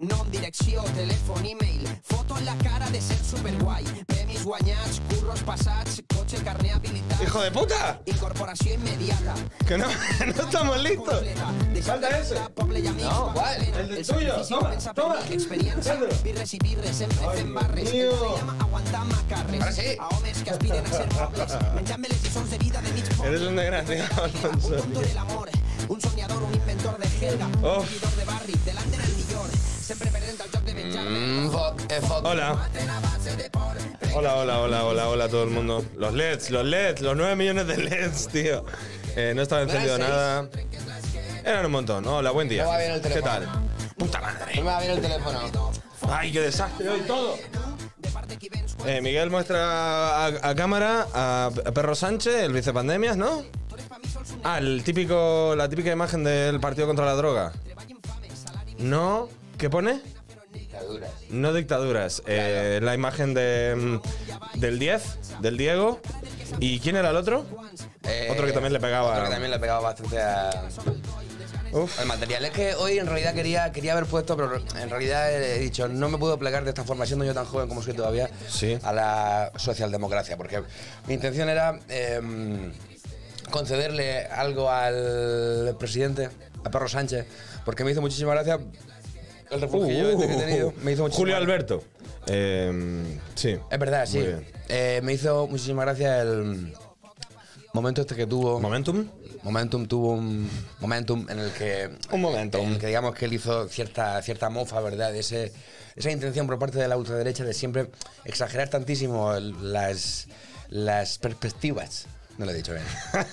Nom, direcció, telèfon, e-mail, foto en la cara de ser superguai, premis guanyats, curros passats, cotxe, carnet habilitat. ¡Hijo de puta! Incorporació immediata. Que no, no estamos listos. Completa. Deixant Falta de ese. costar poble i amics, pagar No, ¿cuál? pena. El del sacrifici tuyo. Toma, pensa toma. per mi, Experiència, Sácalo. birres i birres, sempre Ay, fent Dios barres. El mío. que llama aguantar macarres. Ahora sí. A homes que aspiren a ser nobles, menjant-me les lliçons de vida de mig poble. Eres un desgraciado, Alfonso. Un tonto del amor, un soñador, un inventor de jerga, un Uf. servidor de barri, delante del millor, sempre perdent el joc de menjar-me. Mm, fuck, eh, fuck. Hola. Mate la base de por. Hola, hola, hola, hola, hola a todo el mundo. Los LEDs, los LEDs, los 9 millones de LEDs, tío. Eh, no estaba encendido seis. nada. Eran un montón. Hola, buen día. No va bien el ¿Qué teléfono. tal? Puta madre. No me va bien el teléfono. Ay, qué desastre hoy todo. De parte qui vens quan Eh, Miguel muestra a, a cámara a Perro Sánchez, el vicepandemias, ¿no? tu eres pa' mi sols un Ah, el típico, la típica imagen del partido contra la droga. treball infame, salari No, ¿qué pone? Dictaduras. No dictaduras. Eh, la imagen de, mm, del 10, del Diego. ¿Y quién era el otro? Eh, Otro que también le pegaba. Otro que también le pegaba bastante a- Uf. al material. Es que hoy en realidad quería, quería haber puesto, pero en realidad he dicho, no me puedo plegar de esta forma, siendo yo tan joven como soy todavía, Sí. a la socialdemocracia. Porque mi intención era eh, concederle algo al presidente, a Perro Sánchez, porque me hizo muchísima gracia el refugio este que he tenido. Me hizo muchísima Uh, Julio gracia. Alberto. Eh, sí. Es verdad, sí. Muy bien. Eh, me hizo muchísima gracia el momento este que tuvo. Momentum. Momentum tuvo un momentum en el que. Un momentum. En el que digamos que él hizo cierta, cierta mofa, ¿verdad? De ese, esa intención por parte de la ultraderecha de siempre exagerar tantísimo el- las, las perspectivas. No lo he dicho bien.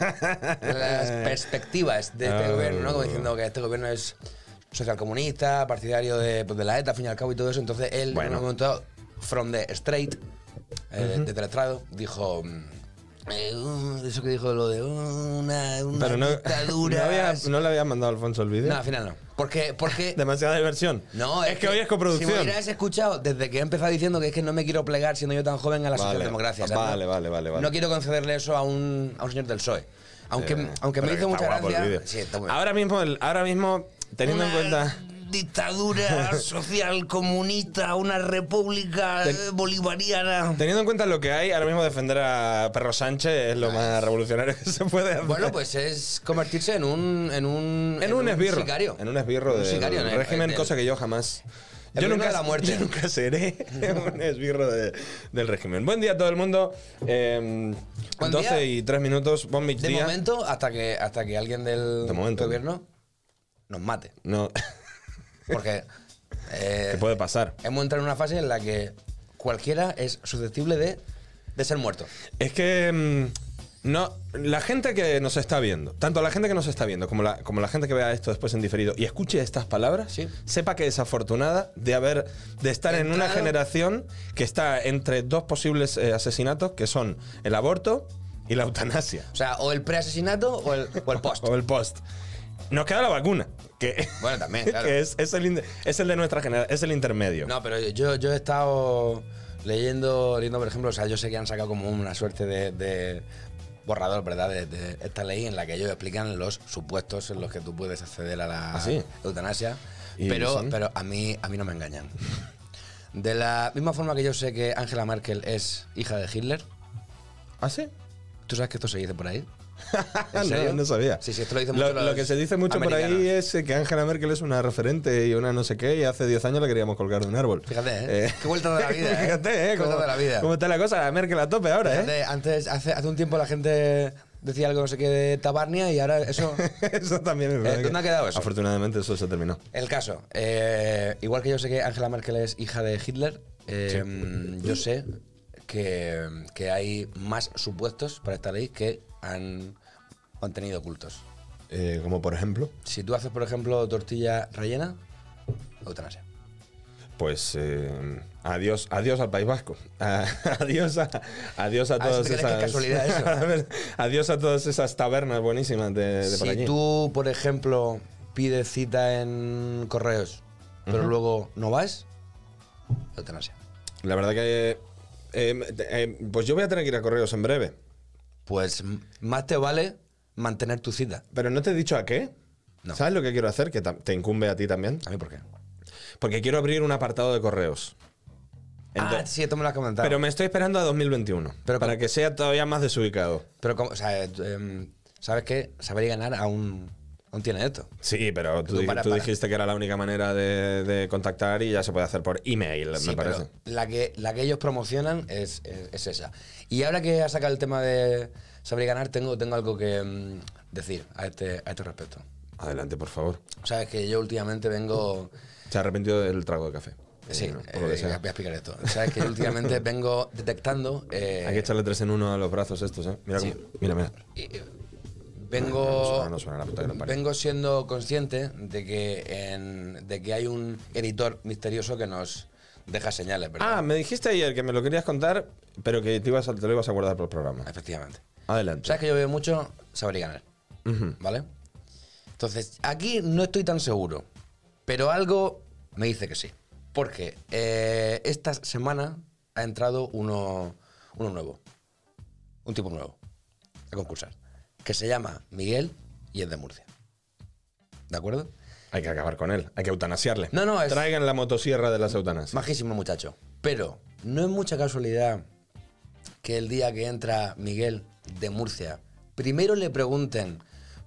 las perspectivas de este Ah. gobierno, ¿no? Como diciendo que este gobierno es socialcomunista, partidario de, pues, de la ETA, al fin y al cabo, y todo eso. Entonces él, Bueno. en un momento dado, from the straight, eh, de Teletrado, dijo. mm, eh, uh, eso que dijo lo de una, una Pero no, dictadura. no, había- no le había mandado a Alfonso el vídeo. No, al final no. Porque, porque Demasiada diversión. no, es que, hoy es Si me coproducción. hubieras escuchado desde que he empezado diciendo que es que no me quiero plegar siendo yo tan joven a la Vale, socialdemocracia. ¿sabes? vale, vale, vale, vale. No quiero concederle eso a un, a un señor del PSOE. E. Aunque, Eh, aunque me pero hizo que está mucha guapo el gracia. vídeo. Sí, está muy bien. ahora mismo, el- ahora mismo, teniendo en Una cuenta. Dictadura social comunista, una república Te- eh, bolivariana. Teniendo en cuenta lo que hay, ahora mismo defender a Perro Sánchez es lo más revolucionario que se puede hacer. Bueno, pues es convertirse en un. En un, en un esbirro. sicario. En un esbirro Un del sicario, en el- régimen, del- cosa que yo jamás. El Yo reino nunca, de la muerte. yo nunca seré un esbirro de- del régimen. Buen día a todo el mundo. Eh, Buen 12 día. y 3 minutos. Buen De día. momento, hasta que, hasta que alguien del De momento. gobierno nos mate. No, Porque. eh, que puede pasar. Hemos entrado en una fase en la que cualquiera es susceptible de, de ser muerto. Es que mm, no, la gente que nos está viendo, tanto la gente que nos está viendo como la, como la gente que vea esto después en diferido y escuche estas palabras, Sí. sepa que desafortunada de haber de estar en una Entrado. generación que está entre dos posibles eh, asesinatos, que son el aborto y la eutanasia. O sea, o el preasesinato o el, o el post. O el post. Nos queda la vacuna, que, Bueno, también, claro. que es, es el, in- es el de nuestra generación, es el intermedio. No, pero yo, yo he estado leyendo, leyendo, por ejemplo, o sea, yo sé que han sacado como una suerte de, de borrador, ¿verdad? De, de esta ley en la que ellos explican los supuestos en los que tú puedes acceder a la ¿Ah, sí? eutanasia. ¿Y Pero, son? pero a, mí, a mí no me engañan. De la misma forma que yo sé que Angela Merkel es hija de Hitler, ¿Ah, sí? ¿tú sabes que esto se dice por ahí? Ah, ¿En no, serio? no sabía. Sí, sí, esto lo dicen lo, mucho los lo que se dice mucho por ahí americanos. es eh, que Angela Merkel es una referente y una no sé qué, y hace 10 años la queríamos colgar de un árbol. Fíjate, ¿eh? Qué vuelta de la vida, ¿eh? Fíjate, ¿eh? Qué vuelta Cómo- de la vida. cómo está la cosa? Merkel a tope ahora, ¿eh? Fíjate, Antes, hace, hace un tiempo la gente decía algo no sé qué de Tabarnia y ahora eso. eso también es verdad. Eh, ¿dónde que- ha quedado eso? Afortunadamente eso se terminó. El caso. eh, igual que yo sé que Angela Merkel es hija de Hitler, eh, yo sé que, que hay más supuestos para esta ley que han mantenido ocultos. Eh, como por ejemplo, Si tú haces, por ejemplo, tortilla rellena, eutanasia. pues eh, adiós, adiós al País Vasco. Ah, adiós a, adiós a Ah, todas ¿tú crees que esas. es casualidad eso? A ver, adiós a todas esas tabernas buenísimas de, Eh, de por Si allí. tú, por ejemplo, pides cita en correos, pero luego no vas, eutanasia. La verdad que. eh, eh, pues yo voy a tener que ir a correos en breve. Pues m- más te vale mantener tu cita. Pero no te he dicho a qué. No. ¿Sabes lo que quiero hacer? Que tam- te incumbe a ti también. ¿A mí por qué? Porque quiero abrir un apartado de correos. Ento- ah, sí, esto me lo has comentado. pero Pero, me estoy esperando a 2021. Pero para con- que sea todavía más desubicado. como, o sea, eh, em, ¿sabes qué? Saber y ganar aún, aún tiene esto. Sí, pero tú, Tú di- para- tú para. dijiste que era la única manera de, de contactar y ya se puede hacer por email, Sí, me pero parece. La que, la que ellos promocionan es, es- es esa. Y ahora que has sacado el tema de saber y ganar, tengo, tengo algo que mm, decir a este, a este respecto. Adelante, por favor. Sabes que yo últimamente vengo. Se ha arrepentido del trago de café. Sí, Eh, eh, por lo que voy a sea. voy a explicar esto. Sabes que yo últimamente vengo detectando. eh, Hay que echarle tres en uno a los brazos estos, ¿eh? Mira, Sí. cómo- mira, mira. y- y- No vengo. suena, no suena la puta que lo parió. Vengo siendo consciente de que, en- de que hay un editor misterioso que nos deja señales, ¿verdad? Ah, me dijiste ayer que me lo querías contar, pero que te, ibas a- te lo ibas a guardar por el programa. Efectivamente. Adelante. Sabes que yo veo mucho saber y ganar, Ujú. ¿vale? Entonces, aquí no estoy tan seguro, pero algo me dice que sí. Porque eh, esta semana ha entrado uno, uno nuevo, un tipo nuevo, a concursar, que se llama Miguel y es de Murcia. ¿De acuerdo? Hay que acabar con él, hay que eutanasiarle. No, no, es- Traigan la motosierra de las eutananas. Majísimo muchacho. Pero no es mucha casualidad que el día que entra Miguel de Murcia, primero le pregunten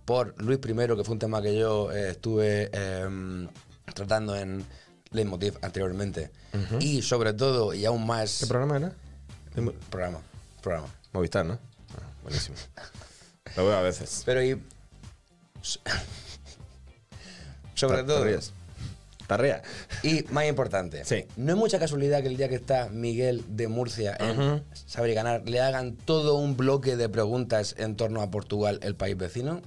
por Luis I, que fue un tema que yo eh, estuve em, tratando en Leitmotiv anteriormente. Y sobre todo, y aún más... ¿Qué programa era? De Mo- programa, programa. Movistar, ¿no? Ah, buenísimo. lo veo a veces. Pero y... so- sobre Te- te todo... ríes. Tarrea. Y más importante, Sí. no es mucha casualidad que el día que está Miguel de Murcia en Saber y Ganar le hagan todo un bloque de preguntas en torno a Portugal, el país vecino.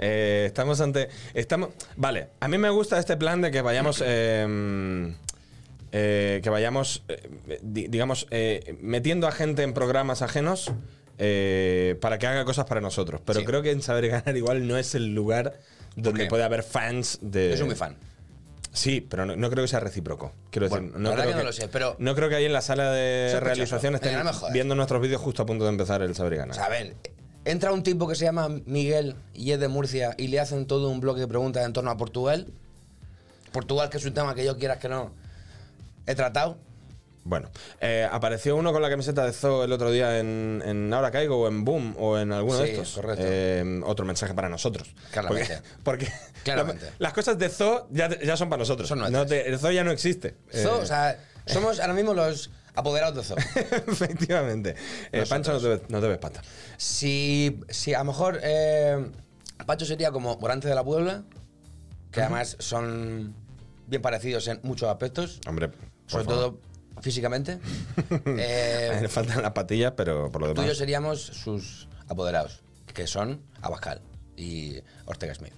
Eh, estamos ante. Estamos. Vale, a mí me gusta este plan de que vayamos. eh, eh, que vayamos, eh, di- digamos, eh, metiendo a gente en programas ajenos eh, para que haga cosas para nosotros. Pero Sí. creo que en Saber y Ganar igual no es el lugar donde qué? puede haber fans de. Yo soy muy fan. Sí, pero no, no creo que sea recíproco. Quiero decir, Bueno, la verdad creo que no lo sé, pero- no creo que ahí en la sala de Sospechoso. realización estén Venga, no me jodas. viendo nuestros vídeos justo a punto de empezar el saber y O ganar. sea, a ver, entra un tipo que se llama Miguel y es de Murcia y le hacen todo un bloque de preguntas en torno a Portugal. Portugal, que es un tema que yo quieras que no he tratado. Bueno, eh, apareció uno con la camiseta de Zoo el otro día en, en Ahora Caigo o en Boom o en alguno de Sí, estos. correcto. Eh, otro mensaje para nosotros. Claramente. Porque, porque Claramente. la- las cosas de Zoo ya, ya son para nosotros. Son no nuestras. te- el Zoo ya no existe. Zo, Eh, o sea, somos ahora mismo los apoderados de Zo. Efectivamente. Eh, Pancho, no te, ves- no te ves pata. Si, si a lo mejor eh, Pacho sería como Morante de la Puebla, que además son bien parecidos en muchos aspectos, Hombre, por sobre favor. todo físicamente. Eh, Le faltan las patillas, pero por lo tú y yo demás. seríamos sus apoderados, que son Abascal y Ortega Smith.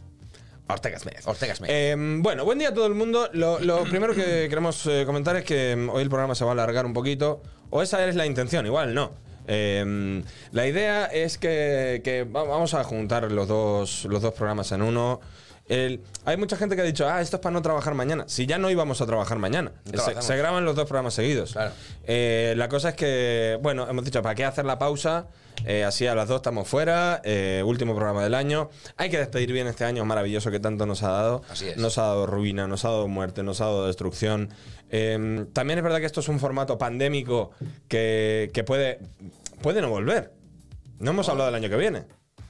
Ortega Smith. Ortega Smith. Eh, bueno, buen día a todo el mundo. Lo, lo primero que queremos eh, comentar es que mm, hoy el programa se va a alargar un poquito. O esa es la intención, igual no. Eh, la idea es que, que va- vamos a juntar los dos, los dos programas en uno. El- hay mucha gente que ha dicho, ah, esto es para no trabajar mañana. Si ya no íbamos a trabajar mañana. Se, Trabajamos. se graban los dos programas seguidos. Claro. Eh, la cosa es que, bueno, hemos dicho, ¿para qué hacer la pausa? Eh, así a las dos estamos fuera, eh, último programa del año. Hay que despedir bien este año maravilloso que tanto nos ha dado. Así es. Nos ha dado ruina, nos ha dado muerte, nos ha dado destrucción. Eh, también es verdad que esto es un formato pandémico que, que puede, puede no volver. No hemos hablado del año que viene,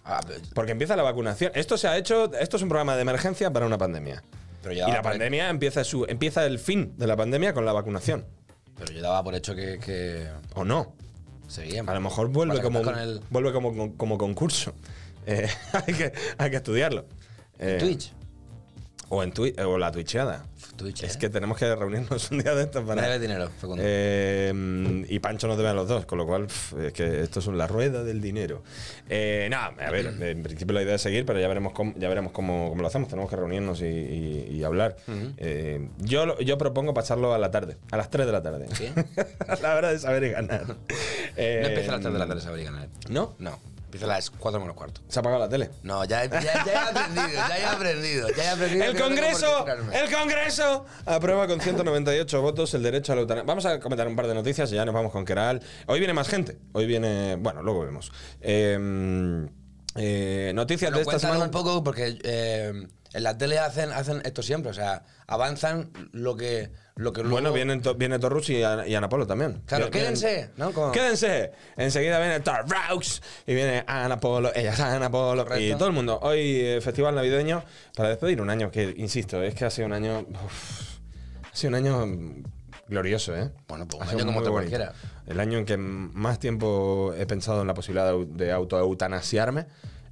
Ah, pero- porque empieza la vacunación. Esto se ha hecho, esto es un programa de emergencia para una pandemia. pero Y yo daba la por- pandemia empieza, su, empieza el fin de la pandemia con la vacunación. Pero yo daba por hecho que, que ¿O no? seguían. A lo mejor vuelve Pasa que como, estás un- con el- vuelve como, como, como concurso. Eh, hay, que, hay que estudiarlo. Eh, Twitch. O, en Twi- o la Twitcheada. Twitch, Es eh. que tenemos que reunirnos un día de estos Me debe para. dinero, Facundo. Eh, y Pancho nos debe a los dos, con lo cual pf, es que esto es la rueda del dinero. Eh, nada, a ver, Mm. en principio la idea es seguir, pero ya veremos cómo, ya veremos cómo, cómo lo hacemos. Tenemos que reunirnos y, y- y hablar. Eh, yo, lo- yo propongo pasarlo a la tarde, a las 3 de la tarde. ¿Sí? a la hora de saber y ganar. Eh, no empieza a las 3 de la tarde, saber y ganar. ¿No? No, Empieza a las 4 menos cuarto. Se ha apagado la tele. No, ya, ya, ya he aprendido, ya he aprendido, ya he aprendido. El que no tengo por qué Congreso, tirarme. el Congreso aprueba con 198 votos el derecho a la eutanasia. Vamos a comentar un par de noticias y ya nos vamos con Keral. Hoy viene más gente. Hoy viene, bueno, luego vemos. Eh, eh, noticias Bueno, de esta cuéntanos semana. un poco porque eh, en la tele hacen, hacen esto siempre, o sea, avanzan lo que, lo que luego- Bueno, vienen to- viene Torrus y, Ana- y Ana Polo también. Claro, Vienen- quédense, ¿no? Como- Quédense. Enseguida viene Torrux y viene Ana Polo, ella es Ana Polo. Y Correcto. todo el mundo. Hoy, eh, festival navideño, para despedir un año que, insisto, es que ha sido un año. uf, ha sido un año mm, glorioso, ¿eh? Bueno, pues Ha un sido año como muy otro bonito. cualquiera. El año en que m- más tiempo he pensado en la posibilidad de au- de autoeutanasiarme.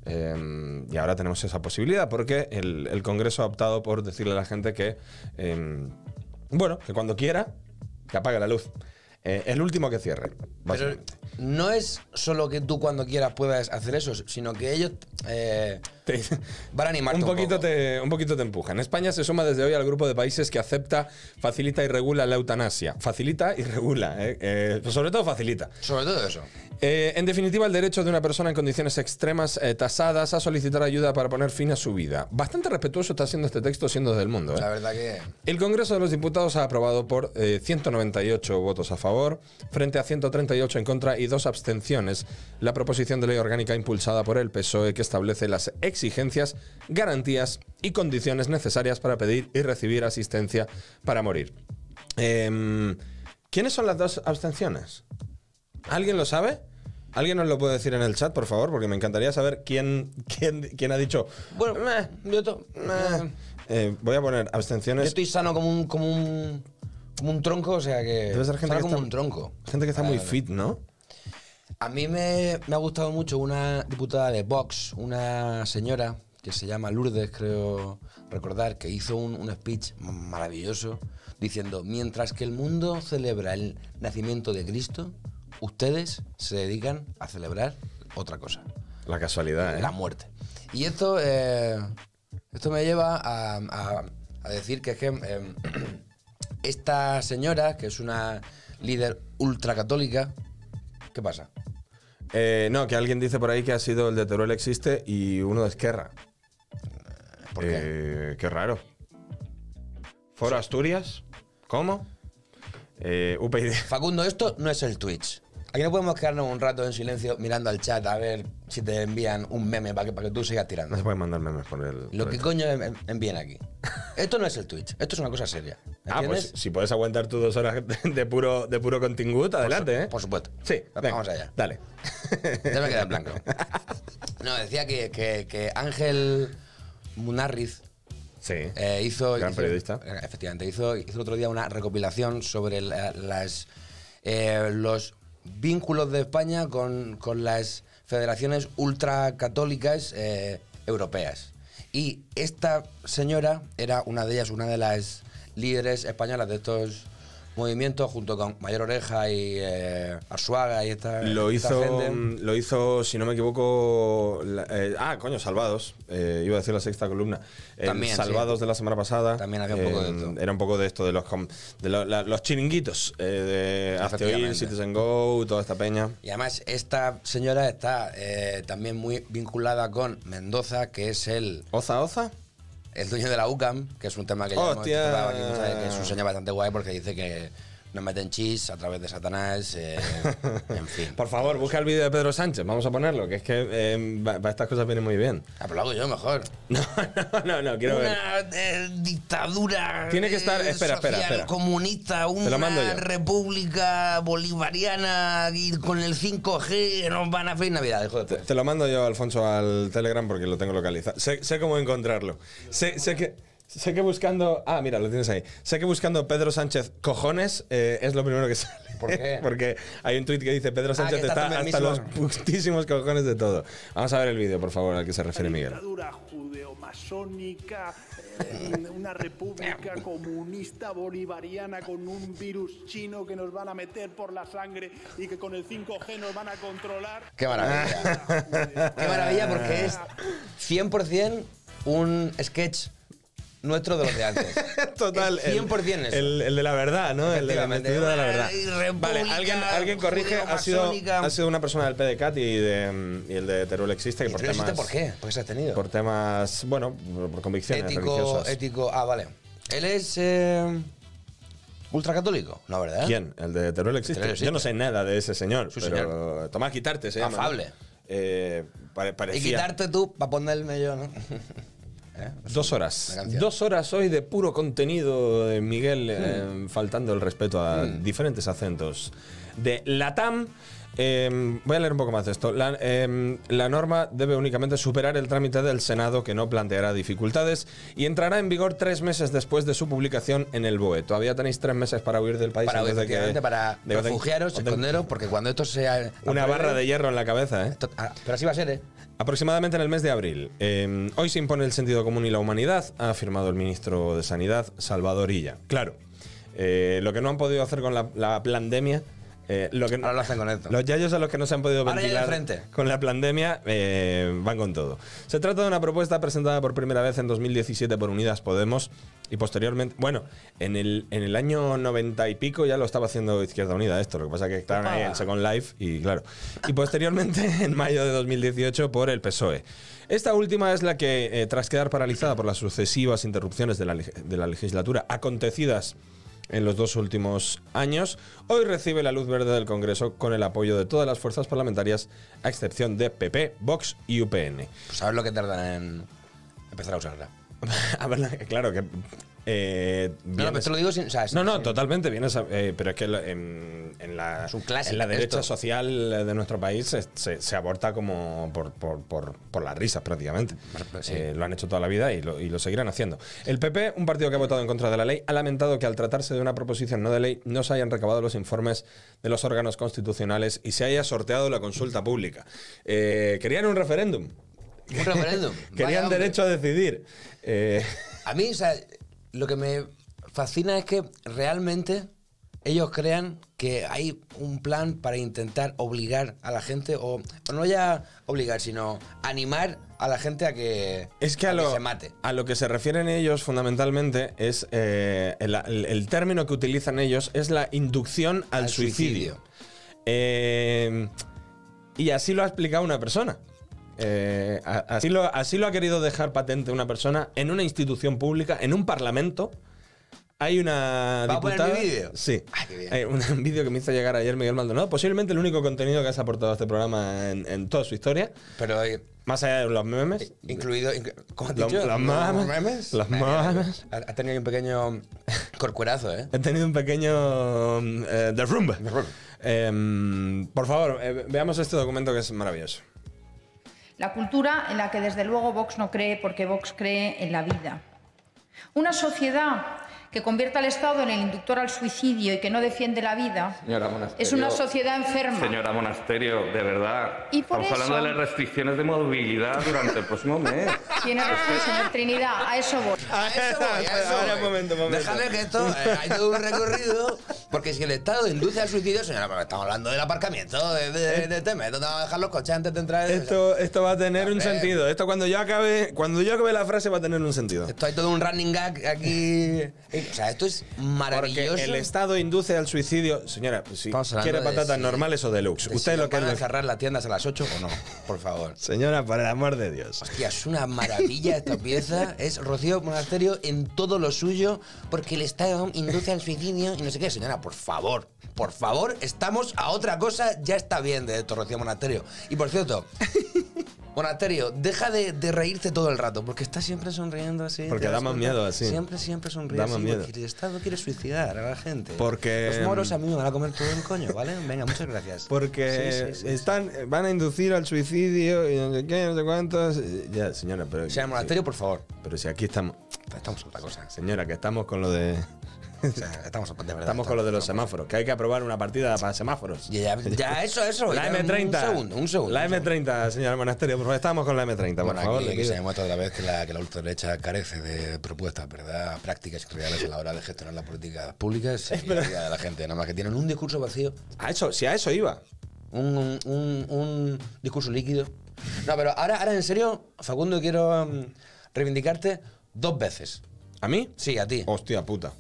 eh, y ahora tenemos esa posibilidad porque el, el Congreso ha optado por decirle a la gente que, eh, bueno, que cuando quiera, que apague la luz. Eh, el último que cierre, Pero básicamente. no es solo que tú cuando quieras puedas hacer eso, sino que ellos eh, Te- van a un animarte un, poquito, poco. te, un poquito te empujan. España se suma desde hoy al grupo de países que acepta, facilita y regula la eutanasia. Facilita y regula, eh, eh, pero sobre todo facilita. Sobre todo eso. Eh, en definitiva, el derecho de una persona en condiciones extremas eh, tasadas a solicitar ayuda para poner fin a su vida. Bastante respetuoso está siendo este texto siendo desde el mundo. ¿eh? La verdad que... El Congreso de los Diputados ha aprobado por eh, 198 votos a favor, frente a 138 en contra y dos abstenciones, la proposición de ley orgánica impulsada por el PSOE E que establece las exigencias, garantías y condiciones necesarias para pedir y recibir asistencia para morir. Em, ¿Quiénes son las dos abstenciones? ¿Alguien lo sabe? ¿Alguien nos lo puede decir en el chat, por favor? Porque me encantaría saber quién, quién, quién ha dicho. Bueno, meh, yo, to- "Meh". meh. Eh, voy a poner Yo abstenciones. estoy sano como un, como un, como un tronco, o sea que... Debe ser gente sano que como está- un tronco. Gente que está muy Claro. fit, ¿no? A mí me, me ha gustado mucho una diputada de Vox, una señora que se llama Lourdes, creo recordar, que hizo un, un speech maravilloso diciendo, mientras que el mundo celebra el nacimiento de Cristo, ustedes se dedican a celebrar otra cosa, La casualidad, ¿eh? la muerte. Y esto, eh, esto me lleva a, a- a decir que es que... eh, esta señora, que es una líder ultracatólica, ¿qué pasa? Eh, no, que alguien dice por ahí que ha sido el de Teruel existe y uno de Esquerra. ¿Por qué? Eh, qué raro. Foro Asturias. ¿Cómo? Eh, UPyD. Facundo, esto no es el Twitch. Aquí no podemos quedarnos un rato en silencio mirando al chat a ver si te envían un meme para que, para que tú sigas No se tirando. pueden mandar memes por el. Lo por que el- coño em, en- en- envían aquí. Esto no es el Twitch, esto es una cosa seria. Ah, pues ¿Entiendes? si puedes aguantar tus dos horas de- de puro, de puro contingut, adelante, ¿eh? Por supuesto. Sí, venga, vamos allá. Dale. Ya me quedé en blanco. No, decía que, que- que Ángel Munarriz Sí. eh, hizo. Gran hizo- periodista. eh, Efectivamente, hizo, hizo el otro día una recopilación sobre la- las, eh, los vínculos de España con, con las federaciones ultracatólicas eh, europeas. Y esta señora era una de ellas, una de las líderes españolas de estos movimientos, junto con Mayor Oreja y eh, Arzuaga y esta. Lo Eh, esta hizo, gente. mm, lo hizo, si no me equivoco. la- eh, ah, coño, Salvados. Eh, iba a decir la sexta columna. El También, sí. Salvados de la semana pasada. em, También había un poco de esto. Era un poco de esto, de los, com- de lo- la- los chiringuitos. eh, de Hazte Oír, Efectivamente. Citizen Go, toda esta peña. Y además esta señora está eh, también muy vinculada con Mendoza, que es el, ¿Oza, oza? el dueño de la UCAM, que es un tema que ya hemos ¡Hostia! tratado aquí muchas veces, que es un señor bastante guay porque dice que nos meten chis a través de Satanás, eh, en fin. Por favor, busca el vídeo de Pedro Sánchez. Vamos a ponerlo, que es que eh, va- va- estas cosas vienen muy bien. Ah, pues lo hago yo mejor. No, no, no, no, quiero ver. Una eh, dictadura eh, Tiene que estar- espera, espera, social, espera. comunista, lo una mando yo. república bolivariana y con el 5G nos van a hacer pues. Navidad, hijo de Te, puta. te lo mando yo, Alfonso, al Telegram porque lo tengo localizado. Sé, sé cómo encontrarlo. Sé, sé que. Sé que buscando. Ah, mira, lo tienes ahí. Sé que buscando Pedro Sánchez cojones eh, es lo primero que sale. ¿Por qué? Ah, Porque hay un tuit que dice Pedro Sánchez que está, está hasta los enfermísimo. putísimos cojones de todo. Vamos a ver el vídeo, por favor, al que se refiere Una Miguel. dictadura judeo-masónica, eh, una república comunista bolivariana con un virus chino que nos van a meter por la sangre y que con el 5G nos van a controlar. Qué maravilla. Qué maravilla porque es 100% un sketch nuestro de los de antes. Total. el- 100% eso. El, el de la verdad, ¿no? El de la Efectivamente. vestidura de la verdad. Ay, República, Vale, alguien, alguien corrige. Ha sido, judeo-masónica. ha sido una persona del PDCAT y, de, mm, y el de Teruel existe. ¿Y Que tú por, no temas, existe por qué? ¿Por qué se has tenido? Por temas, bueno, por convicciones ético, religiosas. ético. Ah, vale. Él es. eh, ultracatólico, ¿no, verdad? ¿Quién? ¿El de Teruel existe? Teruel existe. Yo no sé nada de ese señor. Sí, pero Tomás Quitarte se llama. ¿no? Afable. Eh, pare- Y parecía. quitarte tú para ponerme yo, ¿no? ¿Eh? Dos horas. Una canción. Dos horas hoy de puro contenido de Miguel, Mm. eh, faltando el respeto a diferentes acentos. De Latam. eh, voy a leer un poco más de esto. La, eh, la norma debe únicamente superar el trámite del Senado, que no planteará dificultades, y entrará en vigor tres meses después de su publicación en el BOE. Todavía tenéis tres meses para huir del país. Para, antes de que- efectivamente, para de que- refugiaros, de- esconderos, porque cuando esto sea. Una barra de hierro en la cabeza, ¿eh? Esto- ah, Pero así va a ser, ¿eh? Aproximadamente en el mes de abril. eh, hoy se impone el sentido común y la humanidad, ha afirmado el ministro de Sanidad, Salvador Illa. Claro, eh, lo que no han podido hacer con la, la pandemia. eh, lo que, Ahora lo hacen con esto. Los yayos a los que no se han podido Ahora ya de ventilar frente. con la pandemia eh, van con todo. Se trata de una propuesta presentada por primera vez en 2017 por Unidas Podemos y posteriormente, bueno, en el, en el año 90 y pico ya lo estaba haciendo Izquierda Unida esto, lo que pasa que estaban ahí en Second Life y claro. Y posteriormente en mayo de 2018 por el PSOE. E. Esta última es la que, eh, tras quedar paralizada por las sucesivas interrupciones de la leg- de la legislatura acontecidas en los dos últimos años, hoy recibe la luz verde del Congreso con el apoyo de todas las fuerzas parlamentarias, a excepción de PP, Vox y UPN. Pues ¿Sabes lo que tardan en empezar a usarla? A ver, la- claro que... eh, No, no, vienes- pero te lo digo sin. o sea, sin- no, no, sin- totalmente vienes a- eh, pero es que lo- en, en la, Es un clásico en la derecha esto. social de nuestro país se, se- se aborta como por, por, por- por las risas prácticamente. pues Sí. Eh, lo han hecho toda la vida y lo, y lo seguirán haciendo. El PP, un partido que ha votado en contra de la ley, ha lamentado que al tratarse de una proposición no de ley no se hayan recabado los informes de los órganos constitucionales y se haya sorteado la consulta pública. Eh, querían un referéndum. Un referéndum. Querían Vaya, hombre. derecho a decidir. Eh, A mí, o sea, lo que me fascina es que realmente ellos crean que hay un plan para intentar obligar a la gente, o, o no ya obligar, sino animar a la gente a que, Es que a lo, se mate. a lo que se refieren ellos fundamentalmente es eh, el, el- el término que utilizan ellos es la inducción al, Al suicidio. suicidio. Eh, y así lo ha explicado una persona. Eh, a- así, lo, así lo ha querido dejar patente una persona en una institución pública, en un parlamento. Hay una ¿Va a poner diputada. mi vídeo? Sí. Ay, qué bien. Hay un un vídeo que me hizo llegar ayer Miguel Maldonado. Posiblemente el único contenido que has aportado a este programa en, en toda su historia. Pero eh, Más allá de los memes. incluido, inclu- ¿cómo has Los- dicho? los memes, los memes. Ha, ha tenido un pequeño um, corcuerazo, ¿eh? He tenido un pequeño eh, derrumbe. Em, por favor, eh, veamos este documento que es maravilloso. La cultura en la que desde luego Vox no cree porque Vox cree en la vida. Una sociedad que convierta al Estado en el inductor al suicidio y que no defiende la vida Señora Monasterio. es una sociedad enferma. Señora Monasterio, de verdad. Y por Estamos eso- hablando de las restricciones de movilidad durante el próximo mes. Tiene razón, señor Trinidad, a eso voy. A eso voy, a eso Ahora, voy. un momento, un momento. Déjame que esto eh, hay todo un recorrido. Porque si el Estado induce al suicidio, señora, pero estamos hablando del aparcamiento, de, de, de este método, vamos a dejar los coches antes de entrar. en- Esto, esto va a tener un ver. sentido. Esto cuando yo acabe, cuando yo acabe la frase va a tener un sentido. esto hay todo un running gag aquí. Eh, O sea, esto es Porque maravilloso. el Estado induce al suicidio. Señora, pues si Estamos hablando quiere de patatas si- normales o deluxe. de Usted si lo nos que es. ¿Van a lo- cerrar las tiendas a las 8 o no? Por favor. Señora, por el amor de Dios. Hostia, es una maravilla esta pieza. Es Rocío Monasterio en todo lo suyo porque el Estado induce al suicidio y no sé qué. Señora, por favor, por favor, estamos a otra cosa. Ya está bien de esto, Rocío Monasterio. Y por cierto, Monasterio, deja de, de reírte todo el rato porque está siempre sonriendo así. Porque ¿te da das más cuenta? miedo así. Siempre, siempre sonríe Da así más miedo. porque el Estado quiere suicidar a la gente. Porque- em, Los moros a mí me van a comer todo el coño, ¿vale? Venga, muchas gracias. Porque Sí, sí, sí. están, eh, van a inducir al suicidio y no sé qué, no sé cuántos. eh, Ya, señora, pero. Señora Monasterio, por favor. Pero si aquí estamos. Estamos a otra cosa. Señora, que estamos con lo de. O sea, estamos de verdad. Estamos con lo de los semáforos, que hay que aprobar una partida para semáforos. Ya, ya, ya, eso, eso. La ya, M30. Un segundo, un segundo. La un segundo. M30, señora Monasterio, por favor. Estamos con la M30, por Bueno, favor. aquí, le aquí pido. se demuestra otra vez que la, que la ultraderecha carece de propuestas, ¿verdad? Prácticas y reales a la hora de gestionar las políticas públicas y la vida de la gente. Nada más que tienen un discurso vacío, A eso, si a eso iba. un, un- un- un discurso líquido. No, pero ahora, ahora en serio, Facundo, quiero mm, reivindicarte um, dos veces. ¿A mí? Sí, a ti. Hostia puta.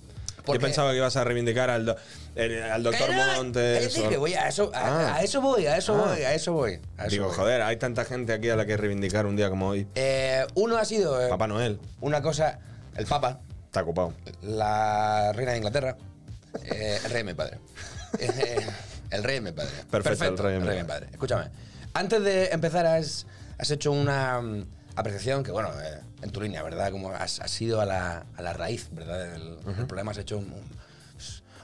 ¿Por Yo qué? pensaba que ibas a reivindicar al, do- el- al doctor Cállate, Montes. cállate, o- que voy a eso, a, Ah. a eso voy, a eso Ah. voy, a eso voy. a eso eh. Digo, voy. joder, hay tanta gente aquí a la que reivindicar un día como hoy. Eh, uno ha sido eh, Papá Noel una cosa, el Papa, está ocupado. la reina de Inglaterra, eh, el rey de mi padre. Eh, el rey de mi padre. Perfecto, el rey de mi padre. Escúchame, antes de empezar has, has hecho una mm, apreciación que, bueno, eh, en tu línea, ¿verdad? Como has, has ido a la, a la raíz, ¿verdad? Del del problema, has hecho un, un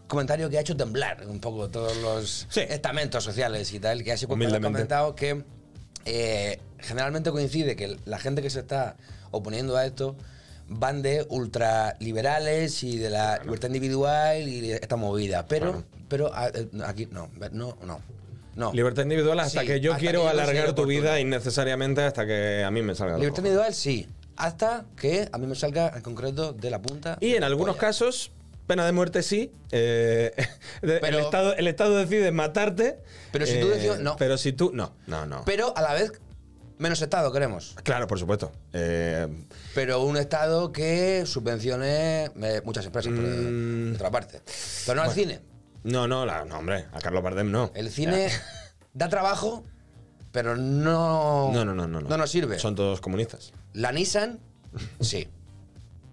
comentario que ha hecho temblar un poco todos los Sí. estamentos sociales y tal, que ha sido cuando has Humildemente. comentado que eh, generalmente coincide que la gente que se está oponiendo a esto van de ultraliberales y de la libertad individual y de esta movida. Pero, pero a- eh, aquí no, no, no. no. Libertad individual hasta Oh. Sí, que yo hasta quiero que yo alargar considero tu vida oportuno. innecesariamente hasta que a mí me salga. Libertad loco. individual sí, hasta que a mí me salga en concreto de la punta. Y en algunos casos casos, pena de muerte sí. eh, de- Pero- el, estado, el Estado decide matarte. eh, Pero si tú decides- no. Pero si tú. No, no, no. Pero a la vez, menos Estado queremos. claro, por supuesto. Eh, Pero un Estado que subvencione eh, muchas empresas, por, Mm. de otra parte. Pero no al cine. no, no, la- no, hombre, a Carlos Bardem no. El cine da trabajo, pero no, No, no, no, no, no nos sirve. Son todos comunistas. La Nissan, sí.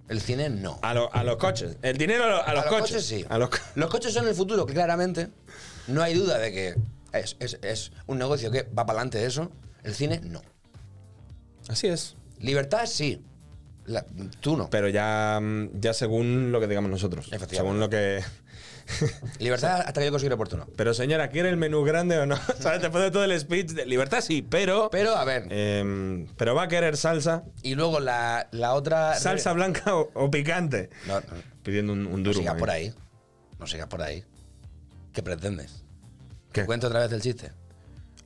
El cine, no. A, lo- a los coches. El dinero a, lo- a los, coches. sí. A los co- Los coches son el futuro, que claramente no hay duda de que es, es- es un negocio que va para adelante de eso. El cine, no. Así es. Libertad, sí. La- tú no. Pero ya, mm, ya según lo que digamos nosotros. Efectivamente. Según lo que. Libertad hasta que yo considere oportuno. Pero señora, ¿quiere el menú grande o no? ¿Sabes? Después de todo el speech de libertad, sí, pero. Pero, a ver, Em, pero va a querer salsa. y luego la, la otra... Salsa blanca o, o picante. No, no, Pidiendo un, un no duro. eh. sigas por ahí. No sigas por ahí. ¿Qué pretendes? ¿Que ¿Qué? cuento otra vez el chiste?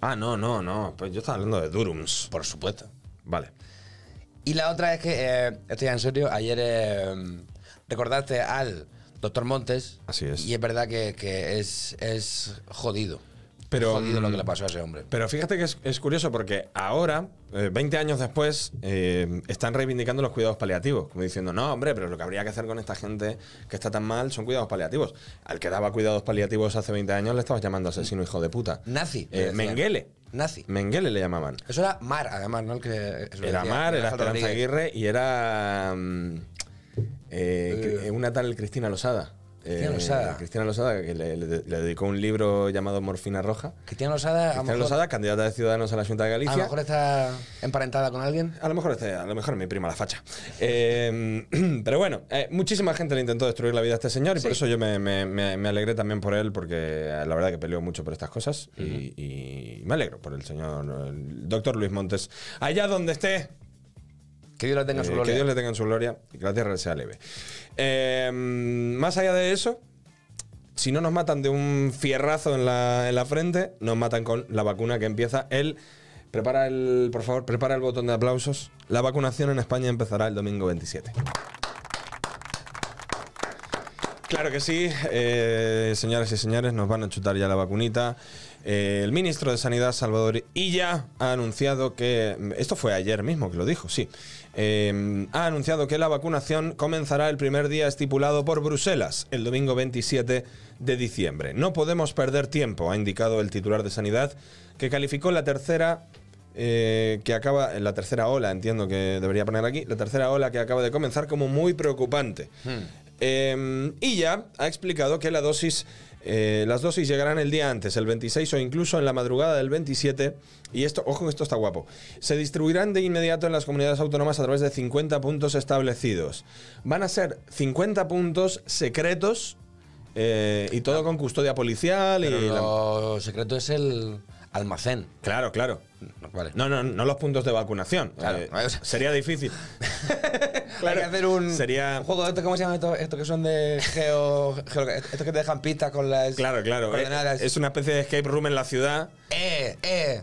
Ah, no, no, no. Pues yo estaba hablando de Durums. Por supuesto. Vale. Y la otra es que, eh, esto ya en serio, ayer eh, recordaste al doctor Montes. Así es. Y es verdad que, que es, es jodido. Pero, jodido lo mm, que le pasó a ese hombre. Pero fíjate que es, es curioso porque ahora, eh, 20 años después, eh, están reivindicando los cuidados paliativos, como diciendo, no, hombre, pero lo que habría que hacer con esta gente que está tan mal son cuidados paliativos. Al que daba cuidados paliativos hace 20 años le estabas llamando asesino, hijo de puta. Mm. Nazi, le Eh, decían. Mengele. Nazi. Menguele le llamaban. Eso era Mar, además, ¿no? El que, eso Era decía, Mar, era Rafael Esperanza Rodríguez. Aguirre y era mm, eh, Eh. una tal Cristina Losada. Eh, Cristina Losada. Cristina Losada, que le, le- le dedicó un libro llamado Morfina Roja. Cristian Losada, a lo Cristina mejor- Losada, candidata de Ciudadanos a la Junta de a Galicia. lo mejor está emparentada con alguien. A lo mejor este- a lo mejor mi prima la facha. Eh, pero bueno, eh, muchísima gente le intentó destruir la vida a este señor y por eso yo me, me- me- me alegré también por él, porque eh, la verdad que peleo mucho por estas cosas y, y me alegro por el señor el doctor Luis Montes. Allá donde esté, Que Dios la tenga en su eh, gloria. que Dios le tenga en su gloria y que la tierra le sea leve. Eh, más allá de eso, si no nos matan de un fierrazo en la, en la frente, nos matan con la vacuna que empieza el. Prepara el, por favor, prepara el botón de aplausos. La vacunación en España empezará el domingo 27. Claro que sí, eh, señoras y señores, nos van a chutar ya la vacunita. Eh, el ministro de Sanidad, Salvador Illa, ha anunciado que, esto fue ayer mismo que lo dijo, sí, Eh, ha anunciado que la vacunación comenzará el primer día estipulado por Bruselas, el domingo 27 de diciembre. No podemos perder tiempo, ha indicado el titular de Sanidad, que calificó la tercera eh, que acaba, la tercera ola, entiendo que debería poner aquí, la tercera ola que acaba de comenzar como muy preocupante. Hmm. Eh, y ya ha explicado que la dosis, eh, las dosis llegarán el día antes, el 26 o incluso en la madrugada del 27. Y esto, ojo, esto está guapo. Se distribuirán de inmediato en las comunidades autónomas a través de 50 puntos establecidos. Van a ser 50 puntos secretos eh, y todo con custodia policial Ah. Pero y la- lo secreto es el almacén. Claro, claro. No, Vale. No, no, no los puntos de vacunación. Claro. Eh, sería difícil. Hay que hacer un, Sería. un juego de estos, ¿cómo se llaman estos? Estos que son de geo, geo- Estos que te dejan pistas con las Claro, claro. eh, coordenadas. es una especie de escape room en la ciudad. ¡Eh, eh!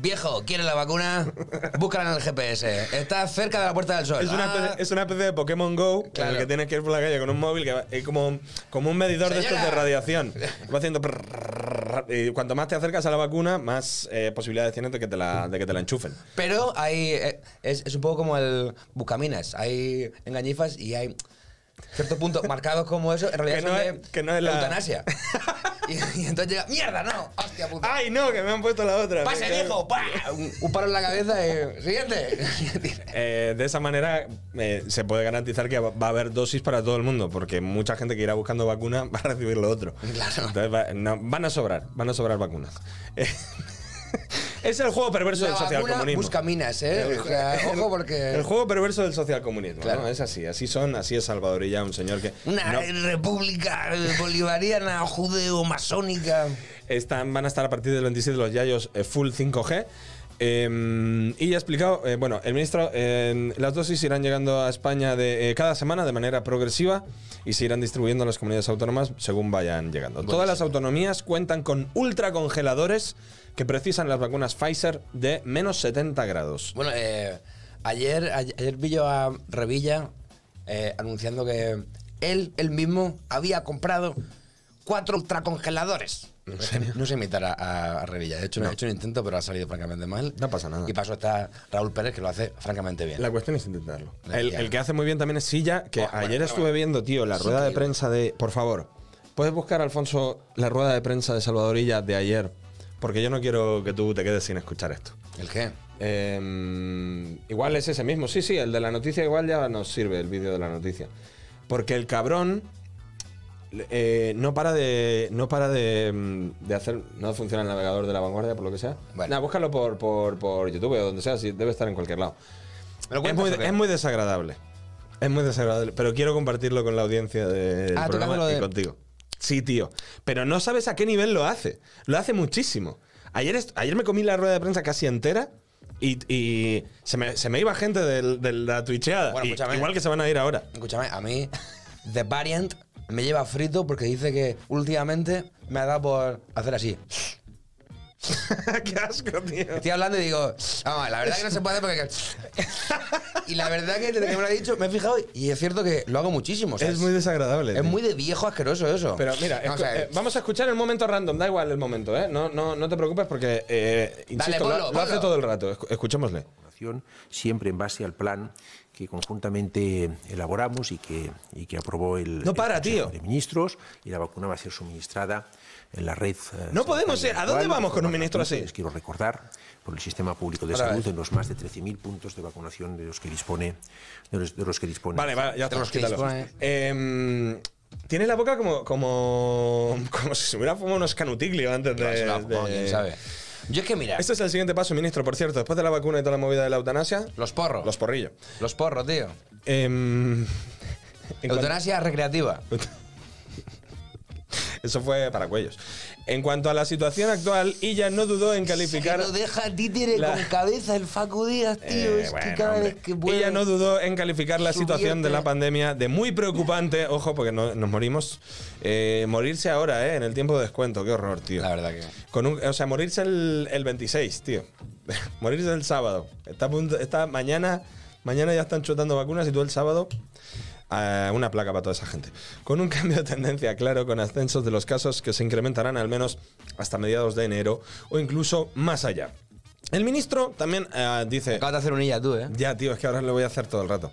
Viejo, ¿quieres la vacuna? Búscala en el GPS. Está cerca de la Puerta del Sol. Es una, Ah, especie, es una especie de Pokémon Go en Claro. el que tienes que ir por la calle con un móvil que va- es como, como un medidor de estos de Señora. radiación. Va haciendo. prrrr, y cuanto más te acercas a la vacuna, más eh, posibilidades tienes de que te la, de que te la enchufen. Pero hay. eh, Es, es un poco como el Buscaminas. Hay engañifas y hay. cierto punto, marcados como eso, en realidad Que son no de es- que no es la- eutanasia. y, y entonces llega, ¡mierda, no! ¡Hostia puta! ¡Ay, no! Que me han puesto la otra. ¡Pase, Me cago. viejo! ¡Pah! Un, un palo en la cabeza y... ¡Siguiente! Eh, de esa manera eh, se puede garantizar que va a haber dosis para todo el mundo, porque mucha gente que irá buscando vacuna va a recibir lo otro. Claro. Entonces va- no, van a sobrar, van a sobrar vacunas. Eh, es el juego perverso del La vacuna socialcomunismo. busca minas, ¿eh? O sea, ojo porque... El juego perverso del socialcomunismo, Claro. ¿no? Es así, así son, así es Salvadorilla, un señor que Una no- república bolivariana, judeo-masónica. están, van a estar a partir del 27 los Yayos eh, full 5G. Eh, y ya ha explicado, eh, bueno, el ministro, eh, las dosis irán llegando a España de, eh, cada semana de manera progresiva y se irán distribuyendo a las comunidades autónomas según vayan llegando. Todas las autonomías cuentan con ultracongeladores que precisan las vacunas Pfizer de menos 70 grados. Bueno, eh, ayer, ayer, ayer vi yo a Revilla eh, anunciando que él, él mismo había comprado cuatro ultracongeladores. No sé imitar a, a- a Revilla. De hecho, he hecho un intento, pero ha salido francamente mal. No pasa nada. Y pasó está Raúl Pérez, que lo hace francamente bien. La cuestión es intentarlo. La El, idea. el que hace muy bien también es Silla, que Buah, bueno, ayer pero estuve bueno. viendo, tío, la Es rueda de increíble. prensa de. Por favor, ¿puedes buscar, Alfonso, la rueda de prensa de Salvadorilla de ayer? Porque yo no quiero que tú te quedes sin escuchar esto. ¿El qué? Eh, igual es ese mismo. Sí, sí, el de la noticia igual ya nos sirve el vídeo de la noticia. Porque el cabrón eh, no para de. No para de, mm, de hacer. No funciona el navegador de la vanguardia, por lo que sea. Vale. Nah, búscalo por, por, por YouTube o donde sea, sí, debe estar en cualquier lado. ¿Me Es lo cuentas muy, o qué? es muy desagradable. Es muy desagradable. Pero quiero compartirlo con la audiencia del Ah, programa tocándolo y de- contigo. Sí, tío. Pero no sabes a qué nivel lo hace. Lo hace muchísimo. Ayer, est- ayer me comí la rueda de prensa casi entera y, y se, me, se me iba gente del- de la twitcheada. Bueno, Y- escúchame. igual que se van a ir ahora. Escúchame, a mí The Variant me lleva frito porque dice que últimamente me ha dado por hacer así. qué asco, tío. Estoy hablando y digo, "Ah, la verdad que no se puede porque... y la verdad que desde que me lo ha dicho, me he fijado y es cierto que lo hago muchísimo. o sea, Es muy desagradable. es tío. muy de viejo asqueroso eso. Pero mira, No, o escu- sea, eh, vamos a escuchar el momento random, da igual el momento, ¿eh? No, no, no te preocupes porque, eh, insisto, lo- ponlo, lo, hace ponlo. todo el rato. Escu- Escuchémosle. vacunación, siempre en base al plan que conjuntamente elaboramos y que, y que aprobó el, No para, el Consejo tío. de Ministros y la vacuna va a ser suministrada en la red. eh, No podemos sanitaria ir. ¿A dónde actual, vamos de con un forma ministro gratuita, así? Les quiero recordar por el sistema público de Otra salud vez. en los más de 13.000 puntos de vacunación de los que dispone de los, de los que dispone. Vale, vale, ya Tenemos está, que quítalo. disponer. Em, Tienes la boca como, como, como si se hubiera fumado unos canutiglio antes de. no, se lo hago, de- quién sabe. Yo es que mira, Este es el siguiente paso, ministro, por cierto. Después de la vacuna y toda la movida de la eutanasia, los porros. los Los, porrillos. porros, tío. Em, en cuanto- Eutanasia recreativa. eso fue para cuellos. En cuanto a la situación actual, Illa no dudó en calificar. Que lo deja títere la- con cabeza el Facu Díaz, tío. Eh, es bueno, que cada hombre. vez que puede... Ella no dudó en calificar la su situación de la diente. pandemia de muy preocupante. Ojo, porque no- nos morimos. Eh, morirse ahora, ¿eh? En el tiempo de descuento. Qué horror, tío. La verdad que... Con un- o sea, morirse el, el 26, tío. morirse el sábado. Está, a punto- está mañana, mañana ya están chutando vacunas y tú el sábado. eh, una placa para toda esa gente. Con un cambio de tendencia, claro, con ascensos de los casos que se incrementarán al menos hasta mediados de enero o incluso más allá. El ministro también eh, dice. Acabas de hacer un illa tú, ¿eh? Ya, tío, es que ahora lo voy a hacer todo el rato.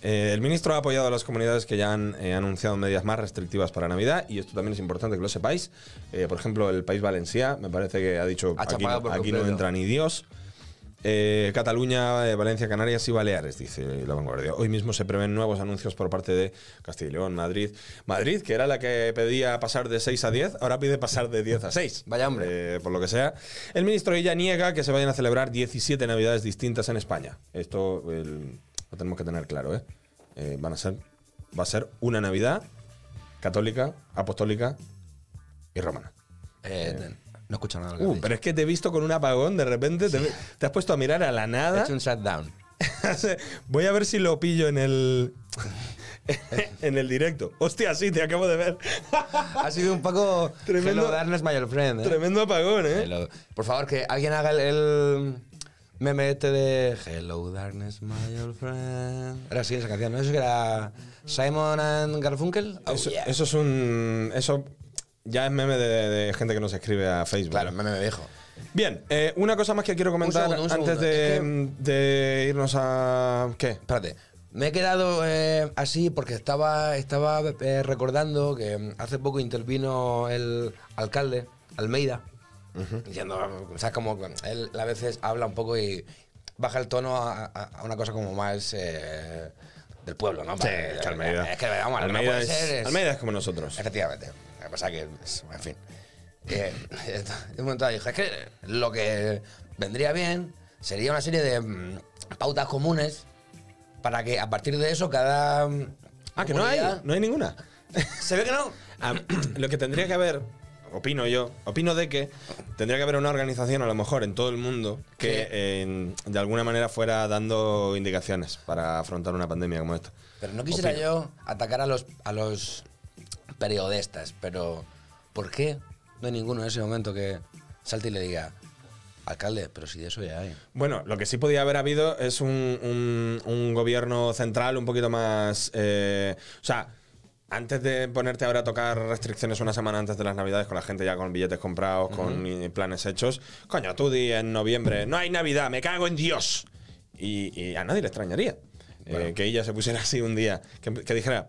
Eh, el ministro ha apoyado a las comunidades que ya han eh, anunciado medidas más restrictivas para Navidad y esto también es importante que lo sepáis. Eh, por ejemplo, el País Valencia me parece que ha dicho Ha aquí, chapado por aquí no completo". entra ni Dios. Eh, Cataluña, eh, Valencia, Canarias y Baleares, dice la vanguardia. Hoy mismo se prevén nuevos anuncios por parte de Castilla y León, Madrid. Madrid, que era la que pedía pasar de 6 a 10, ahora pide pasar de 10 a 6. Vaya hombre. Eh, por lo que sea. El ministro ella niega que se vayan a celebrar 17 navidades distintas en España. Esto el- lo tenemos que tener claro, ¿eh? Eh, van a ser, va a ser una Navidad católica, apostólica y romana. Eh, no escucho nada. de lo que has Uh, dicho. pero es que te he visto con un apagón de repente, te, te has puesto a mirar a la He nada. hecho un shutdown. Voy a ver si lo pillo en el. en el directo. Hostia, sí, te acabo de ver. Ah, Ha sido un poco Tremendo- Hello Darkness, my old friend. ¿eh? Tremendo apagón, ¿eh? Hello. Por favor, que alguien haga el, el meme este de Hello Darkness, my old friend. Era así esa canción, ¿no? Eso que era Simon and Garfunkel. Oh, Eso, yeah. eso es un. Eso ya es meme de, de gente que nos escribe a Facebook. Claro, meme me dijo. Bien, eh, una cosa más que quiero comentar segundo, un antes segundo. de, Es que- de irnos a. ¿Qué? Espérate. Me he quedado eh, así porque estaba, estaba eh, recordando que mm, hace poco intervino el alcalde, Almeida, diciendo, o sea, como él a veces habla un poco y baja el tono a, a- a una cosa como más eh, del pueblo, ¿no? Sí, Para- es que Almeida. Es que, vamos, no Almeida, puede es, ser, es- Almeida es como nosotros. Efectivamente. Lo que pasa que, es- en fin. Eh, de un momento dado dije, es que lo que vendría bien sería una serie de mm, pautas comunes para que a partir de eso cada... mm, Ah, que no hay, comunidad- no hay ninguna. Se ve que no. Ah, lo que tendría que haber, opino yo, opino de que tendría que haber una organización a lo mejor en todo el mundo que Sí. eh, de alguna manera fuera dando indicaciones para afrontar una pandemia como esta. Pero no quisiera Opino. yo atacar a los, a los periodistas, pero ¿por qué no hay ninguno en ese momento que salte y le diga, alcalde, pero si de eso ya hay? Bueno, lo que sí podía haber habido es un, un- un gobierno central un poquito más. eh, o sea, antes de ponerte ahora a tocar restricciones una semana antes de las Navidades, con la gente ya con billetes comprados, con eh, planes hechos, coño, tú di en noviembre, no hay Navidad, me cago en Dios. Y, y a nadie le extrañaría eh, que ella se pusiera así un día, que, que dijera,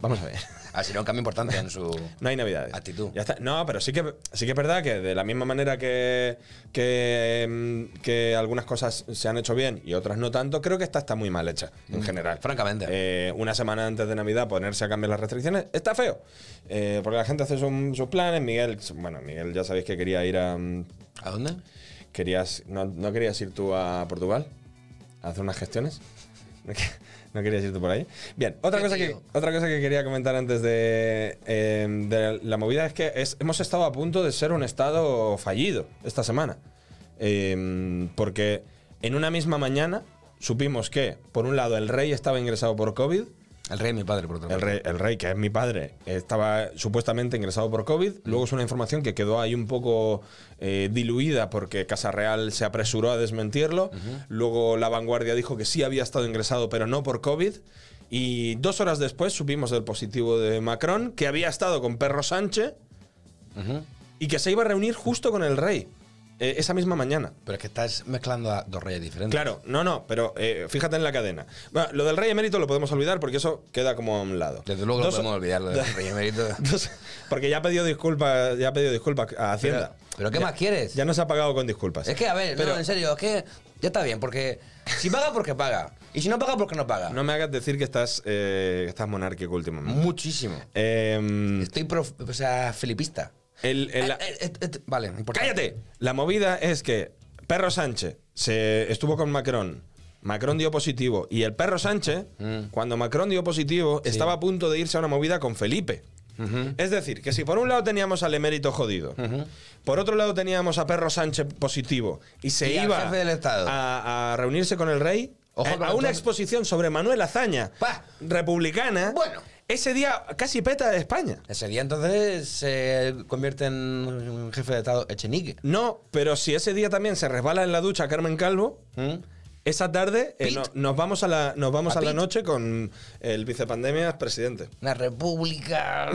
vamos a ver. Ha sido Ah, un cambio importante en su... No hay navidades. Actitud. Ya está. No, pero sí que, sí que es verdad que de la misma manera que, que, mm, que algunas cosas se han hecho bien y otras no tanto, creo que esta está muy mal hecha en general. Mm, francamente. Eh, una semana antes de Navidad ponerse a cambiar las restricciones está feo. Eh, porque la gente hace sus, sus planes. Miguel, bueno, Miguel ya sabéis que quería ir a... mm, ¿A dónde? Querías, no, no querías ir tú a Portugal a hacer unas gestiones? ¿No que- ¿No querías ir tú por ahí? Bien, otra, Qué cosa que, tío. otra cosa que quería comentar antes de, eh, de la movida es que es- hemos estado a punto de ser un estado fallido esta semana. Eh, porque en una misma mañana supimos que, por un lado, el rey estaba ingresado por COVID, El rey de mi padre, por otro el lado. rey, el rey, que es mi padre, estaba supuestamente ingresado por Mm. COVID. Luego es una información que quedó ahí un poco eh, diluida porque Casa Real se apresuró a desmentirlo. Luego La Vanguardia dijo que sí había estado ingresado, pero no por COVID. Y dos horas después supimos del positivo de Macron, que había estado con Perro Sánchez y que se iba a reunir justo con el rey eh, esa misma mañana. Pero es que estás mezclando a dos reyes diferentes. Claro, no, no, pero eh, fíjate en la cadena. Bueno, lo del rey emérito lo podemos olvidar porque eso queda como a un lado. Desde luego no Dos- podemos olvidarlo del rey emérito. Entonces, porque ya ha pedido disculpas, ya ha pedido disculpas a Pero, Hacienda. pero ¿qué Ya- más quieres? Ya no se ha pagado con disculpas. Es que, a ver, no, en serio, es que ya está bien, porque si paga, porque paga. Y si no paga, porque no paga. No me hagas decir que estás, eh, que estás monárquico últimamente. Muchísimo. Em, Estoy, prof- o sea, filipista. el- el- la- Eh, eh, eh, eh, vale, no importa. ¡Cállate! La movida es que Perro Sánchez se estuvo con Macron. Macron dio positivo. Y el perro Sánchez, Mm. cuando Macron dio positivo, estaba a punto de irse a una movida con Felipe. Es decir, que si por un lado teníamos al emérito jodido, por otro lado teníamos a Perro Sánchez positivo y se Y al iba jefe del Estado. A, a reunirse con el rey, Ojo a, con a el una rey. exposición sobre Manuel Azaña, Pa. republicana, Bueno. ese día casi peta de España. Ese día entonces se convierte en un jefe de Estado echenique. No, pero si ese día también se resbala en la ducha Carmen Calvo, ¿Mm? esa tarde eh, Pit. no- nos vamos a la, nos vamos A a la Pit. noche con el vicepandemia presidente. Una república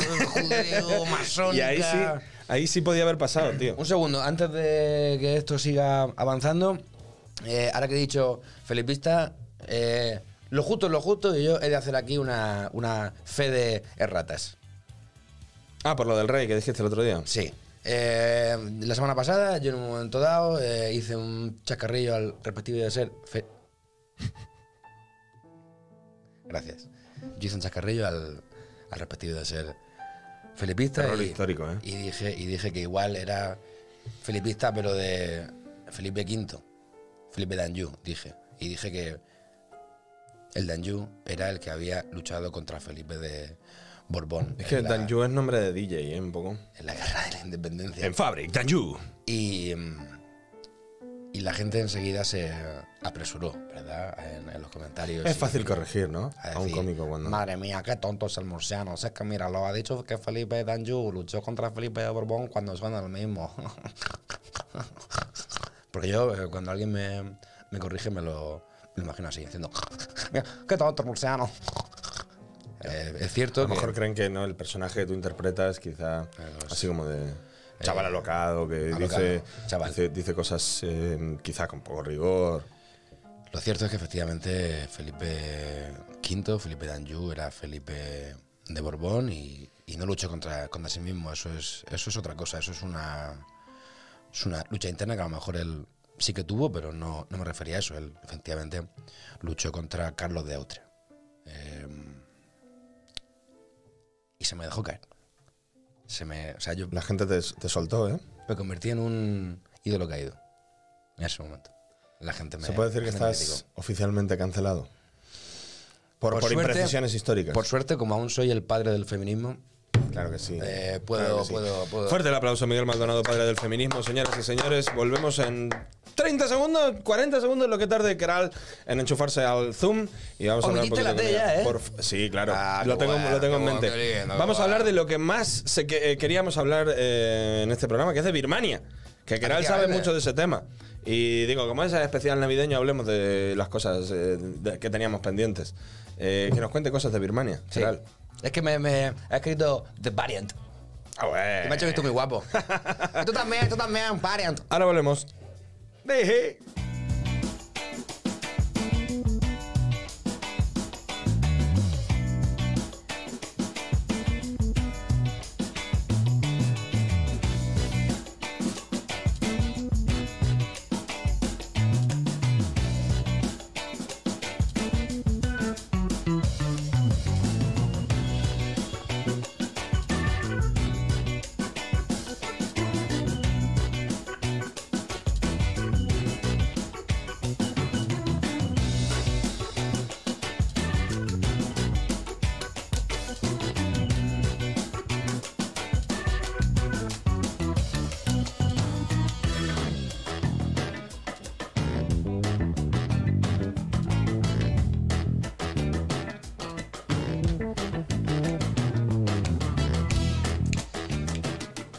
judeo-masónica. Y ahí sí, ahí sí podía haber pasado, tío. Un segundo, antes de que esto siga avanzando, eh, ahora que he dicho felipista, eh, lo justo es lo justo y yo he de hacer aquí una, una fe de erratas. Ah, por lo del rey que dijiste el otro día. Sí. Eh, la semana pasada, yo en un momento dado, eh, hice un chacarrillo al respectivo de ser. fe- Gracias. Yo hice un chacarrillo al, al respectivo de ser felipista. Error y- histórico, ¿eh? Y dije, y dije que igual era felipista, pero de Felipe V. Felipe Danjou, dije. Y dije que el Danjou era el que había luchado contra Felipe de Borbón. Es que en la- Danju es nombre de DJ, ¿eh? Un poco. En la guerra de la independencia. Fabric, Danju. Y, mm, y la gente enseguida se apresuró, ¿verdad? En, en los comentarios. Es y- fácil corregir, ¿no? a A un decir, cómico cuando. Madre mía, qué tonto es el murciano. Es que mira, lo ha dicho que Felipe Danju luchó contra Felipe de Borbón cuando son el mismo. Porque yo, eh, cuando alguien me, me corrige, me lo, me lo imagino así, diciendo: "Mira, ¡Qué tonto el murciano! Eh, es cierto A lo que- mejor creen que no, el personaje que tú interpretas, quizá Claro, Eh, así como de chaval alocado, que alocado, dice, chaval. dice, dice cosas eh, quizá con poco rigor. Lo cierto es que efectivamente Felipe V, Felipe d'Anjou, era Felipe de Borbón y, y no luchó contra, contra sí mismo. Eso es, eso es otra cosa. Eso es una, es una lucha interna que a lo mejor él sí que tuvo, pero no, no me refería a eso. Él efectivamente luchó contra Carlos de Austria. Eh, y se me dejó caer. Se me, o sea, yo La gente te, te soltó, ¿eh? me convertí en un ídolo caído en ese momento. La gente me Se puede decir que la gente me estás criticó. oficialmente cancelado. Por, por, suerte- imprecisiones históricas. Por suerte, como aún soy el padre del feminismo, claro que sí. eh, puedo, Claro que sí. puedo, puedo- Fuerte el aplauso a Miguel Maldonado, padre del feminismo, señoras y señores. Volvemos en 30 segundos, 40 segundos, lo que tarde Keral en enchufarse al Zoom. Y vamos a hablar un poquito Obliguiste la con tele ella. ya, ¿eh? Por f- sí, claro. Ah, lo qué tengo, guay, lo tengo en qué guay, mente. qué lindo, qué vamos a guay. hablar de lo que más se que- eh, queríamos hablar eh, en este programa, que es de Birmania. Que Keral sabe Efectivamente. mucho de ese tema. Y digo, como es especial navideño, hablemos de las cosas eh, de- que teníamos pendientes. Eh, que nos cuente cosas de Birmania, Sí. Keral. Es que me, me ha escrito The Variant. Ah, Y bueno. me ha hecho que estoy muy guapo. Y tú también, tú también, Variant. Ahora volvemos. Deje.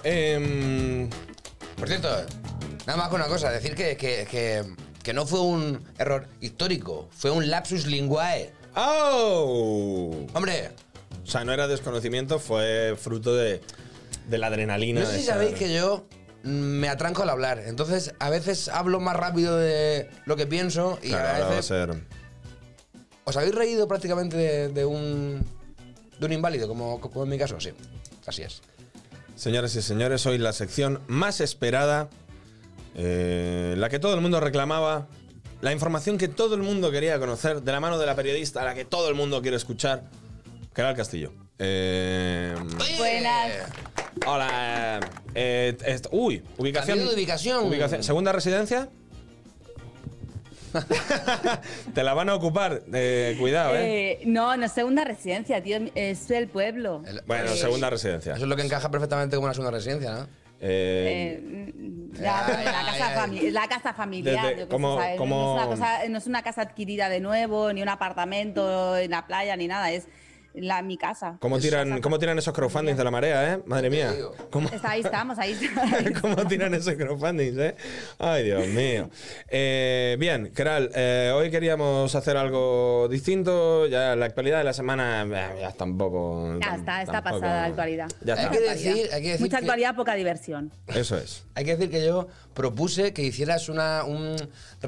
Em, Por cierto, nada más que una cosa, decir que, que, que, que no fue un error histórico, fue un lapsus linguae. ¡Au! Hombre, oh. O sea, no era desconocimiento, fue fruto de, de la adrenalina. no sé de si estar- sabéis que yo mm, me atranco al hablar, entonces a veces hablo más rápido de lo que pienso y Claro, a ahora va a veces ser. ¿Os habéis reído prácticamente de, de un de un inválido, como, como en mi caso? Sí, así es. Señoras y señores, hoy la sección más esperada, eh, la que todo el mundo reclamaba, la información que todo el mundo quería conocer, de la mano de la periodista, la que todo el mundo quiere escuchar, Caral Castillo. Eh, Buenas. hola. eh, est- uy, ubicación. Cambio de ubicación. Segunda residencia. Te la van a ocupar. eh, cuidado, eh. Eh, no, no, segunda residencia, tío, es el pueblo. El- Bueno, es- segunda residencia. Eso es lo que encaja perfectamente con una segunda residencia, ¿no? Eh, Eh, mm, Ay, la, la ay, casa ay. fami- la casa familiar, Desde- yo qué como- sé, ¿sabes? como- no, es una cosa- no es una casa adquirida de nuevo, ni un apartamento en la playa, ni nada, es la, mi casa. ¿cómo, tiran, ¿Cómo tiran esos crowdfundings de la marea, eh? Madre mía. digo. ¿Cómo, Está- ahí estamos, ahí estamos. cómo tiran esos crowdfundings, eh? Ay, Dios mío. Eh, bien, Keral, eh, hoy queríamos hacer algo distinto. Ya la actualidad de la semana eh, ya está un poco. Ya está, está tampoco- pasada la actualidad. Ya Hay está. que decir, hay que decir Mucha que- actualidad, poca diversión. Eso es. Hay que decir que yo propuse que hicieras una, un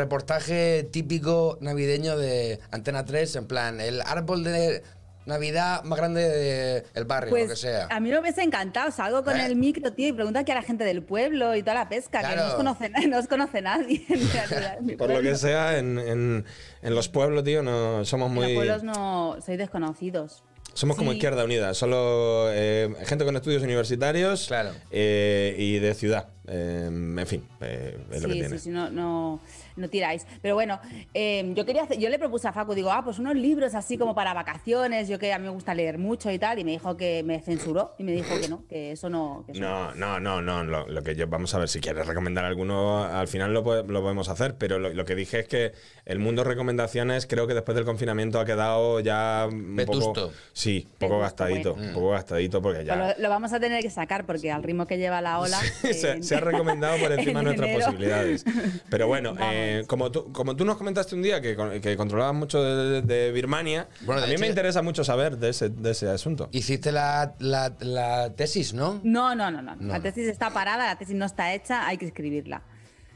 reportaje típico navideño de Antena 3, en plan, el árbol de Navidad más grande del barrio, lo que Pues sea. a mí me hubiese encantado, salgo con Eh. el micro, tío, y pregunto aquí a la gente del pueblo y toda la pesca, que Claro. no os conoce, no os conoce nadie. en realidad, en mi Por lo pueblo. que sea, en, en- en los pueblos, tío, no somos En los muy. pueblos no sois desconocidos. Somos como Sí. Izquierda Unida, solo eh, gente con estudios universitarios Claro. eh, y de ciudad. Eh, en fin, eh, es lo que sí, tiene. sí, sí, no, no, no tiráis. Pero bueno, eh, yo quería hacer- yo le propuse a Facu, digo, ah, pues unos libros así como para vacaciones, yo que a mí me gusta leer mucho y tal, y me dijo que me censuró y me dijo que no, que eso no. que eso No, no, no, no. Lo, lo que yo, vamos a ver, si quieres recomendar alguno, al final lo, po- lo podemos hacer, pero lo, lo que dije es que el mundo recomendaciones creo que después del confinamiento ha quedado ya un poco... Vetusto. Sí, un poco Vetusto, gastadito, bueno. un poco gastadito porque Pues ya... Lo, lo vamos a tener que sacar porque al ritmo que lleva la ola. se, en- se ha recomendado por encima de en nuestras enero. posibilidades. Pero bueno, eh, como, tú, como tú nos comentaste un día que, con- que controlabas mucho de, de Birmania, Bueno, de a mí hecho- me interesa mucho saber de ese, de ese asunto. Hiciste la, la- la tesis, ¿no? No, no, no, no, No. La tesis está parada, la tesis no está hecha, hay que escribirla.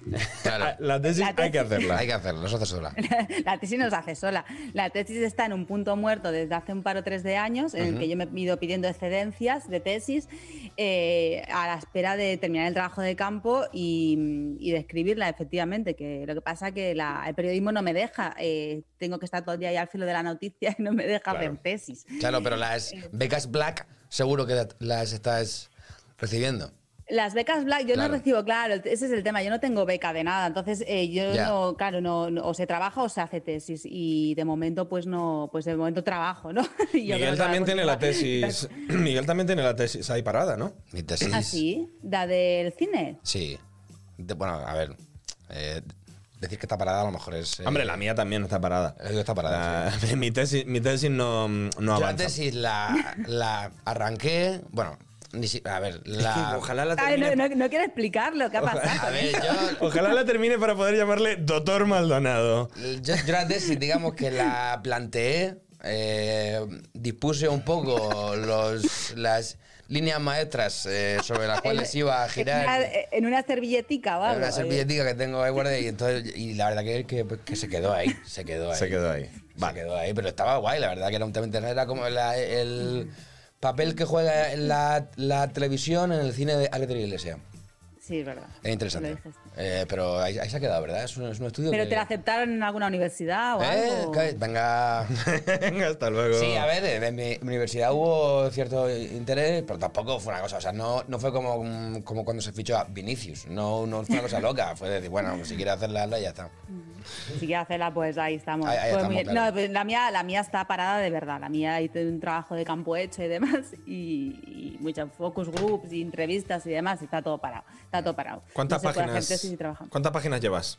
Claro. Ah, La tesis La hay que tesis. hacerla. Hay que hacerlo, nosotros sola. La tesis nos hace sola. La tesis está en un punto muerto desde hace un par o tres de años, en el que yo me he ido pidiendo excedencias de tesis eh, a la espera de terminar el trabajo de campo y, y de escribirla, efectivamente. Que lo que pasa que la- el periodismo no me deja. eh, tengo que estar todo el día ahí al filo de la noticia y no me deja hacer tesis. Claro, pero las becas black seguro que las estás recibiendo. Las becas Black, yo Claro. no recibo, claro, ese es el tema, yo no tengo beca de nada, entonces eh, yo Ya. no, claro, no, no- o se trabaja o se hace tesis y de momento pues no, pues de momento trabajo, ¿no? Y yo creo Miguel que también tiene la cosa- tesis. Miguel también tiene la tesis ahí parada, ¿no? Mi tesis. ¿Ah, sí? ¿La del cine? Sí. De- bueno, a ver. eh, decir que está parada a lo mejor es. eh, Hombre, la mía también está parada. La tuya está parada, La- mi, tesis, mi tesis no, no Yo avanza. la tesis la, la arranqué. Bueno, ni si- a ver, Es que la. ojalá la Ay, termine. no, no- no quiero explicarlo, ¿qué ha pasado? A ver, yo, Ojalá la termine para poder llamarle doctor Maldonado. yo, yo la tesis, digamos que la planteé, eh, dispuse un poco los, las líneas maestras eh, sobre las cuales iba a girar. En una, Ah, en una servilletica, eh, Era ¿vale? una servilletica que tengo ahí guardada y, entonces, y la verdad que, que, que se quedó ahí, se quedó ahí. Se quedó ahí. Se quedó ahí, pero estaba guay, la verdad que era un tema interesante, era como la- el papel que juega la, la televisión en el cine de Alex Iglesia. Sí, es verdad. Es Lo interesante. dices. Eh, pero ahí, ahí se ha quedado, ¿verdad? Es un, es un estudio Pero que- te la aceptaron en alguna universidad o Eh, algo. que- Venga. Venga, hasta luego. Sí, a ver, en en mi universidad hubo cierto interés, pero tampoco fue una cosa, o sea, no, no fue como, mm, como cuando se fichó a Vinicius, no, no fue una cosa loca, fue decir, bueno, si quieres hacerla, hazla y ya está. Si quieres hacerla, pues ahí estamos. Ahí- ahí Pues estamos, muy bien. claro. No, pues la mía, la mía está parada de verdad. La mía hay un trabajo de campo hecho y demás, y, y muchas focus groups y entrevistas y demás, y está todo parado. Está todo parado. ¿Cuántas No se puede hacer páginas? tesis y trabajar. ¿Cuántas páginas llevas?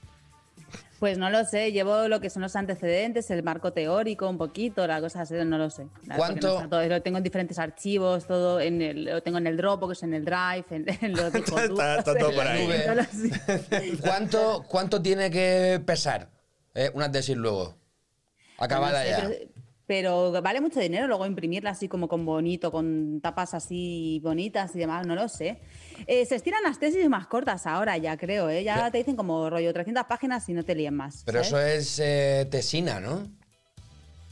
Pues no lo sé, llevo lo que son los antecedentes, el marco teórico, un poquito, las cosas, así, no lo sé. La verdad ¿Cuánto? que no está todo, lo tengo en diferentes archivos, todo en el, lo tengo en el Dropbox, en el Drive, en, en los discos duros, Está- está no sé. todo por ahí. No lo sé. ¿Cuánto, ¿Cuánto tiene que pesar eh, una tesis luego? Acabada No sé, ya. Pero, pero vale mucho dinero luego imprimirla así como con bonito, con tapas así bonitas y demás, no lo sé. Eh, se estiran las tesis más cortas ahora ya, creo, ¿eh? Ya te dicen como rollo 300 páginas y no te líen más. Pero ¿sabes? eso es eh, tesina, ¿no?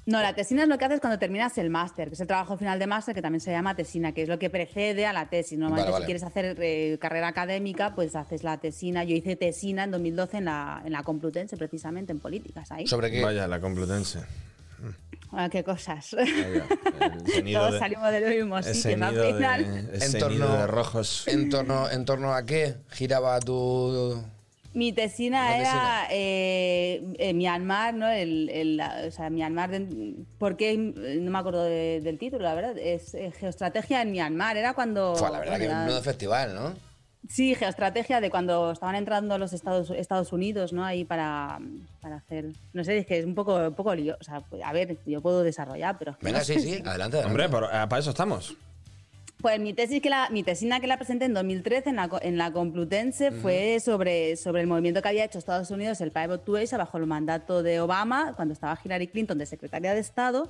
No, la tesina es lo que haces cuando terminas el máster, que es el trabajo final de máster, que también se llama tesina, que es lo que precede a la tesis. Normalmente, Vale, vale. si quieres hacer eh, carrera académica, pues haces la tesina. Yo hice tesina en 2012 en la, en la Complutense, precisamente, en políticas, ahí. Sobre qué. Vaya, la Complutense. Ah, qué cosas. Eh, Vaya, el sonido Todos de- salimos del mismo el sitio, ¿no? sonido al de- final. el En sonido torno- de rojos. ¿En torno, ¿En torno a qué giraba tu...? Mi tesina La era eh, eh, Myanmar, ¿no? El, el- la- o sea, Myanmar, de- ¿por qué? No me acuerdo de- del título, la verdad. Es eh, Geoestrategia en Myanmar, era cuando... Fue, la verdad que bueno, menudo festival, ¿no? Sí, geoestrategia de cuando estaban entrando los Estados, Estados Unidos, ¿no? Ahí para, para hacer... No sé, es que es un poco, un poco lío. O sea, pues, a ver, yo puedo desarrollar, pero... es que Venga, no sí, sí, adelante. adelante. Hombre, por- ah, para eso estamos. Pues mi tesis que la, mi tesina que la presenté en 2013 en la, co- en la Complutense fue sobre, sobre el movimiento que había hecho Estados Unidos, el Pivot to Asia, bajo el mandato de Obama, cuando estaba Hillary Clinton de secretaria de Estado,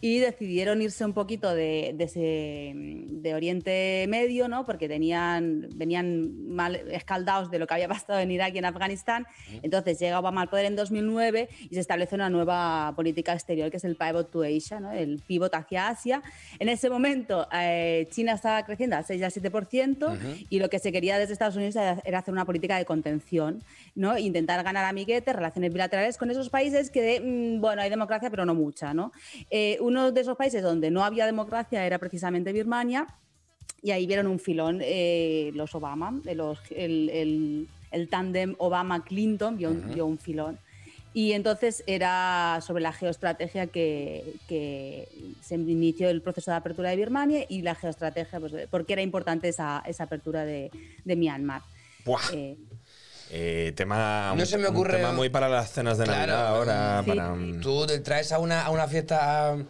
y decidieron irse un poquito de, de, ese- de Oriente Medio, ¿no? porque tenían, venían mal escaldados de lo que había pasado en Irak y en Afganistán. Entonces llega Obama al poder en 2009 y se establece una nueva política exterior que es el Pivot to Asia, ¿no? el pivot hacia Asia. En ese momento eh, China estaba creciendo al 6 y al 7% y lo que se quería desde Estados Unidos era era hacer una política de contención, ¿no? intentar ganar amiguetes, relaciones bilaterales con esos países que, mm, bueno, hay democracia pero no mucha. ¿no? Eh, uno de esos países donde no había democracia era precisamente Birmania y ahí vieron un filón eh, los Obama, de los- el, el, el tándem Obama-Clinton vio, un- vio un filón. Y entonces era sobre la geoestrategia que, que se inició el proceso de apertura de Birmania y la geoestrategia, pues, porque era importante esa, esa apertura de, de Myanmar. Buah. Eh, Eh, tema, No se me un ocurre- tema muy para las cenas de Claro, Navidad ahora. sí. para- Tú te traes a una, a una fiesta a,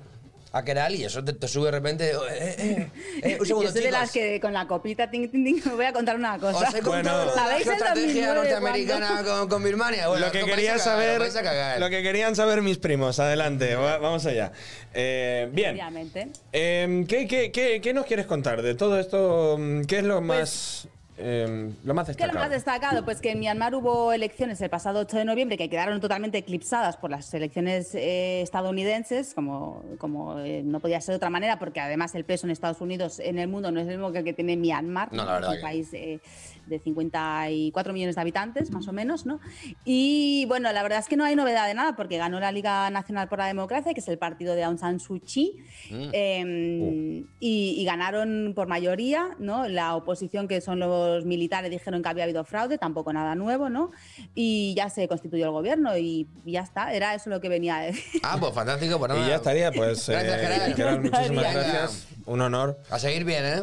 a Keral y eso te, te sube de repente... eh, eh, eh, eh, un segundo, yo soy de las chicos. que con la copita, ting, ting, ting, os voy a contar una cosa. Os he contado Bueno. la ¿Sabéis el estrategia 2009 norteamericana con, con Birmania. Bueno, lo que os vais a quería cagar, os saber. vais a cagar. Lo que querían saber mis primos. Adelante, va- vamos allá. Eh, bien. Em, Obviamente. Mm, Eh, ¿qué, qué, qué, qué nos quieres contar de todo esto? ¿Qué es lo más eh, lo más Pues, ¿Qué es destacado? lo más destacado? Pues que en Myanmar hubo elecciones el pasado 8 de noviembre que quedaron totalmente eclipsadas por las elecciones eh, estadounidenses, como, como eh, no podía ser de otra manera, porque además el peso en Estados Unidos, en el mundo, no es el mismo que el que tiene Myanmar, No, la verdad un que- país eh, de 54 millones de habitantes, más o menos, ¿no? Y bueno, la verdad es que no hay novedad de nada, porque ganó la Liga Nacional por la Democracia, que es el partido de Aung San Suu Kyi. Mm. Eh, y, y ganaron por mayoría, ¿no? La oposición, que son los militares, dijeron que había habido fraude, tampoco nada nuevo, ¿no? Y ya se constituyó el gobierno y ya está, era eso lo que venía a decir. Ah, pues fantástico. Pues nada. Y ya estaría, pues. eh, Gracias, Gerardo. Gerardo, muchísimas Venga. gracias. Un honor. A seguir bien, ¿eh?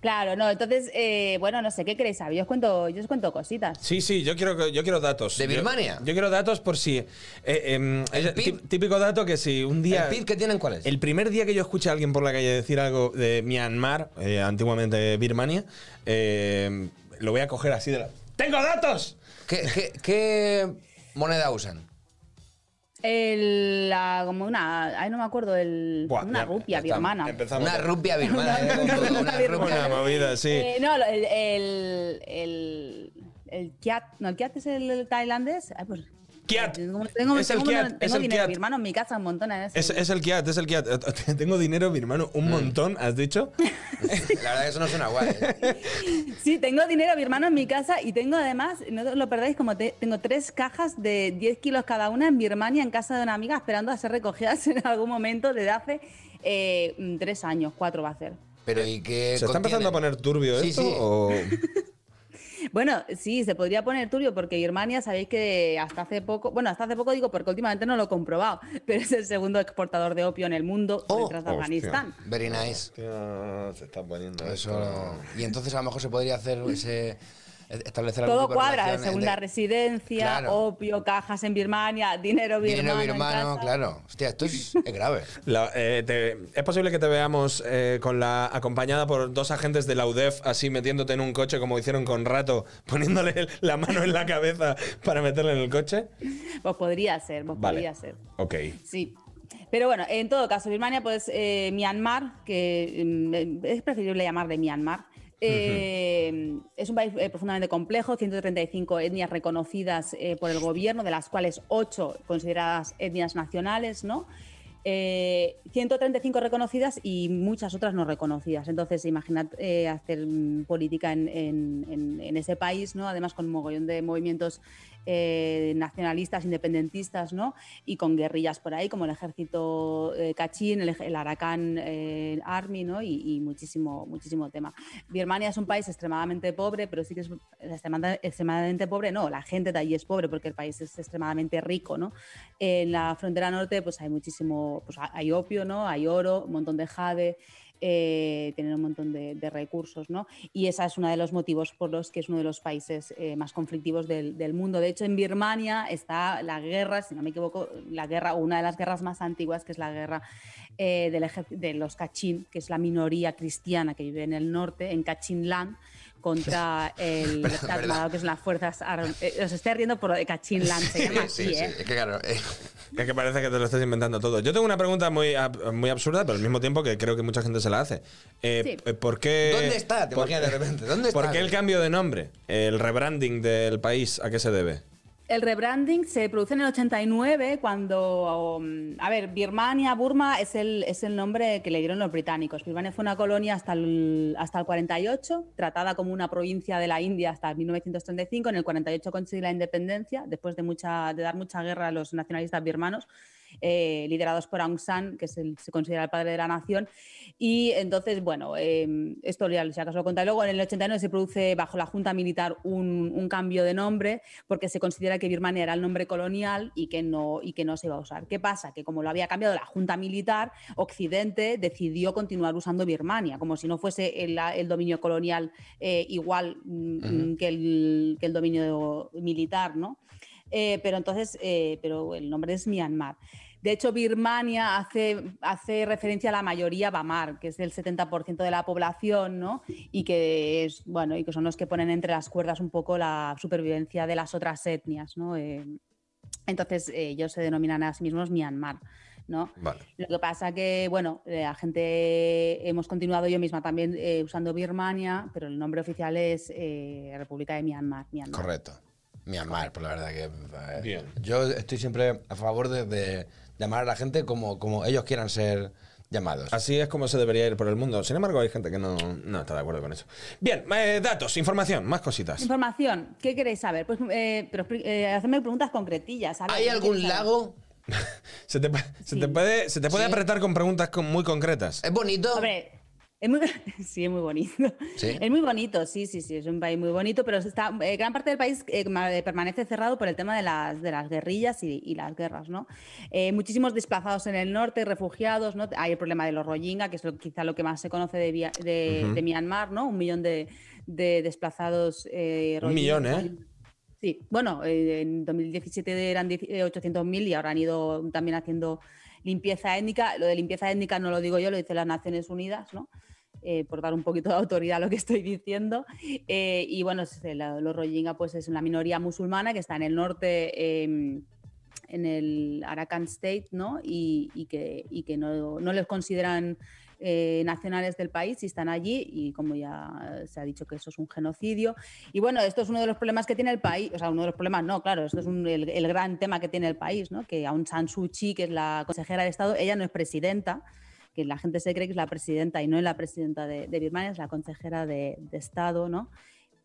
Claro, no, entonces, eh, bueno, no sé, ¿qué queréis saber? Yo os cuento, yo os cuento cositas. Sí, sí, yo quiero, que- yo quiero datos. ¿De Yo- Birmania? Yo, quiero datos por si. eh, em, ¿El es- PIB? tí- típico dato que si un día. ¿El PIB que tienen cuál es? El primer día que yo escuché a alguien por la calle decir algo de Myanmar, eh, antiguamente Birmania, eh, lo voy a coger así de la. ¡Tengo datos! ¿Qué, qué, qué moneda usan? El, la- como una, ay, no me acuerdo, el, Buah, una ya- rupia ya estamos, birmana. Empezamos. una rupia birmana. ¿eh? Con todo, una Una rupia. movida, sí. Eh, no, lo- el, el, el, el kiat, no, el kiat es el tailandés. Ay, pues, Kiat. Tengo, tengo- Es el tengo- kiat, tengo es el dinero, kiat. mi hermano, en mi casa un montón. ¿eh? Es, es el Kiat, es el Kiat. Tengo dinero, mi hermano, Mm. un montón, ¿has dicho? La verdad que eso no suena guay. ¿eh? Sí, tengo dinero, mi hermano, en mi casa y tengo además, no os lo perdáis, como te- tengo tres cajas de 10 kilos cada una en Birmania, en casa de una amiga, esperando a ser recogidas en algún momento desde hace eh, mm, tres años, cuatro va a ser. Pero ¿y qué ¿Se está empezando a poner turbio Sí, esto? sí. o- Bueno, sí, se podría poner turbio porque Birmania, sabéis que hasta hace poco, bueno, hasta hace poco digo porque últimamente no lo he comprobado, pero es el segundo exportador de opio en el mundo Oh, detrás de hostia. Afganistán. Very nice. Ah, Hostia, se está poniendo esto. Eso no- Y entonces a lo mejor se podría hacer ese... Establecer algún Todo tipo de cuadra, relación segunda entre- residencia, Claro. opio, cajas en Birmania, dinero birmano. Dinero en birmano, casa. claro. Hostia, esto es, es grave. La- eh, te- es posible que te veamos eh, con la acompañada por dos agentes de la UDEF así metiéndote en un coche como hicieron con Rato, poniéndole el- la mano en la cabeza para meterle en el coche. Pues podría ser, pues Vale. podría ser. Ok. Sí. Pero bueno, en todo caso, Birmania, pues eh, Myanmar, que mm, es preferible llamarle Myanmar, eh, es un país eh, profundamente complejo, 135 etnias reconocidas eh, por el gobierno, de las cuales 8 consideradas etnias nacionales, ¿no? Eh, 135 reconocidas y muchas otras no reconocidas. Entonces, imaginad eh, hacer mm, política en, en- en- en ese país, ¿no? Además, con un mogollón de movimientos eh, nacionalistas, independentistas, ¿no? Y con guerrillas por ahí, como el ejército eh, Kachin, el, ej- el Arakan eh, Army, ¿no? Y, y muchísimo, muchísimo tema. Birmania es un país extremadamente pobre, pero sí que es extremada- extremadamente pobre, no, la gente de allí es pobre porque el país es extremadamente rico, ¿no? En la frontera norte, pues hay muchísimo, pues ha- hay opio, ¿no? Hay oro, un montón de jade. eh, tienen un montón de, de recursos, ¿no? Y esa es uno de los motivos por los que es uno de los países eh, más conflictivos del, del mundo. De hecho, en Birmania está la guerra, si no me equivoco, la guerra, o una de las guerras más antiguas, que es la guerra eh, del ejército- de los Kachin, que es la minoría cristiana que vive en el norte, en Kachinland, contra el ejército ¿verdad? armado, que son las fuerzas... ar- eh, os estoy riendo por lo de Kachinland, se llama así, ¿eh? Es que claro, eh, Es que parece que te lo estás inventando todo. Yo tengo una pregunta muy, ab- muy absurda, pero al mismo tiempo que creo que mucha gente se la hace. Eh, Sí. p- ¿Por qué. ¿Dónde está? Te por- imaginas de repente, ¿dónde ¿Por está? qué el cambio de nombre? El rebranding del país, ¿a qué se debe? El rebranding se produce en el 89 cuando, um, a ver, Birmania, Burma es el, es el nombre que le dieron los británicos. Birmania fue una colonia hasta el, hasta el 48, tratada como una provincia de la India hasta 1935. En el 48 consigue la independencia, después de, mucha, de dar mucha guerra a los nacionalistas birmanos, eh, liderados por Aung San, que es el- se considera el padre de la nación. Y entonces, bueno, eh, esto ya si acaso lo contaré luego. En el 89 se produce bajo la Junta Militar un, un cambio de nombre porque se considera que Birmania era el nombre colonial y que, no, y que no se iba a usar. ¿Qué pasa? Que como lo había cambiado la Junta Militar, Occidente decidió continuar usando Birmania, como si no fuese el, el dominio colonial eh, igual mm, mm, que, el, que el dominio militar, ¿no? Eh, pero entonces, eh, pero el nombre es Myanmar. De hecho, Birmania hace, hace referencia a la mayoría Bamar, que es el 70% de la población, ¿no? Y que es, bueno, y que son los que ponen entre las cuerdas un poco la supervivencia de las otras etnias, ¿no? Eh, entonces, eh, ellos se denominan a sí mismos Myanmar. ¿no? Vale. Lo que pasa que, bueno, la gente, hemos continuado yo misma también eh, usando Birmania, pero el nombre oficial es eh, República de Myanmar. Myanmar. Correcto. Myanmar, por la verdad que. eh, Bien. Yo estoy siempre a favor de, de llamar a la gente como, como ellos quieran ser llamados. Así es como se debería ir por el mundo. Sin embargo, hay gente que no, no está de acuerdo con eso. Bien, eh, datos, información, más cositas. Pues, Información, ¿qué queréis saber? Pues, eh, pero expli- eh, hacedme preguntas concretillas. ¿sabes? ¿Hay ¿Qué algún queréis saber? lago? Se te, pa- se Sí. Eh, te puede, se te puede Sí. apretar con preguntas con- muy concretas. ¿Es bonito? Hombre, es muy, sí, es muy bonito. ¿Sí? Es muy bonito, sí, sí, sí, es un país muy bonito, pero está, eh, gran parte del país eh, ma- eh, permanece cerrado por el tema de las, de las guerrillas y, y las guerras, ¿no? Eh, muchísimos desplazados en el norte, refugiados, ¿no? Hay el problema de los Rohingya, que es lo- quizá lo que más se conoce de, Via- de, de Myanmar, ¿no? Un millón de, de desplazados eh, Un millón, rohingya. ¿eh? Sí, bueno, eh, en 2017 eran 10 eh, 800.000 y ahora han ido también haciendo limpieza étnica. Lo de limpieza étnica no lo digo yo, lo dicen las Naciones Unidas, ¿no? Eh, por dar un poquito de autoridad a lo que estoy diciendo. Eh, y bueno, es- eh, la- los Rohingya pues es una minoría musulmana que está en el norte, eh, en el Arakan State, ¿no? Y, y que, y que no, no les consideran eh, nacionales del país y están allí y como ya se ha dicho que eso es un genocidio. Y bueno, esto es uno de los problemas que tiene el país, o sea, uno de los problemas no, claro, esto es un- el, el gran tema que tiene el país, ¿no? Que Aung San Suu Kyi, que es la consejera de Estado, ella no es presidenta, que la gente se cree que es la presidenta y no es la presidenta de, de Birmania, es la consejera de, de Estado, ¿no?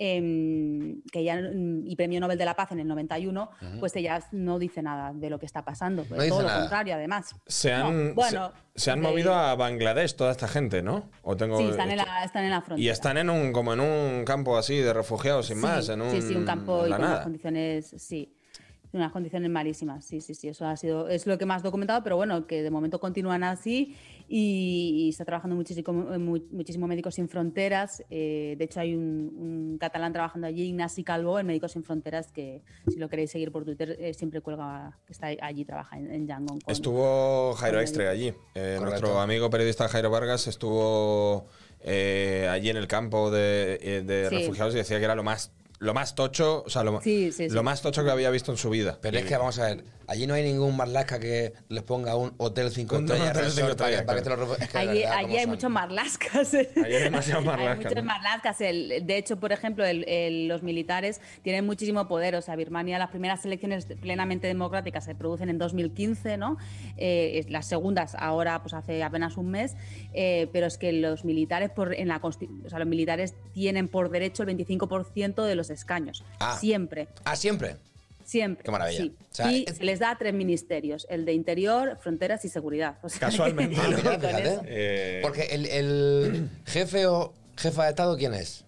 Em, que ella mm, y premio Nobel de la Paz en el 91, pues ella no dice nada de lo que está pasando, pero dice todo nada. lo contrario, además. Se han, No, bueno, se, se han eh, movido a Bangladesh toda esta gente, ¿no? O tengo, Sí, están en la, están en la frontera. y están en un, como en un campo así de refugiados sin Sí, más, en un, sí, sí, un campo en y la con unas nada. condiciones, sí, unas condiciones malísimas, sí, sí, sí, eso ha sido, es lo que más documentado, pero bueno, que de momento continúan así y, y está trabajando muchísimo, mu- muchísimo Médicos Sin Fronteras, eh, de hecho hay un, un catalán trabajando allí, Ignasi Calvo, en Médicos Sin Fronteras, que si lo queréis seguir por Twitter, eh, siempre cuelga, que está allí, trabaja en, en Yangon. con- Estuvo Jairo con Extre el- allí. Eh, nuestro Correcto. amigo periodista Jairo Vargas estuvo eh, allí en el campo de, eh, de Sí. refugiados y decía que era lo más, lo más tocho, o sea, lo, Sí, sí, sí. lo más tocho que había visto en su vida. Pero es que vamos a ver, allí no hay ningún marlasca que les ponga un hotel 5 Un estrellas, hotel cinco resort, para que- estrellas, para que te lo refu- es que de Allí, verdad, allí ¿cómo hay son? muchos marlascas. Allí hay demasiados marlascas, muchos ¿no? marlascas. El- de hecho, por ejemplo, el- el- los militares tienen muchísimo poder. O sea, Birmania, las primeras elecciones plenamente democráticas se producen en 2015, ¿no? Eh, es- las segundas ahora, pues hace apenas un mes. Eh, pero es que los militares, por, en la consti- o sea, los militares tienen por derecho el 25% de los escaños. Ah. Siempre. Ah, siempre. Siempre. Qué maravilla. sí. O sea, y es- se les da tres ministerios: el de Interior, Fronteras y Seguridad. O sea, que- Casualmente, Ah, ¿no? mira, con fíjate. eso. Eh, Porque el, el jefe o jefa de Estado, ¿quién es?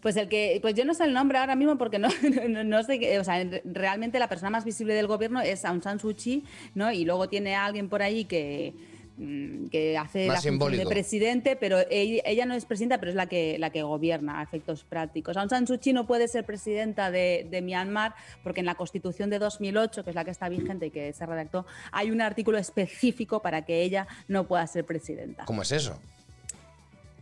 Pues el que, pues yo no sé el nombre ahora mismo porque no, no, no sé, qué- o sea, en- realmente la persona más visible del gobierno es Aung San Suu Kyi, ¿no? Y luego tiene a alguien por ahí que mm, que Más hace la función simbólico. de presidente, pero ella, ella no es presidenta, pero es la que la que gobierna a efectos prácticos. Aung San Suu Kyi no puede ser presidenta de, de Myanmar porque en la Constitución de 2008, que es la que está vigente y que se redactó, hay un artículo específico para que ella no pueda ser presidenta. ¿Cómo es eso?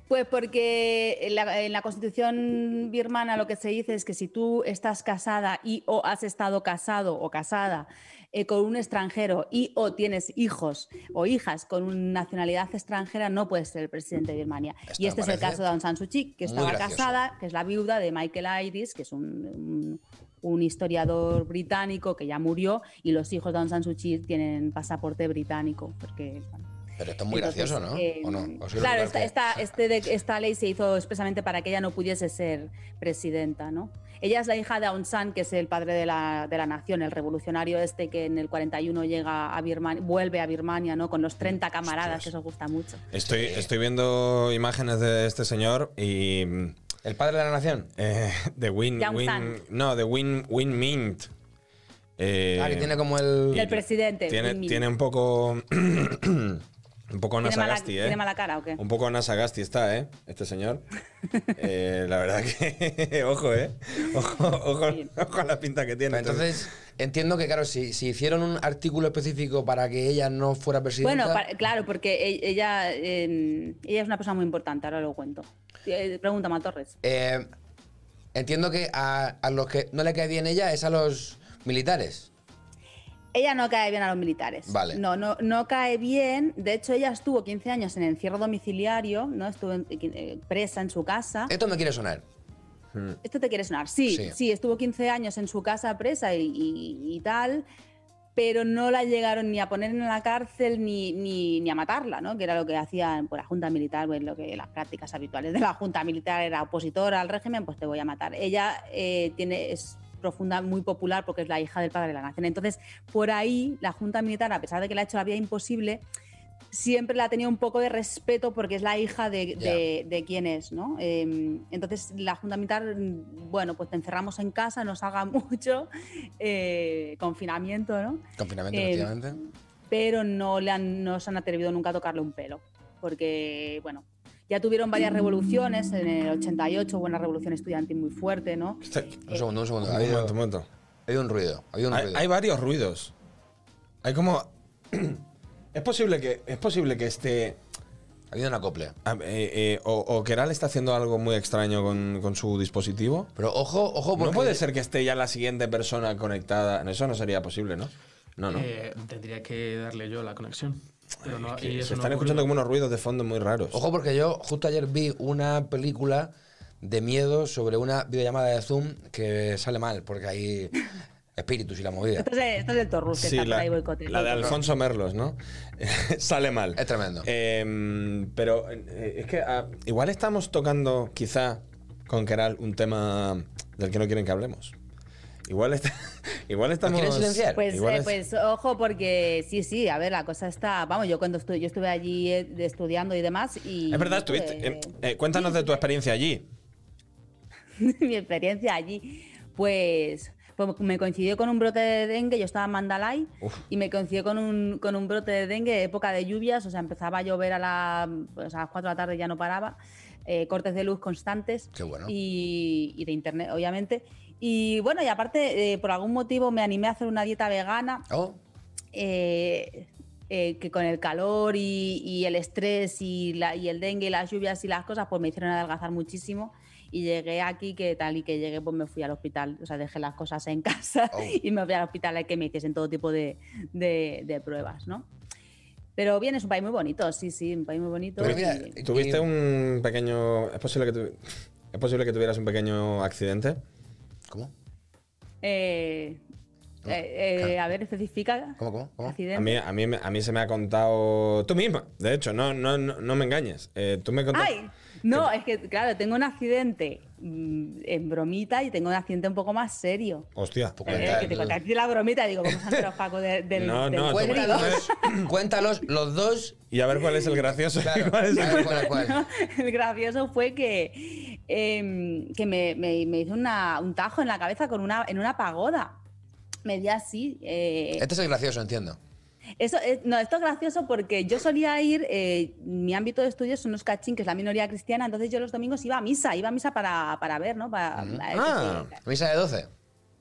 Pues porque en la, en la constitución birmana lo que se dice es que si tú estás casada y o has estado casado o casada eh, con un extranjero y o tienes hijos o hijas con una nacionalidad extranjera, no puedes ser el presidente de Birmania. Esto y me este es el parece caso de Aung San Suu Kyi, que muy estaba gracioso. casada, que es la viuda de Michael Iris, que es un- un, un historiador británico que ya murió, y los hijos de Aung San Suu Kyi tienen pasaporte británico, porque... bueno, Pero esto es muy entonces, gracioso, ¿no? eh, ¿O no? ¿O soy el claro, único esta, que- esta- este de- esta ley se hizo expresamente para que ella no pudiese ser presidenta, ¿no? Ella es la hija de Aung San, que es el padre de la, de la nación, el revolucionario este que en el 41 llega a Birmania, vuelve a Birmania, ¿no? Con los 30 camaradas, que eso os gusta mucho. este, estoy, estoy viendo imágenes de este señor y. mm, ¿El padre de la nación? eh, de Win. Yang Win- San. no, de Win, Win Mint. Eh, ah, que tiene como el... El presidente. tiene, Win Min. tiene un poco. un poco ¿Tiene mala, Nasagasti, ¿eh? tiene mala cara o qué? Un poco Nasagasti está, ¿eh? Este señor. Eh, la verdad que. ojo, ¿eh? Ojo, ojo, ojo a la pinta que tiene. Pero entonces, entiendo que, claro, si, si hicieron un artículo específico para que ella no fuera presidenta... Bueno, para- claro, porque e- ella, eh, ella es una persona muy importante, ahora lo cuento. Eh, Pregúntame a Torres. eh, entiendo que a, a los que no le cae bien ella es a los militares. Ella no cae bien a los militares. Vale. No, no, no cae bien. De hecho, ella estuvo 15 años en encierro domiciliario, ¿no? Estuvo en- eh, presa en su casa. Esto me quiere sonar. Esto te quiere sonar. Sí, Eh. Sí. sí, estuvo 15 años en su casa presa y, y- y tal, pero no la llegaron ni a poner en la cárcel ni, ni, ni a matarla, ¿no? Que era lo que hacían por la Junta Militar, pues lo que las prácticas habituales de la Junta Militar era opositora al régimen, pues te voy a matar. Ella eh, tiene es profunda, muy popular porque es la hija del padre de la nación. Entonces, por ahí la Junta Militar, a pesar de que le ha hecho la vida imposible, siempre la tenía un poco de respeto porque es la hija de, de- de quien es, ¿no? Eh, entonces la Junta Militar, mm, bueno, pues te encerramos en casa, no salga mucho, eh, confinamiento, ¿no? Confinamiento, Eh, efectivamente. Pero no, le han, no se han atrevido nunca a tocarle un pelo, porque, bueno, ya tuvieron varias revoluciones, en el 88 hubo una revolución estudiantil muy fuerte, ¿no? eh, Un segundo, un segundo. Un momento, Ha un habido, momento. ha habido un ruido. Ha habido un Hay, ruido. hay varios ruidos. Hay como. es posible que. Es posible que esté. Ha habido un acople. a- eh, eh, o, o Keral está haciendo algo muy extraño con, con su dispositivo. Pero ojo, ojo, Oh, porque No puede ser que esté ya la siguiente persona conectada. No, Eso no sería posible, ¿no? No, no. Eh, tendría que darle yo la conexión. Pero no, y eso Se no están ha escuchando ocurrido. como unos ruidos de fondo muy raros. Ojo porque yo justo ayer vi una película de miedo sobre una videollamada de Zoom que sale mal porque hay espíritus y la movida. Esto es, esto es el Torrus que Sí, está por la, ahí boicote- la de boicoteando. Alfonso Merlos, ¿no? Sale mal. Es tremendo. Eh, pero eh, es que ah, igual estamos tocando, quizá, con Keral, un tema del que no quieren que hablemos. Igual, está, igual estamos. quieren silenciar? Pues, igual eh, es- pues ojo, porque sí, sí, a ver, la cosa está. Vamos, yo cuando estuve, yo estuve allí eh, de- estudiando y demás. Y es verdad, pues, estuviste. em, eh, eh, cuéntanos de tu experiencia allí. mi experiencia allí, pues, pues me coincidió con un brote de dengue. Yo estaba en Mandalay y me coincidió con un, con un brote de dengue, época de lluvias. O sea, empezaba a llover a, la- pues, a las 4 de la tarde, ya no paraba. eh, cortes de luz constantes. Qué bueno. y, y de internet, obviamente. Y bueno, y aparte, eh, por algún motivo me animé a hacer una dieta vegana. Oh, eh, eh, que con el calor y, y el estrés y, la- y el dengue y las lluvias y las cosas, pues me hicieron adelgazar muchísimo. Y llegué aquí, que tal y que llegué, pues me fui al hospital. O sea, dejé las cosas en casa Oh. y me fui al hospital a que me hiciesen todo tipo de, de- de pruebas, ¿no? Pero bien, es un país muy bonito, sí, sí, un país muy bonito. Pero mira, y- eh, Tuviste Y- un pequeño. Es posible que tu- es posible que tuvieras un pequeño accidente. ¿cómo? eh, eh, eh, a ver, especifica. ¿Cómo, cómo, cómo? accidente. A mí, a, mí, me- a mí se me ha contado. Tú misma, de hecho, no, no, no, no me engañes. Eh, tú me contaste. Ay, no, es que claro, tengo un accidente mm, en bromita y tengo un accidente un poco más serio. Hostia. Pues Eh, cuenta- que te conté aquí la bromita, digo, vamos a entrar Paco de- del. No, del- no, tú- Cuéntalos, cuéntalos los dos. Y a ver cuál es el gracioso. y Claro, cuál es el- a ver cuál, cuál. El gracioso fue que, em, que me, me, me hizo una- un tajo en la cabeza con una, en una pagoda. Me di así. eh, Este es el gracioso, entiendo. Eso es- no, esto es gracioso porque yo solía ir, eh, mi ámbito de estudio son los cachín, que es la minoría cristiana, entonces yo los domingos iba a misa, iba a misa para, para ver, ¿no? Para, Ah. que- Misa de 12.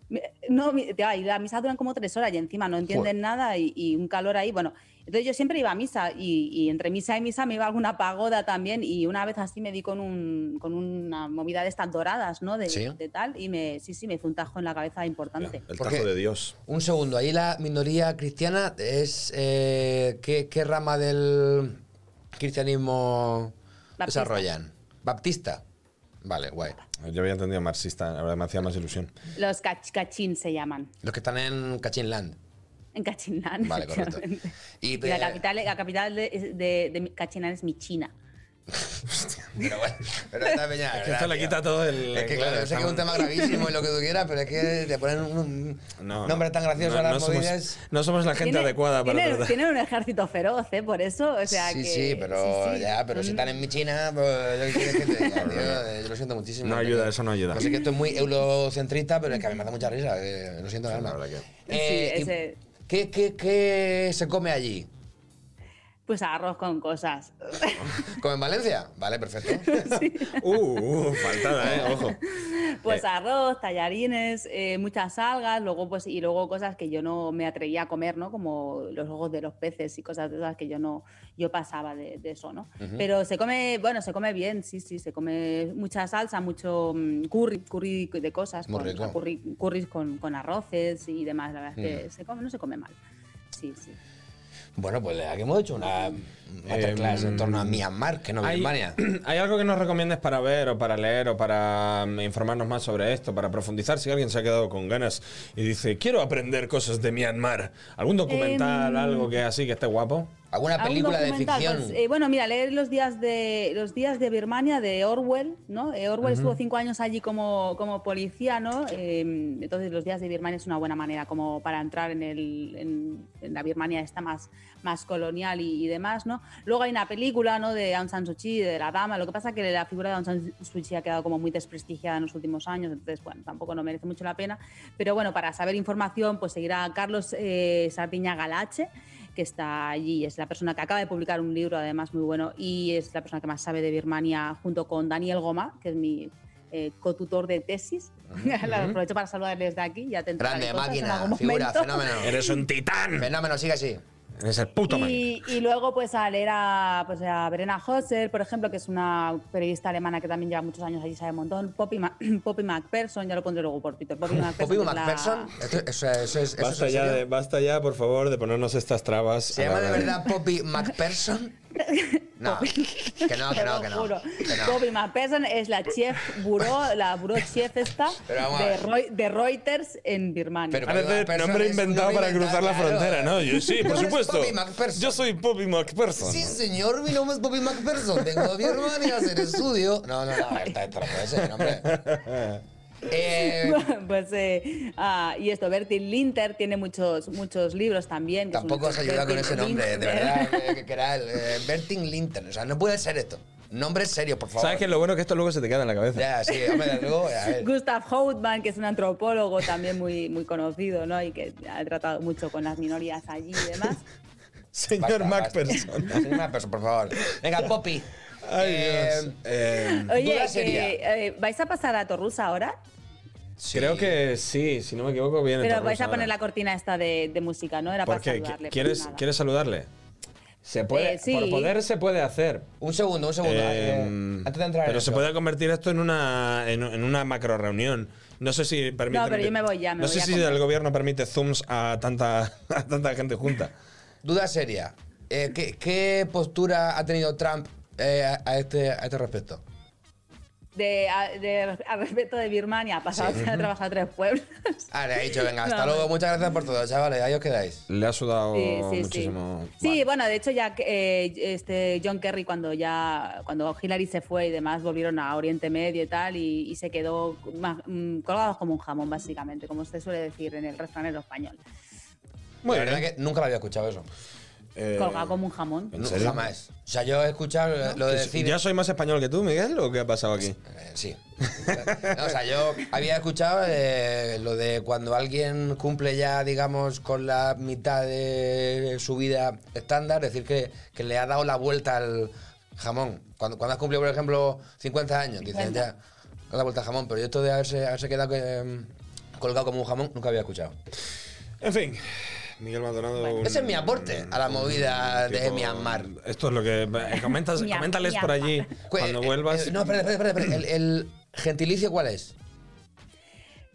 Mi- No, mi- te- ay, las misas duran como tres horas y encima no entienden nada y, y un calor ahí. Bueno, entonces yo siempre iba a misa y, y entre misa y misa me iba a alguna pagoda también y una vez así me di con, un, con una movida de estas doradas, ¿no? De, Sí. de tal y me, sí, sí, me hizo un tajo en la cabeza importante. El ¿Por qué? tajo de Dios. Un segundo, ahí la minoría cristiana es. eh, ¿qué, qué rama del cristianismo Baptista. desarrollan? Baptista. Vale, guay. Yo había entendido marxista, la verdad me hacía más ilusión. Los cach- cachín se llaman, Los que están en Cachinland. en Cachinán. Vale, correcto. efectivamente. Y, Y la eh, capital, la capital de, de- de mi- Cachinán es Michina. Pero bueno, pero esta peña. Es que ¿verdad, esto le tío? quita todo el. Es que claro, yo sé que es un tema gravísimo y lo que tú quieras, pero es que te ponen un, un nombre tan gracioso no- a las no somos- movidas. no somos la gente Tiene- adecuada para tienen- tratar. Tienen un ejército feroz, ¿eh? Por eso, o sea sí, que- sí, pero sí, Mm. sí, ya, pero si son- están en mi China, pues, yo, qué quieres que te diga, tío? Eh, yo lo siento muchísimo. No ayuda, eso no ayuda. Yo sé que esto es muy eurocentrista, pero es que a mí me da mucha risa, eh, lo siento Eh, en el la alma. verdad que- Sí, y ese- ¿qué, qué, qué se come allí? Pues arroz con cosas. ¿Como en Valencia? Vale, perfecto. uh, faltada, ¿eh? Ojo. Pues Eh. arroz, tallarines, eh, muchas algas, luego pues y luego cosas que yo no me atrevía a comer, ¿no? Como los ojos de los peces y cosas de esas que yo no yo pasaba de, de eso, ¿no? Ujú. Pero se come, bueno, se come bien, sí, sí, se come mucha salsa, mucho mm, curry, curry de cosas, Muy con, rico. curry, curries con, con arroces y demás, la verdad es que Mm. se come, no se come mal. Sí, sí. Bueno, pues aquí hemos hecho una masterclass en torno a Em, Myanmar, que no hay, Birmania. ¿Hay algo que nos recomiendes para ver o para leer o para mm, informarnos más sobre esto, para profundizar? Si alguien se ha quedado con ganas y dice, quiero aprender cosas de Myanmar. ¿Algún documental, Em, algo que así que esté guapo? ¿Alguna ¿Algún documental? Pues, eh, bueno, mira, leer los días de los días de Birmania de Orwell, ¿no? Eh, Orwell Ujú. estuvo cinco años allí como, como policía, ¿no? Eh, entonces los días de Birmania es una buena manera como para entrar en, el, en, en la Birmania esta más, más colonial y, y demás, ¿no? Luego hay una película, ¿no? De Aung San Suu Kyi, de la dama. Lo que pasa que la figura de Aung San Suu Kyi ha quedado como muy desprestigiada en los últimos años, entonces bueno, tampoco no merece mucho la pena. Pero bueno, para saber información, pues seguir a Carlos eh, Sardiña Galache que está allí. Es la persona que acaba de publicar un libro, además muy bueno, y es la persona que más sabe de Birmania, junto con Daniel Goma, que es mi eh, cotutor de tesis. la aprovecho para saludarles de aquí. Ya te entrarán Grande, cosas en algún máquina, figura, momento. fenómeno. Eres un titán. Fenómeno, sigue así. Eres el puto man. Y, y luego, pues a leer a, pues, a Verena Hosser, por ejemplo, que es una periodista alemana que también lleva muchos años allí, sabe un montón. Poppy, Ma- Poppy McPherson, ya lo pondré luego por Twitter. Poppy McPherson. Poppy que es la- McPherson, esto- eso, eso es. Eso Basta es ya, en de- serio. basta ya, por favor, de ponernos estas trabas. ¿Se llama de verdad Poppy McPherson? No, que no, que no, que Te lo no. juro. que no. Bobby McPherson es la chef buró, la buró chef esta Pero vamos a de, ver. Roy- de Reuters en Birmania. Pero Parece nombre inventado para cruzar la frontera, ¿no? Yo, sí, por No, es supuesto. Poppy Yo soy Poppy McPherson. Sí, señor, mi nombre es Poppy McPherson. Vengo de Birmania a hacer estudio. No, no, no, a ver, está está- puede ser, hombre. Eh, pues eh, ah, y esto, Bertil Linter tiene muchos muchos libros también. que es un- Tampoco os ayuda con Bertil ese nombre, de Linter. verdad, que, que era el eh, Bertin Linton. O sea, no puede ser esto. Nombre serio, por favor. ¿Sabes que lo bueno que esto luego se te queda en la cabeza? Ya, sí, hombre, desde luego, a ver. Gustav Houtman, que es un antropólogo también muy, muy conocido, ¿no? Y que ha tratado mucho con las minorías allí y demás. Señor McPherson. Señor McPherson, por favor. Venga, Poppy. Eh, Ay, Dios. Em, Oye, duda seria. que, eh, ¿vais a pasar a Torrusa ahora? Creo que sí, si no me equivoco, viene. Pero Torrusa vais a ahora. poner la cortina esta de, de música, ¿no? Era ¿Por para qué? saludarle. ¿Quieres, pues nada. ¿Quieres saludarle? Se puede, Eh, sí. Por poder se puede hacer. Un segundo, un segundo. Eh, antes de entrar en Pero se eso. puede convertir esto en una, en, en una macro reunión. No sé si permite. pero yo me voy ya, me no voy sé a si comer. el gobierno permite zooms a tanta, a tanta gente junta. Duda seria. Eh, ¿qué, qué postura ha tenido Trump eh, a, a este, a este respecto? De, a, de- al respecto de Birmania, ha pasado Sí. a trabajar a tres pueblos. Ah, le ha dicho, venga, hasta No. luego, muchas gracias por todo, chavales, ahí os quedáis. Le ha sudado Sí, sí, sí. muchísimo. Sí, bueno, de hecho ya que, eh, este John Kerry cuando ya cuando Hillary se fue y demás volvieron a Oriente Medio y tal y, y se quedó más, mm, colgado como un jamón básicamente, como se suele decir en el refranero español. la verdad que nunca lo había escuchado eso. Eh, colgado como un jamón. No, Jamás. O sea, yo he escuchado eh, lo de decir. ¿Ya soy más español que tú, Miguel? ¿O qué ha pasado aquí? Eh, Sí. No, o sea, yo había escuchado eh, lo de cuando alguien cumple ya, digamos, con la mitad de su vida estándar, decir que, que le ha dado la vuelta al jamón. Cuando, cuando has cumplido, por ejemplo, 50 años, dices 50. ya, le has la vuelta al jamón. Pero yo esto de haberse, haberse quedado eh, colgado como un jamón, nunca había escuchado. En fin, Miguel Maldonado. un- Ese es mi aporte a la movida de tipo- Myanmar. Esto es lo que. eh, comentas- Mia- coméntales por Myanmar. allí cuando vuelvas. Eh, No, espera, espera, espera. espera. El, el gentilicio cuál es?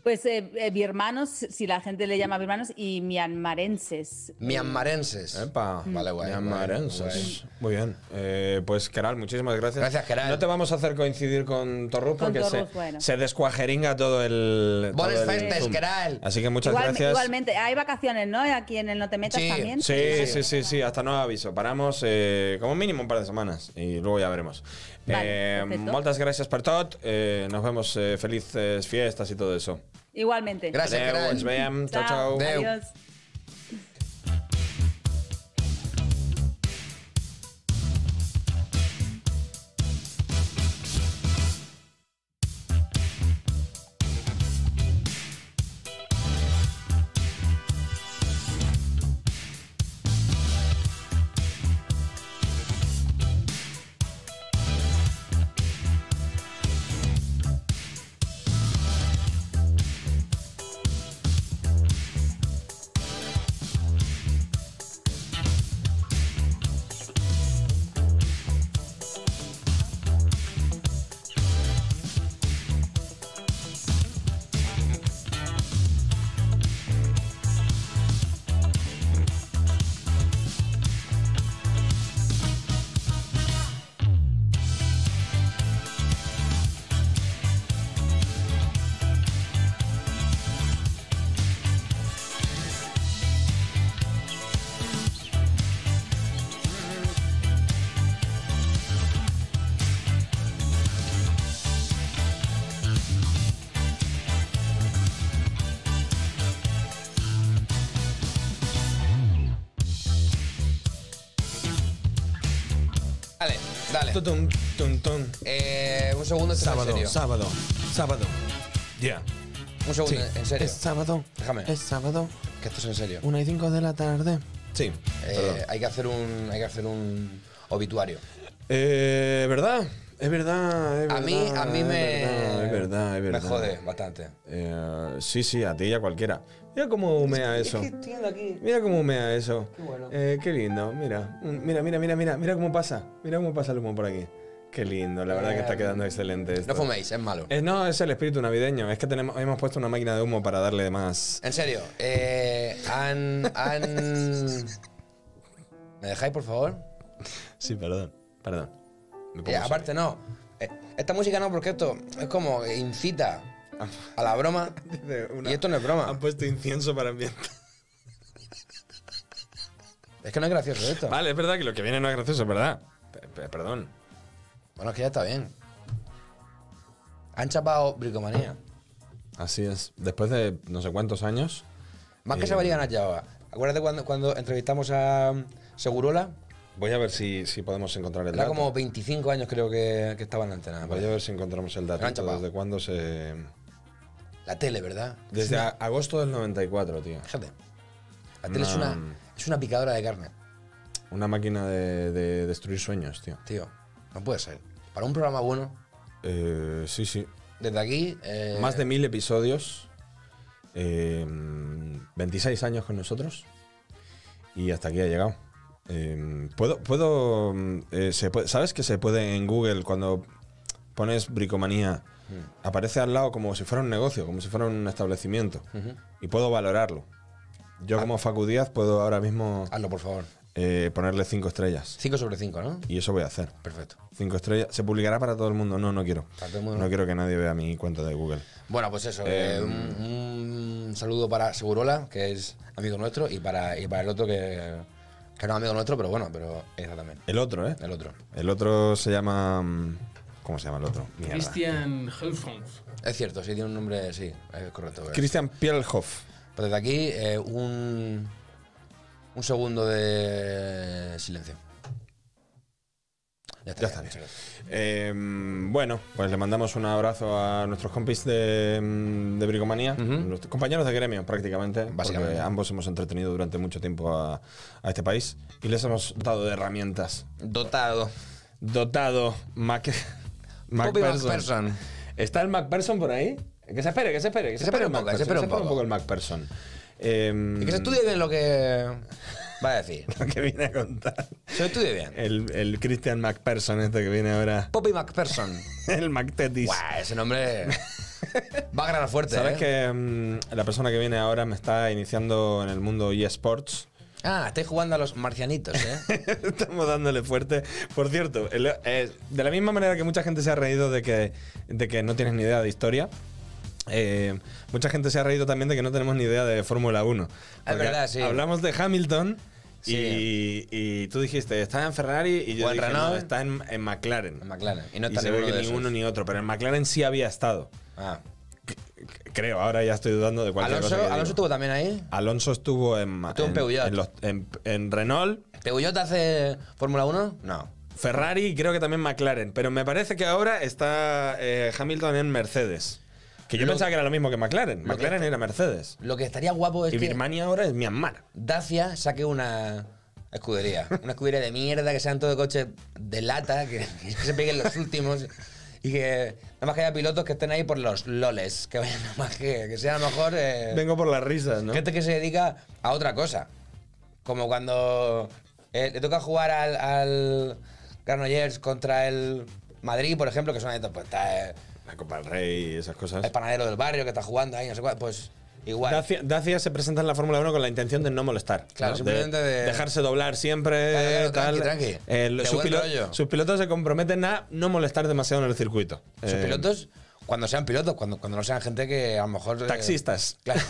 Pues eh, eh, birmanos, si la gente le llama birmanos, y mianmarenses. Mianmarenses. Epa, Mm. Vale, guay. Mianmarenses. guay, Muy bien. Eh, pues, Keral, muchísimas gracias. Gracias, Keral. No te vamos a hacer coincidir con Torruz Con porque Torruz, se, bueno. se descuajeringa todo el. Bones todo el festes, Zoom. Keral. Así que muchas Igualme- gracias. Igualmente, hay vacaciones, ¿no? Aquí en el No Te Metas también. Sí, sí, sí, sí, hasta no aviso. Paramos eh, como mínimo un par de semanas y luego ya veremos. Vale, Eh, perfecto. moltes gràcies per tot. Eh, nos vemos eh, felices fiestas y todo eso. Igualmente. Gracias, Adeu, Caral. ens veiem. Chao, chao. Adeu. Adiós. Dale. Eh, un segundo, esto es en Sábado, serio. sábado, sábado. Ya. Un segundo, Sí, Eh, en serio. Es sábado. Déjame. Es sábado. Que esto es en serio. 1 y 5 de la tarde. Sí. Eh, perdón. hay que hacer un. Hay que hacer un obituario. Eh, ¿Verdad? Es verdad, es A mí- verdad, a mí es me- verdad, es verdad, es me verdad. jode bastante. Eh, sí, sí, a ti y a cualquiera. Mira cómo humea eso. Mira cómo humea eso. Qué qué lindo, mira. Mm, Mira, mira, mira, mira, mira cómo pasa. Mira cómo pasa el humo por aquí. Qué lindo, la verdad que está quedando excelente esto. No fuméis, es malo. Eh, no, es el espíritu navideño. Es que tenemos, hemos puesto una máquina de humo para darle más. En serio, eh, han, han- ¿Me dejáis, por favor? Sí, perdón. Perdón. Me pongo Eh, aparte, no. Eh, esta música no, porque esto es como que incita a la broma. Y esto no es broma. Han puesto incienso para ambiente. Es que no es gracioso esto. Vale, es verdad que lo que viene no es gracioso, es verdad. Pe- pe- Perdón. Bueno, es que ya está bien. Han chapado bricomanía. Así es. Después de no sé cuántos años. Más Eh, que se varían las llavas. Acuérdate cuando, cuando entrevistamos a mm, Segurola. Voy a ver si, si podemos encontrar el Era dato. como 25 años creo que, que estaba en la antena. me Voy a parece. ver si encontramos el dato. Gran chapao. ¿Desde cuándo se.? La tele, ¿verdad? Desde Sí. a- agosto del 94, tío. Fíjate. La tele es, No. una, es una picadora de carne, Una máquina de, de destruir sueños, tío. tío. No puede ser. Para un programa bueno, Eh, sí, sí. desde aquí. eh, Más de mil episodios. eh, 26 años con nosotros. Y hasta aquí ha llegado. Eh, puedo. puedo eh, se puede- ¿Sabes que se puede en Google cuando pones bricomanía? Mm. Aparece al lado como si fuera un negocio, como si fuera un establecimiento. Ujú. Ah. Y puedo valorarlo. Yo, como Facu Díaz, puedo ahora mismo Hazlo, por favor. eh, ponerle cinco estrellas. 5 sobre 5, ¿no? Y eso voy a hacer. Perfecto. Cinco estrellas. ¿Se publicará para todo el mundo? No, no quiero. Para todo el mundo, No ¿no? quiero que nadie vea mi cuenta de Google. Bueno, pues eso. eh, Em. un, un saludo para Segurola, que es amigo nuestro, y para, y para el otro que, que no es amigo nuestro, pero bueno, pero esa también. El otro, ¿eh? El otro. El otro se llama. mm, ¿Cómo se llama el otro? Mierda. Christian Helfons. Es cierto, sí, tiene un nombre, sí, es correcto. eh. Christian Pielhoff. Pues desde aquí, eh, un, un segundo de silencio. Ya está, Ya está muchas bien. gracias. Eh, mm, bueno, pues le mandamos un abrazo a nuestros compis de, mm, de Bricomanía, nuestros compañeros de gremio prácticamente, Básicamente. porque ambos hemos entretenido durante mucho tiempo a, a este país y les hemos dotado de herramientas. Dotado. Dotado Mac, Poppy Macpherson. McPherson. ¿Está el MacPherson por ahí? Que se espere, que se espere, que se, espere, el espere un poco, que se MacPherson, espere un poco. el MacPherson. Eh, Y que se estudie bien lo que va a decir. lo que viene a contar. Se lo estudie bien. El, el Christian MacPherson, este que viene ahora. Poppy McPherson. El MacTetis. Buah, ese nombre va a ganar fuerte. Sabes eh? que mm, la persona que viene ahora me está iniciando en el mundo eSports. Ah, estáis jugando a los marcianitos, ¿eh? Estamos dándole fuerte. Por cierto, el- eh, de la misma manera que mucha gente se ha reído de que, de que no tienes ni idea de historia, eh, mucha gente se ha reído también de que no tenemos ni idea de Fórmula 1. Porque verdad, sí. Hablamos de Hamilton. y- Sí. Y, tú dijiste, está en Ferrari y yo O en dije, Renault. no, está en, en McLaren. En McLaren. Y no está se ve ninguno que de ni esos. uno ni otro, pero en McLaren sí había estado. Ah. Creo, ahora ya estoy dudando de cualquier Alonso, cosa. que Alonso digo. estuvo también ahí. Alonso estuvo en, Estuvo en en- Peugeot. en los- en- en Renault, ¿Peugeot hace Fórmula 1? No. Ferrari y creo que también McLaren. Pero me parece que ahora está eh, Hamilton en Mercedes. Que yo Lo- pensaba que era lo mismo que McLaren. McLaren que- era Mercedes. Lo que estaría guapo es Y que Birmania ahora es Myanmar. Dacia saque una escudería. Una escudería de mierda, que sean todos coches de lata, que, que se peguen los últimos. Y que nada más que haya pilotos que estén ahí por los loles. Que vayan nada más que, que sea a lo mejor. eh, Vengo por las risas, ¿no? Gente que se dedica a otra cosa. Como cuando eh, le toca jugar al, al Granollers contra el Madrid, por ejemplo, que son estos, pues está eh, La Copa del Rey y esas cosas. el panadero del barrio que está jugando ahí, no sé cuál. Pues igual. Dacia, Dacia se presenta en la Fórmula 1 con la intención de no molestar. Claro, ¿no? simplemente de- Dejarse doblar siempre. Claro, claro, tal. tranqui, tranqui. El- De sus, buen pilo- rollo. sus pilotos se comprometen a no molestar demasiado en el circuito. Sus Eh, pilotos, cuando sean pilotos, cuando, cuando no sean gente que a lo mejor. eh, Taxistas. claro.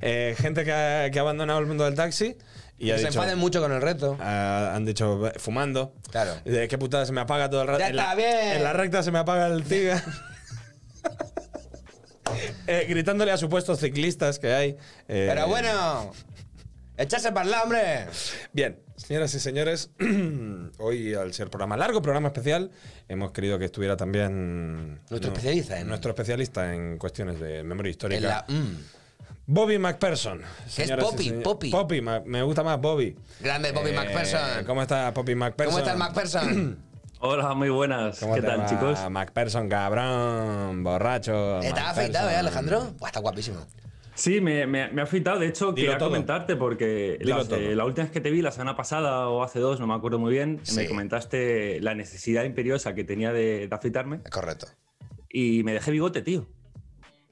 Eh, gente que ha, que ha abandonado el mundo del taxi y que ha se dicho, enfaden mucho con el reto. Ah, han dicho "Eh, fumando. Claro. De qué putada se me apaga todo el rato. Ya en, la- está bien. en la recta se me apaga el tiga. Eh, gritándole a supuestos ciclistas que hay. eh, Pero bueno, ¡Echarse para el hombre! Bien, señoras y señores, hoy al ser programa largo, programa especial, hemos querido que estuviera también... Nuestro ¿no? especialista en- Nuestro especialista en cuestiones de memoria histórica. En la- mm, Bobby McPherson. Que es señoras y Poppy, señores. Poppy. Poppy, ma- me gusta más Bobby. Eh, Grande Poppy McPherson. ¿Cómo está Poppy McPherson? ¿Cómo está el MacPherson? Hola, muy buenas. ¿Cómo ¿Qué te tal, va, chicos? McPherson, cabrón, borracho. ¿Estás Pues McPherson? afeitado, eh, Alejandro? Buah, está guapísimo. Sí, me, me, me ha afeitado. De hecho, quería todo. comentarte porque Dilo las, eh, todo. la última vez que te vi, la semana pasada o hace dos, no me acuerdo muy bien, Sí. me comentaste la necesidad imperiosa que tenía de, de afeitarme. Correcto. Y me dejé bigote, tío.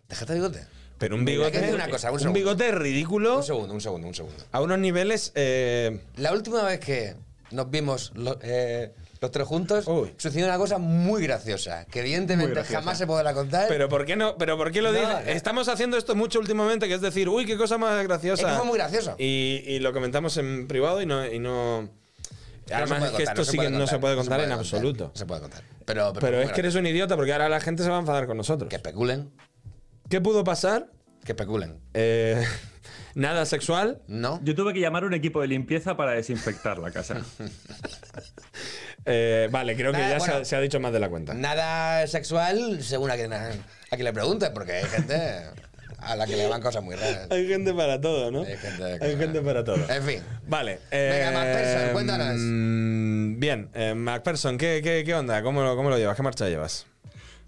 ¿Dejaste bigote? Pero un Mira, bigote. que decir una cosa, un un segundo. bigote ridículo. Un segundo, un segundo, un segundo. A unos niveles. eh, La última vez que nos vimos lo- eh, los tres juntos, sucedió una cosa muy graciosa, que evidentemente Muy graciosa. jamás se podrá contar. pero ¿por qué no? Pero ¿por qué lo Eh, No, dices? que- Estamos haciendo esto mucho últimamente, que es decir, uy, qué cosa más graciosa. Es que fue muy gracioso. Y, y lo comentamos en privado y no. y no- No Además, se puede es que contar, esto se sí que puede no se contar, puede contar en contar, absoluto. no se puede contar. Pero, Pero, es que eres un idiota porque ahora la gente se va a enfadar con nosotros. Que especulen. ¿Qué pudo pasar? Que especulen. Eh, nada sexual. No. Yo tuve que llamar a un equipo de limpieza para desinfectar la casa. Eh, vale, creo que Nada, ya bueno. se, ha, se ha dicho más de la cuenta. Nada sexual, según a quien, a quien le pregunte, porque hay gente a la que le van cosas muy raras. Hay gente para todo, ¿no? Hay gente, para todo. En fin. Vale. Venga, eh, MacPherson, cuéntanos. mm, Bien, eh, MacPherson, ¿qué, qué, qué onda? ¿Cómo lo, ¿Cómo lo llevas? ¿Qué marcha llevas?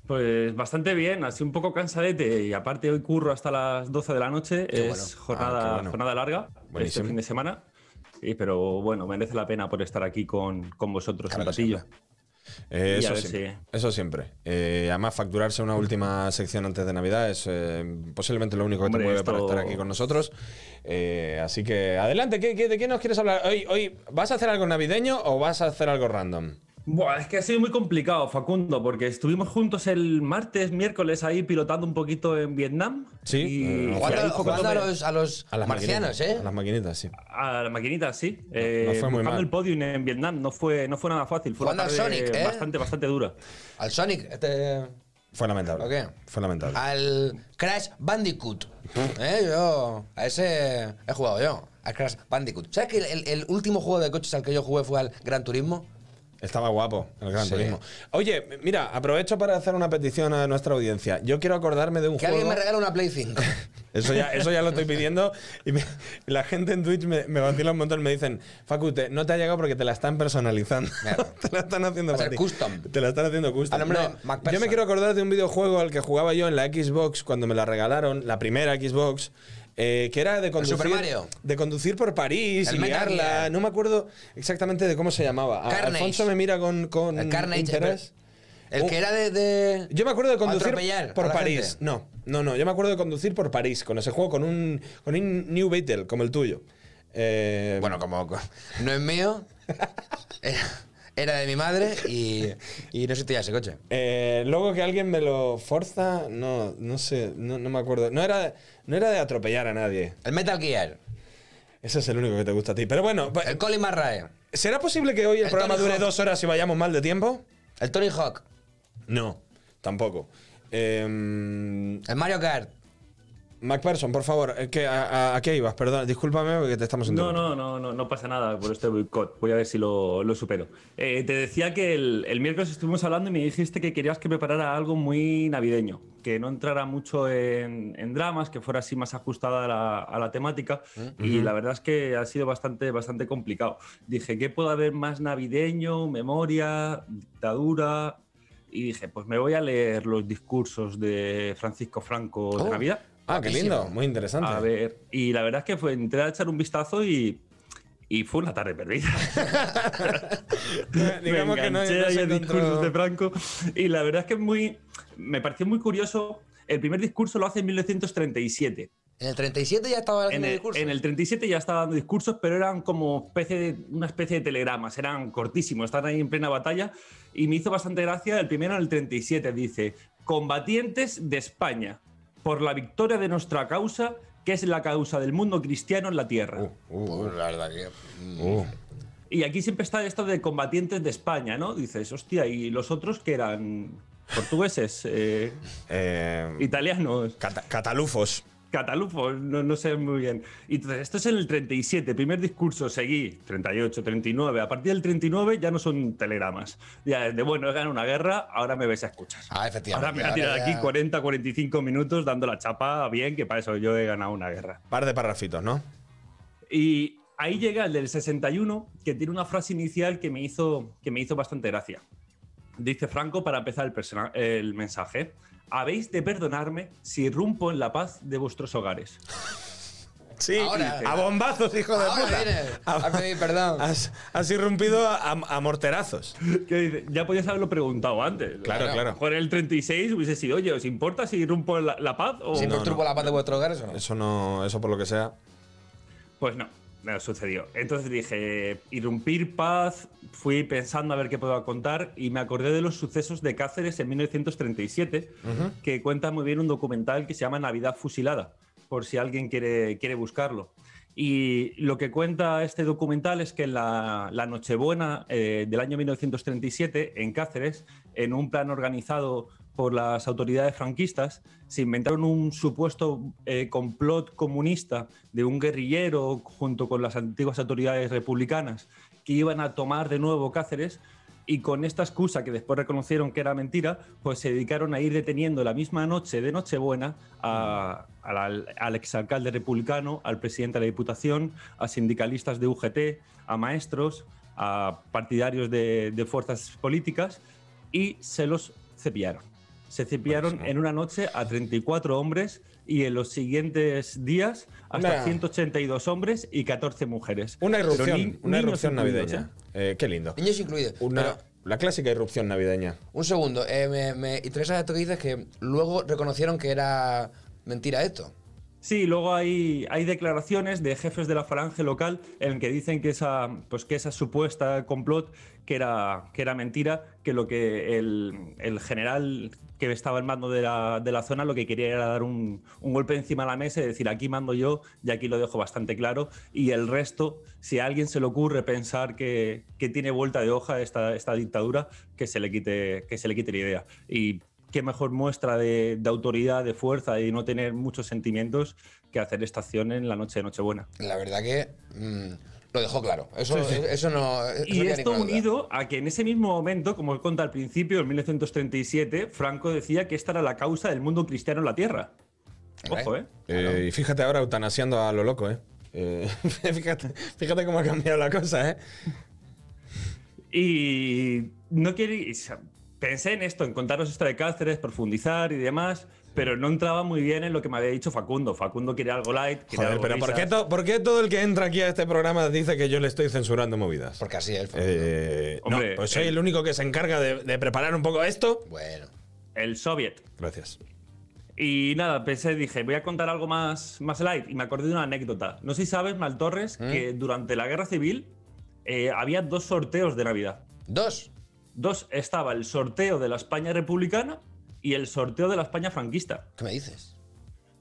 Pues bastante bien, así un poco cansadete y aparte hoy curro hasta las 12 de la noche, Qué es bueno. Ah, jornada, qué bueno. jornada larga Buenísimo. este fin de semana, y, pero bueno, merece la pena por estar aquí con, con vosotros un ratillo. Eh, Y a eso, ver siempre, eso siempre. Eh, además, facturarse una última sección antes de Navidad es eh, posiblemente lo único que Hombre, te mueve esto- para estar aquí con nosotros. Eh, así que adelante, ¿qué, qué, de qué nos quieres hablar? Hoy, hoy, ¿Vas a hacer algo navideño o vas a hacer algo random? Buah, es que ha sido muy complicado, Facundo, porque estuvimos juntos el martes, miércoles ahí pilotando un poquito en Vietnam. Sí, eh, y, jugando- ahí poco jugando a me- los, a los A las marcianos, maquinitas, ¿eh? A las maquinitas, sí. A la maquinita, sí. Eh, fue muy buscando mal. el podium en Vietnam no fue, no fue nada fácil. Fue una Jugando al tarde Sonic, ¿eh? bastante, bastante dura. Al Sonic, este, Fue lamentable. ¿o qué? Fue lamentable. Al Crash Bandicoot. ¿Eh? Yo, a ese he jugado yo. Al Crash Bandicoot. ¿Sabes que el, el último juego de coches al que yo jugué fue al Gran Turismo? Estaba guapo el Gran Sí. Turismo. Oye, mira, aprovecho para hacer una petición a nuestra audiencia. Yo quiero acordarme de un Que juego. alguien me regala una Play 5. Eso ya, eso ya lo estoy pidiendo. Y me- la gente en Twitch me, me vacila un montón. Me dicen, Facute, no te ha llegado porque te la están personalizando. te la están haciendo Va a ser para ti. custom. Te la están haciendo custom. Al nombre No, de MacPherson. yo me quiero acordar de un videojuego al que jugaba yo en la Xbox cuando me la regalaron, la primera Xbox. eh, que era de conducir, Super Mario. de conducir por París El y Metal liarla. Gear. No me acuerdo exactamente de cómo se llamaba. A- Carnage. Alfonso me mira con, con El Carnage, interés. El que era de. de- Yo me acuerdo de conducir Atropellar a por la París. gente. No, no, no. Yo me acuerdo de conducir por París con ese juego, con un, con un New Beetle, como el tuyo. Eh, Bueno, como. No es mío. Era, era de mi madre y, y no sé si ese coche. eh, luego que alguien me lo forza, no, no sé, no, no me acuerdo. No era, no era de atropellar a nadie. El Metal Gear. Ese es el único que te gusta a ti. Pero bueno, pa- El Colin McRae. ¿será posible que hoy el, El programa Tony dure Hawk. dos horas y vayamos mal de tiempo? El Tony Hawk. No, tampoco. Eh, El Mario Kart. MacPherson, por favor, eh, ¿qué- a, a- a qué ibas? Perdón, discúlpame porque te estamos No, interrumpiendo. no, no, no, no pasa nada por este boicot. Voy a ver si lo, lo supero. Eh, te decía que el, el miércoles estuvimos hablando y me dijiste que querías que preparara algo muy navideño, que no entrara mucho en, en dramas, que fuera así más ajustada a la, a la temática. Y Ujú. la verdad es que ha sido bastante, bastante complicado. Dije, ¿qué puede haber más navideño? Memoria, dictadura. Y dije, pues me voy a leer los discursos de Francisco Franco de Oh. Navidad. Ah, qué lindo, muy interesante. A ver, y la verdad es que fue, entré a echar un vistazo y, y fue una tarde perdida. Digamos Me que no- no enganché se ahí en encontró- discursos de Franco y la verdad es que es muy, me pareció muy curioso. El primer discurso lo hace en 1937. En el 37 ya estaba En haciendo el, discurso. en el 37 ya estaba dando discursos, pero eran como especie de- una especie de telegramas, eran cortísimos, estaban ahí en plena batalla y me hizo bastante gracia el primero en el 37, dice, combatientes de España, por la victoria de nuestra causa, que es la causa del mundo cristiano en la tierra. Pues la verdad que. Uh. Y aquí siempre está esto de combatientes de España, ¿no? Dices, hostia, y los otros que eran portugueses, eh, Eh, italianos. Cata- catalufos. catalufo, no, no sé muy bien. Y entonces, esto es en el 37, primer discurso, seguí, 38, 39. A partir del 39 ya no son telegramas. Ya es de, bueno, he ganado una guerra, ahora me vais a escuchar. Ah, efectivamente. Ahora me voy a tirar Ahora aquí ya- 40, 45 minutos dando la chapa bien, que para eso yo he ganado una guerra. Par de parrafitos, ¿no? Y ahí llega el del 61, que tiene una frase inicial que me hizo, que me hizo bastante gracia. Dice Franco para empezar el, persona- el mensaje. Habéis de perdonarme si irrumpo en la paz de vuestros hogares. Sí, Ahora. a bombazos, hijo de Ahora puta. Ah, vienes A- a pedir perdón. Has, has irrumpido a, a morterazos. Que dice, ya podías haberlo preguntado antes. Claro, claro. Con el 36 hubiese sido, oye, ¿os importa si irrumpo en la, la paz? O... ¿Si perturbo la paz de vuestros hogares o no? Eso no, eso por lo que sea. Pues no, no sucedió. Entonces dije, irrumpir paz, fui pensando a ver qué puedo contar y me acordé de los sucesos de Cáceres en 1937, que cuenta muy bien un documental que se llama Navidad Fusilada, por si alguien quiere, quiere buscarlo. Y lo que cuenta este documental es que en la, la Nochebuena eh, del año 1937, en Cáceres, en un plan organizado por las autoridades franquistas, se inventaron un supuesto eh, complot comunista de un guerrillero junto con las antiguas autoridades republicanas que iban a tomar de nuevo Cáceres y con esta excusa que después reconocieron que era mentira, pues se dedicaron a ir deteniendo la misma noche de Nochebuena a- a la- al exalcalde republicano, al presidente de la Diputación, a sindicalistas de UGT, a maestros, a partidarios de, de fuerzas políticas y se los cepillaron. Se cepillaron en una noche a 34 hombres y en los siguientes días hasta Nah. 182 hombres y 14 mujeres. Una Pero irrupción, ni- una niños irrupción incluidos, ¿eh? navideña. Eh, qué lindo. Niños incluidos. Una, Pero- la clásica irrupción navideña. Un segundo, eh, me, me interesa esto que dices que luego reconocieron que era mentira esto. Sí, luego hay, hay declaraciones de jefes de la falange local en que dicen que esa, pues que esa supuesta complot que era, que era mentira, que lo que el, el general que estaba al mando de la, de la zona lo que quería era dar un, un golpe encima de la mesa y decir aquí mando yo y aquí lo dejo bastante claro y el resto, si a alguien se le ocurre pensar que, que tiene vuelta de hoja esta, esta dictadura, que se le quite, que se le quite la idea. Y qué mejor muestra de, de autoridad, de fuerza y no tener muchos sentimientos que hacer esta acción en la noche de Nochebuena. La verdad que mm, lo dejó claro. Eso, Sí, sí. eso no. eso no Y queda esto ninguna duda. unido a que en ese mismo momento, como os conta al principio, en 1937, Franco decía que esta era la causa del mundo cristiano en la Tierra. Ojo, ¿eh? Eh, y fíjate ahora eutanasiando a lo loco, ¿eh? Eh, fíjate, fíjate cómo ha cambiado la cosa, ¿eh? Y no quería. Pensé en esto, en contaros esto de Cáceres, profundizar y demás, pero no entraba muy bien en lo que me había dicho Facundo. Facundo quería algo light. quería Joder, algo pero ¿por risas. qué, to- por qué todo el que entra aquí a este programa dice que yo le estoy censurando movidas? Porque así es. Eh, no, Hombre, pues soy el- el único que se encarga de, de preparar un poco esto. Bueno. El Soviet. Gracias. Y nada, pensé, dije, voy a contar algo más, más light. Y me acordé de una anécdota. No sé si sabes, Mal Torres, ¿Mm? que durante la guerra civil eh, había dos sorteos de Navidad. ¿Dos? Dos, estaba el sorteo de la España republicana y el sorteo de la España franquista. ¿Qué me dices?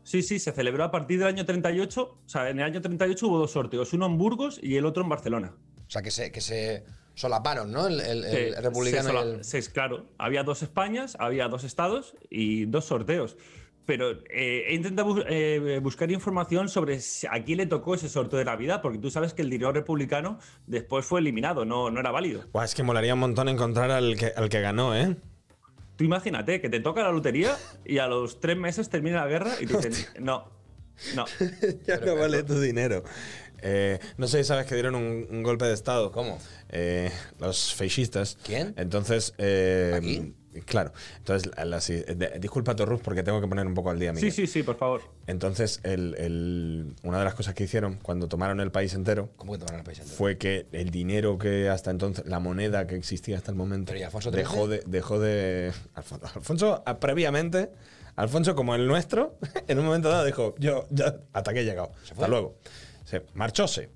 Sí, sí, se celebró a partir del año 38. O sea, en el año 38 hubo dos sorteos, uno en Burgos y el otro en Barcelona. O sea, que se, que se solaparon, ¿no? El, el- el Sí, republicano. se y sola- el- se- claro, había dos Españas, había dos estados y dos sorteos. Pero eh, he intentado bus- eh, buscar información sobre si- a quién le tocó ese sorteo de Navidad, porque tú sabes que el dinero republicano después fue eliminado, no, no era válido. Buah, es que molaría un montón encontrar al que, al que ganó, ¿eh? Tú imagínate que te toca la lotería y a los tres meses termina la guerra y te dicen, no, no. ya no vale tu dinero. Eh, no sé si sabes que dieron un, un golpe de Estado. ¿Cómo? Eh, los fascistas. ¿Quién? Entonces. eh, ¿Aquí? Claro. Entonces, la- la- si- de- disculpa, Torruz, porque tengo que poner un poco al día, Sí, Miguel. sí, sí, por favor. Entonces, el- el- una de las cosas que hicieron cuando tomaron el país entero ¿Cómo que tomaron el país entero? fue que el dinero que hasta entonces, la moneda que existía hasta el momento, Pero, ¿y Alfonso dejó de, dejó de. Alfonso, Alfonso, ah, previamente, Alfonso, como el nuestro, en un momento dado dijo: Yo, ya, hasta aquí he llegado, hasta luego. Se marchóse.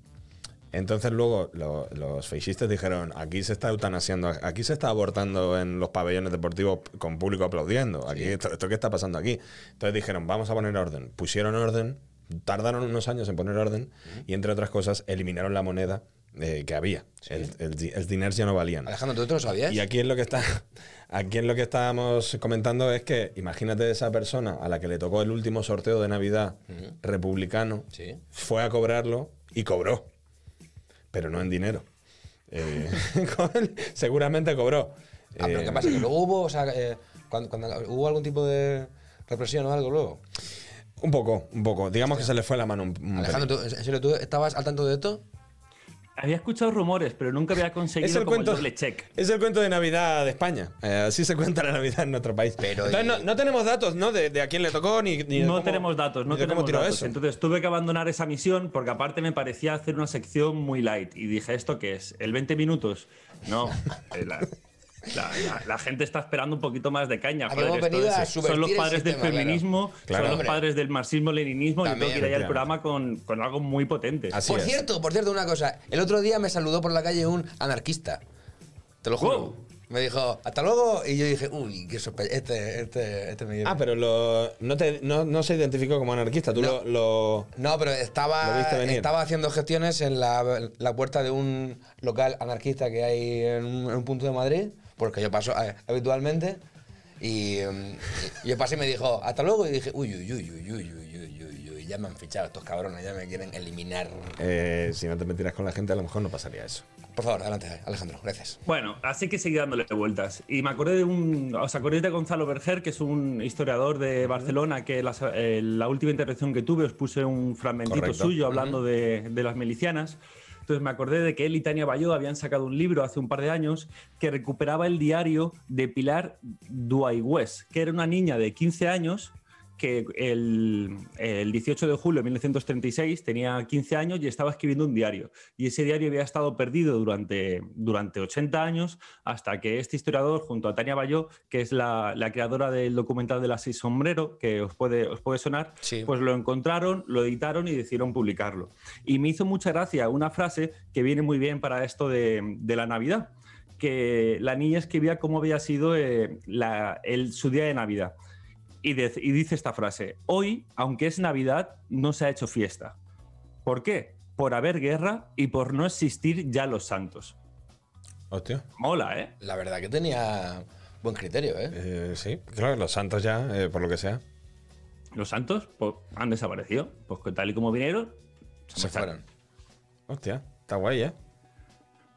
Entonces, luego lo- los fascistas dijeron: Aquí se está eutanasiando, aquí se está abortando en los pabellones deportivos con público aplaudiendo. Aquí, esto, ¿Esto qué está pasando aquí? Entonces dijeron: Vamos a poner orden. Pusieron orden, tardaron unos años en poner orden y, entre otras cosas, eliminaron la moneda eh, que había. El, el di- el dinero ya no valía. Alejandro, ¿tú te lo sabías? Y aquí es lo que está, aquí es lo que estábamos comentando es que imagínate esa persona a la que le tocó el último sorteo de Navidad Ujú. republicano, fue a cobrarlo y cobró, pero no en dinero. Eh, seguramente cobró. Ah, pero Eh, ¿qué pasa? ¿Que luego hubo, o sea, eh, cuando, cuando hubo algún tipo de represión o algo luego? Ah, Un poco, un poco. Digamos que se le fue la mano un, un Alejandro, ¿tú, en serio, ¿tú estabas al tanto de esto? Había escuchado rumores, pero nunca había conseguido Es el como cuento- el doble check. Es el cuento de Navidad de España. Eh, así se cuenta la Navidad en nuestro país. Entonces, no, no tenemos datos, ¿no? De, de a quién le tocó ni, ni de no cómo- tenemos datos, no ni de tenemos cómo tiró datos. eso. Entonces tuve que abandonar esa misión porque aparte me parecía hacer una sección muy light. Y dije, ¿esto qué es? ¿El 20 minutos? No. eh, La, la- la- la gente está esperando un poquito más de caña. Habíamos joder, esto venido a es- son los subvertir el padres del sistema, claro. feminismo, Claro, son los hombre. padres del marxismo-leninismo. Yo tengo También, que ir allá al efectivamente. programa con, con algo muy potente. por cierto, por cierto, una cosa. El otro día me saludó por la calle un anarquista. Te lo juro. Me dijo, hasta luego. Y yo dije, uy, qué sorpresa. Este, este, este me quiere. Ah, pero lo- no, te- no- no se identificó como anarquista. Tú No. lo, lo- No, pero Lo estaba, viste venir. estaba haciendo gestiones en la, la puerta de un local anarquista que hay en un, en un punto de Madrid, porque yo paso eh, habitualmente. Y, mm, y yo pasé y me dijo, hasta luego. Y dije, uy, uy, uy, uy, uy, uy, uy, uy, uy, ya me han fichado estos cabrones, ya me quieren eliminar. Eh, si no te metieras con la gente, a lo mejor no pasaría eso. Por favor, adelante, Alejandro, gracias. Bueno, así que seguí dándole vueltas. Y me acordé de un. ¿Os acordáis de Gonzalo Berger, que es un historiador de Barcelona, que las- eh, la última intervención que tuve os puse un fragmentito Correcto. suyo hablando de, de las milicianas? Entonces me acordé de que él y Tania Bayó habían sacado un libro hace un par de años que recuperaba el diario de Pilar Duaigües, que era una niña de 15 años que el, el 18 de julio de 1936 tenía 15 años y estaba escribiendo un diario. Y ese diario había estado perdido durante, durante 80 años hasta que este historiador, junto a Tania Bayó, que es la, la creadora del documental de las seis sombrero, que os puede, os puede sonar, pues lo encontraron, lo editaron y decidieron publicarlo. Y me hizo mucha gracia una frase que viene muy bien para esto de, de la Navidad, que la niña escribía cómo había sido eh, la- el, su día de Navidad. Y, de- y dice esta frase, hoy, aunque es Navidad, no se ha hecho fiesta. ¿Por qué? Por haber guerra y por no existir ya los santos. Hostia. Mola, ¿eh? La verdad que tenía buen criterio, ¿eh? Eh, sí, claro, los santos ya, eh, por lo que sea. Los santos pues, han desaparecido. Pues que tal y como vinieron, se, marcharon. Hostia, está guay, ¿eh?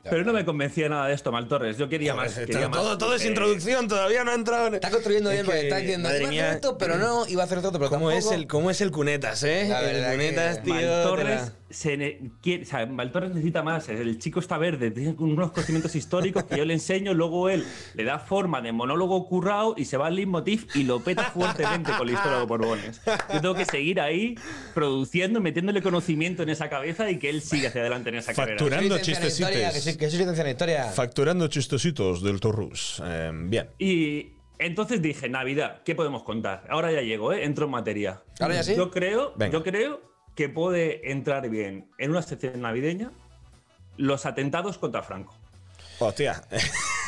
Pero no me convencía nada de esto, Mal Torres. Yo quería más. Joder, quería todo- más. todo- todo es Eh, introducción, todavía no ha entrado en. Está construyendo bien, porque está diciendo, madre iba a hacer mía. esto, pero no, iba a hacer esto, pero ¿Cómo es, tampoco. el, ¿Cómo es el cunetas, eh? La El verdad que- cunetas, tío. te Maltorres la- se ne- quiere- o sea, Maltorres necesita más. El chico está verde, tiene unos conocimientos históricos que yo le enseño, luego él le da forma de monólogo currado y se va al leitmotiv y lo peta fuertemente con el historia de Borbones. Yo tengo que seguir ahí produciendo, metiéndole conocimiento en esa cabeza y que él siga hacia adelante en esa carrera. Facturando Soy licenciado en chistecitos. historia, Que soy, que soy licenciado en historia. Facturando chistositos del Torrus. Eh, bien. Y entonces dije, Navidad, ¿qué podemos contar? Ahora ya llego, ¿eh? entro en materia. ¿Ahora ya ¿Ah, sí? Yo creo, Venga. yo creo que puede entrar bien en una sección navideña los atentados contra Franco. Hostia.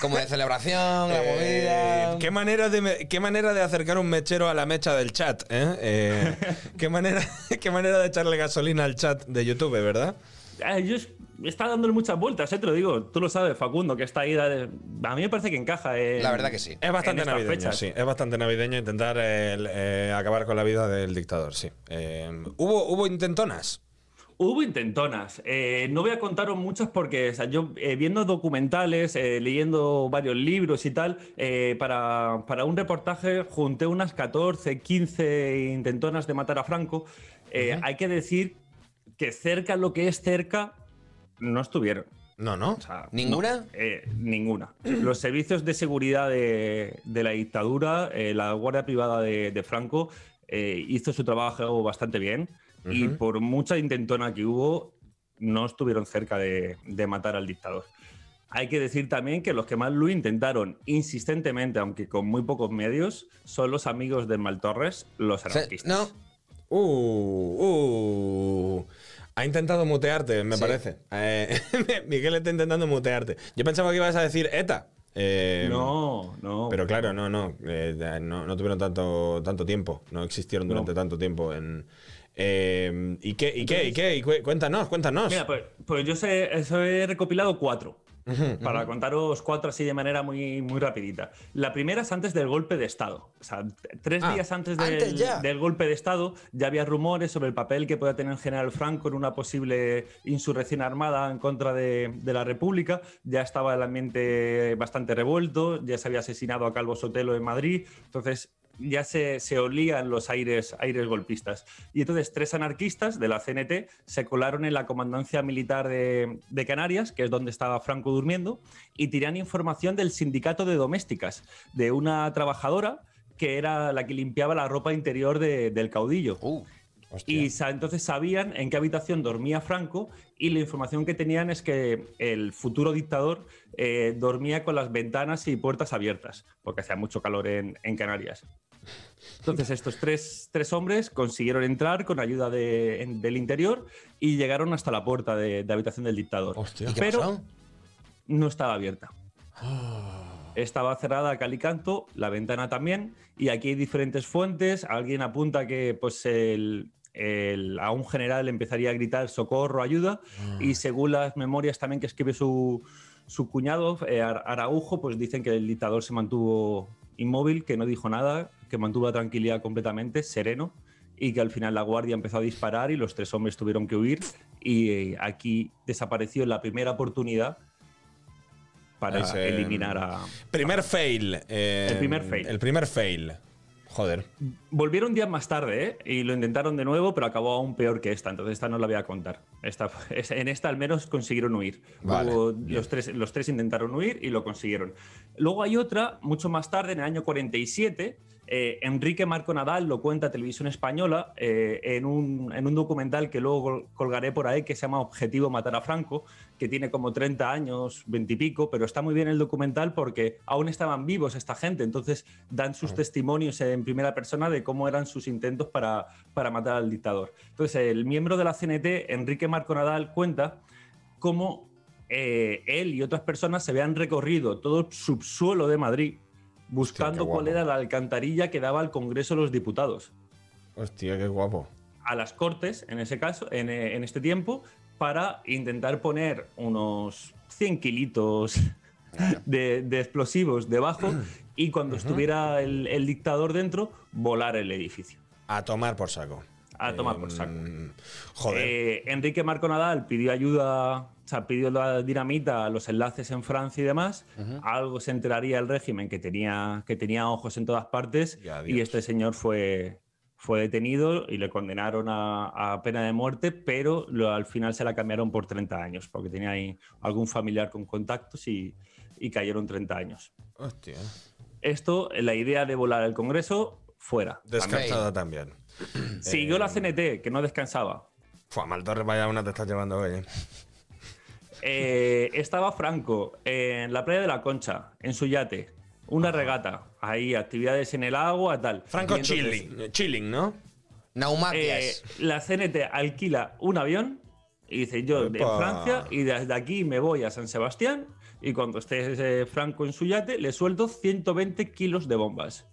Como de celebración, la Eh, movida. ¿Qué manera, de, me- qué manera de acercar un mechero a la mecha del chat, ¿eh? Eh, qué, manera, qué manera de echarle gasolina al chat de YouTube, ¿verdad? Ah, yo es- está dándole muchas vueltas, ¿eh? te lo digo. Tú lo sabes, Facundo, que está ahí. da- A mí me parece que encaja. ¿eh? Es en- bastante en estas navideño, fechas. sí. Es bastante navideño intentar eh, el- eh, acabar con la vida del dictador, sí. Eh, hubo, hubo intentonas. Hubo intentonas. Eh, no voy a contaros muchas porque o sea, yo eh, viendo documentales, eh, leyendo varios libros y tal, eh, para, para un reportaje junté unas 14, 15 intentonas de matar a Franco. Eh, Hay que decir que cerca lo que es cerca no estuvieron. No, no. ¿Ninguna? no, eh, ninguna. Los servicios de seguridad de, de la dictadura, eh, la Guardia Privada de, de Franco, eh, hizo su trabajo bastante bien y Ujú. por mucha intentona que hubo, no estuvieron cerca de, de matar al dictador. Hay que decir también que los que más lo intentaron insistentemente, aunque con muy pocos medios, son los amigos de Maltorres, los anarquistas. No. Uh, uh. Ha intentado mutearte, me parece. Eh, Miguel está intentando mutearte. Yo pensaba que ibas a decir ETA. Eh, No, no. Pero claro, no, no, eh, no, no tuvieron tanto, tanto tiempo, no existieron durante tanto tiempo en, Eh, ¿Y qué? ¿Y qué? ¿Y qué? Y cu- cuéntanos, cuéntanos. Mira, pues, pues yo sé- eso he recopilado cuatro. Para contaros cuatro así de manera muy, muy rapidita. La primera es antes del golpe de Estado. O sea, t- tres Ah, días antes del, antes ya. del golpe de Estado ya había rumores sobre el papel que podía tener el general Franco en una posible insurrección armada en contra de, de la República. Ya estaba el ambiente bastante revuelto, ya se había asesinado a Calvo Sotelo en Madrid. Entonces ya se, se olían los aires, aires golpistas. Y entonces tres anarquistas de la CNT se colaron en la comandancia militar de, de Canarias, que es donde estaba Franco durmiendo, y tiran información del sindicato de domésticas, de una trabajadora que era la que limpiaba la ropa interior de- del caudillo. Uh, Y sa- entonces sabían en qué habitación dormía Franco y la información que tenían es que el futuro dictador eh, dormía con las ventanas y puertas abiertas, porque hacía mucho calor en- en Canarias. Entonces estos tres, tres hombres consiguieron entrar con ayuda de- en- del interior y llegaron hasta la puerta de, de habitación del dictador. ¿Y qué Pero pasó? no estaba abierta. Estaba cerrada a cal y canto, la ventana también, y aquí hay diferentes fuentes. Alguien apunta que pues, el- el- a un general empezaría a gritar socorro, ayuda, y según las memorias también que escribe su, su cuñado, eh, Ar- Araujo, pues dicen que el dictador se mantuvo inmóvil, que no dijo nada, que mantuvo la tranquilidad completamente, sereno, y que al final la guardia empezó a disparar y los tres hombres tuvieron que huir, y eh, aquí desapareció la primera oportunidad para Ahí se- eliminar a... Primer fail. eh, Ah. El primer fail. El primer fail. Joder. Volvieron días más tarde, ¿eh? Y lo intentaron de nuevo, pero acabó aún peor que esta. Entonces, esta no la voy a contar. Esta, fue- es- en esta al menos consiguieron huir. Vale, Hubo- los, tres, los tres intentaron huir y lo consiguieron. Luego hay otra, mucho más tarde, en el año 47. eh, Enrique Marco Nadal lo cuenta Televisión Española eh, en, un, en un documental que luego col- colgaré por ahí que se llama Objetivo Matar a Franco, que tiene como 30 años, 20 y pico, pero está muy bien el documental porque aún estaban vivos esta gente, entonces dan sus testimonios en primera persona de cómo eran sus intentos para, para matar al dictador. Entonces el miembro de la CNT, Enrique Marco Nadal, cuenta cómo eh, él y otras personas se habían recorrido todo el subsuelo de Madrid buscando cuál era la alcantarilla que daba al Congreso de los Diputados Hostia, qué guapo. a las Cortes, en ese caso, en, eh, en este tiempo, para intentar poner unos 100 kilitos de, de explosivos debajo y cuando estuviera el, el dictador dentro, volar el edificio. A tomar por saco. A tomar por saco. joder. Eh, Enrique Marco Nadal pidió ayuda, o sea, pidió la dinamita, los enlaces en Francia y demás. Algo se enteraría el régimen que tenía, que tenía ojos en todas partes. Y, este señor fue, fue detenido y le condenaron a, a pena de muerte, pero lo- al final se la cambiaron por 30 años, porque tenía ahí algún familiar con contactos y, y cayeron 30 años. Hostia. Esto, la idea de volar al Congreso, fuera. Descartada también. Siguió la CNT, que no descansaba. Fua, Maltorre, vaya una te estás llevando hoy, eh. Eh, estaba Franco en la playa de la Concha, en su yate, una regata, ahí, actividades en el agua, tal. Franco Y entonces, chilling, chilling, ¿no? eh, la CNT alquila un avión y dice: Yo de Epa. Francia y desde aquí me voy a San Sebastián. Y cuando esté eh, Franco en su yate, le suelto 120 kilos de bombas.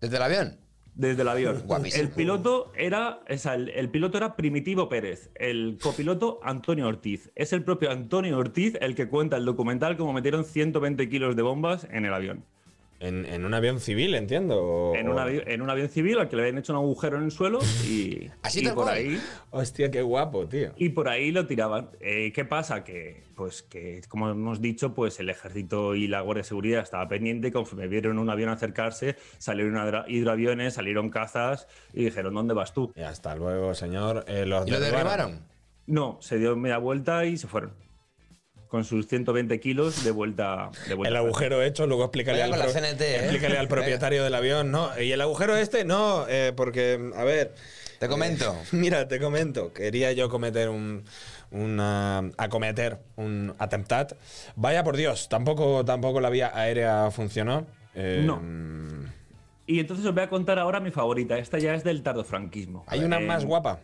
¿Desde el avión? Desde el avión. Guapísimo. El piloto era, o sea, el, el piloto era Primitivo Pérez, el copiloto Antonio Ortiz. Es el propio Antonio Ortiz el que cuenta el documental cómo metieron 120 kilos de bombas en el avión. En, en un avión civil, entiendo. o- En un, avi- en un avión civil al que le habían hecho un agujero en el suelo y, Así y tal por cual. ahí. Hostia, qué guapo, tío. Y por ahí lo tiraban. Eh, ¿Qué pasa? Que, pues, que, como hemos dicho, pues el ejército y la Guardia de Seguridad estaba pendiente. Conforme vieron un avión acercarse, salieron hidra- hidroaviones, salieron cazas y dijeron, ¿dónde vas tú? Y hasta luego, señor. Eh, los ¿Y lo derribaron? No, se dio media vuelta y se fueron. Con sus 120 kilos de vuelta. De vuelta El agujero hecho, luego explícale, Vaya al, con la pro- CNT, ¿eh? explícale al propietario del avión, ¿no? Y el agujero este, no, eh, porque, a ver. Te comento. mira, te comento. Quería yo cometer un. Una, acometer un atentado. Vaya por Dios, tampoco, tampoco la vía aérea funcionó. Eh, No. Y entonces os voy a contar ahora mi favorita. Esta ya es del tardofranquismo. Eh, Hay una más guapa.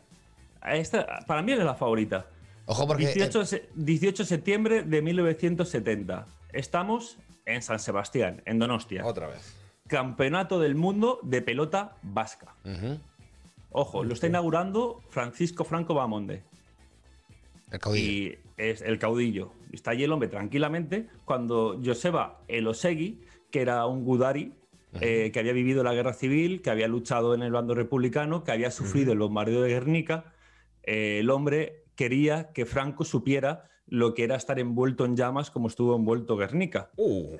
Esta, para mí es la favorita. Ojo, porque- 18, de se- 18 de septiembre de 1970. Estamos en San Sebastián, en Donostia. Otra vez. Campeonato del Mundo de Pelota Vasca. Ojo, lo está inaugurando Francisco Franco Bamonde. El caudillo. Y es el caudillo. Y Está allí el hombre tranquilamente cuando Joseba Elosegui, que era un Gudari, eh, que había vivido la guerra civil, que había luchado en el bando republicano, que había sufrido el bombardeo de Guernica, eh, el hombre quería que Franco supiera lo que era estar envuelto en llamas como estuvo envuelto Guernica.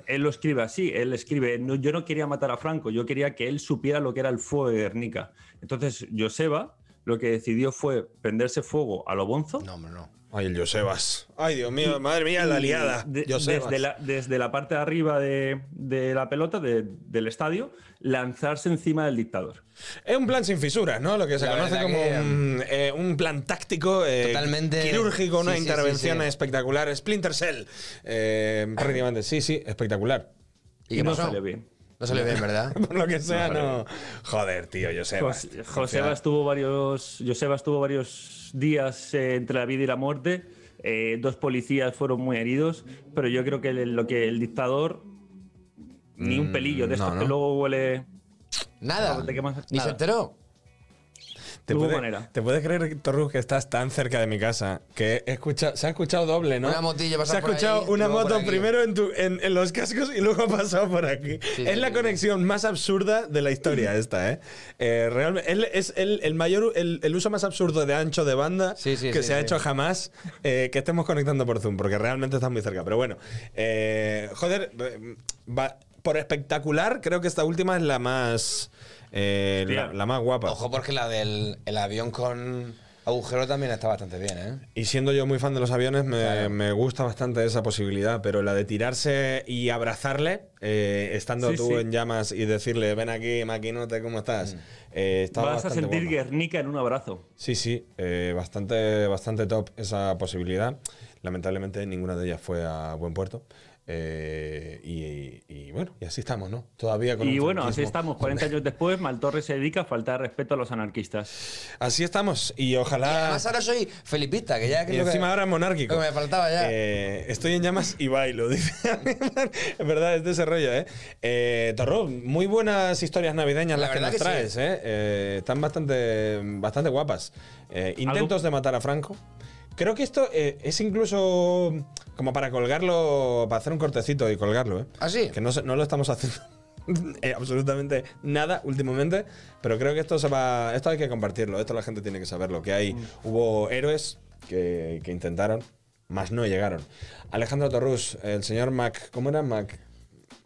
Él lo escribe así, él escribe, "No, yo no quería matar a Franco, yo quería que él supiera lo que era el fuego de Guernica. Entonces, Joseba lo que decidió fue prenderse fuego a lo bonzo. No, hombre, no. Ay, el Josebas. Ay, Dios mío, madre mía, la Y liada. de- Josebas. desde, la, desde la parte de arriba de, de la pelota, de- del estadio, lanzarse encima del dictador. Es un plan sin fisuras, ¿no? Lo que se La conoce verdad como que- un, eh, un plan táctico, eh, um, Totalmente- quirúrgico, una sí, sí, sí, intervención sí. espectacular. Splinter Cell. Eh, prácticamente, sí, sí, espectacular. ¿Y qué pasó? No salió bien, ¿verdad? Por lo que sea, salió no. Joder, tío, Joseba. José, Joseba estuvo varios, Joseba estuvo varios días eh, entre la vida y la muerte. Eh, dos policías fueron muy heridos, pero yo creo que el- lo que el dictador ni un Mm, pelillo de estos no, que no. luego huele. Nada. Te quemas- Ni se nada. enteró. ¿Te, Tuvo puede- manera. ¿Te puedes creer, Torrus, que estás tan cerca de mi casa que he escucha- se ha escuchado doble, ¿no? Una motilla pasa Se ha por escuchado ahí, una luego por moto aquí. primero en, tu- en- en los cascos y luego ha pasado por aquí. Sí, es sí, la sí, conexión más absurda de la historia esta, ¿eh? Eh, realmente, es, es el, el mayor, el, el uso más absurdo de ancho de banda sí, que sí, se ha sí. hecho jamás eh, que estemos conectando por Zoom, porque realmente estás muy cerca. Pero bueno, eh, joder, re- va- por espectacular, creo que esta última es la más, eh, la, Tía. la más guapa. Ojo, porque la del el avión con agujero también está bastante bien, ¿eh? Y siendo yo muy fan de los aviones, me, me gusta bastante esa posibilidad, pero la de tirarse y abrazarle, eh, estando Sí, tú sí. Mm. en llamas y decirle, ven aquí, maquinote, ¿cómo estás? Eh, estaba Vas a bastante sentir guapa. Guernica en un abrazo. Sí, sí, eh, bastante, bastante top esa posibilidad. Lamentablemente ninguna de ellas fue a buen puerto. Eh, y, y- y bueno, y así estamos, ¿no? Todavía con Y un bueno, así franquismo. estamos. 40 años después, Maltorre se dedica a faltar respeto a los anarquistas. Así estamos. Y ojalá. Además, ahora soy felipista, que ya Ah. Y creo que- encima ahora monárquico. lo que me faltaba ya. Eh, estoy en llamas y bailo, dice. es verdad, es de ese rollo, ¿eh? eh Torro, muy buenas historias navideñas La las que verdad nos que sí. traes, ¿eh? Eh, Están bastante, bastante guapas. Eh, intentos de matar a Franco. Creo que esto eh, es incluso como para colgarlo, para hacer un cortecito y colgarlo, ¿eh? ¿Ah, sí? Que no, se- no lo estamos haciendo. eh, absolutamente nada últimamente, pero creo que esto se va, esto hay que compartirlo, esto la gente tiene que saberlo, que Mm. hay, hubo héroes que, que intentaron, más no llegaron. Alejandro Torrus, el señor Mac, ¿cómo era Mac?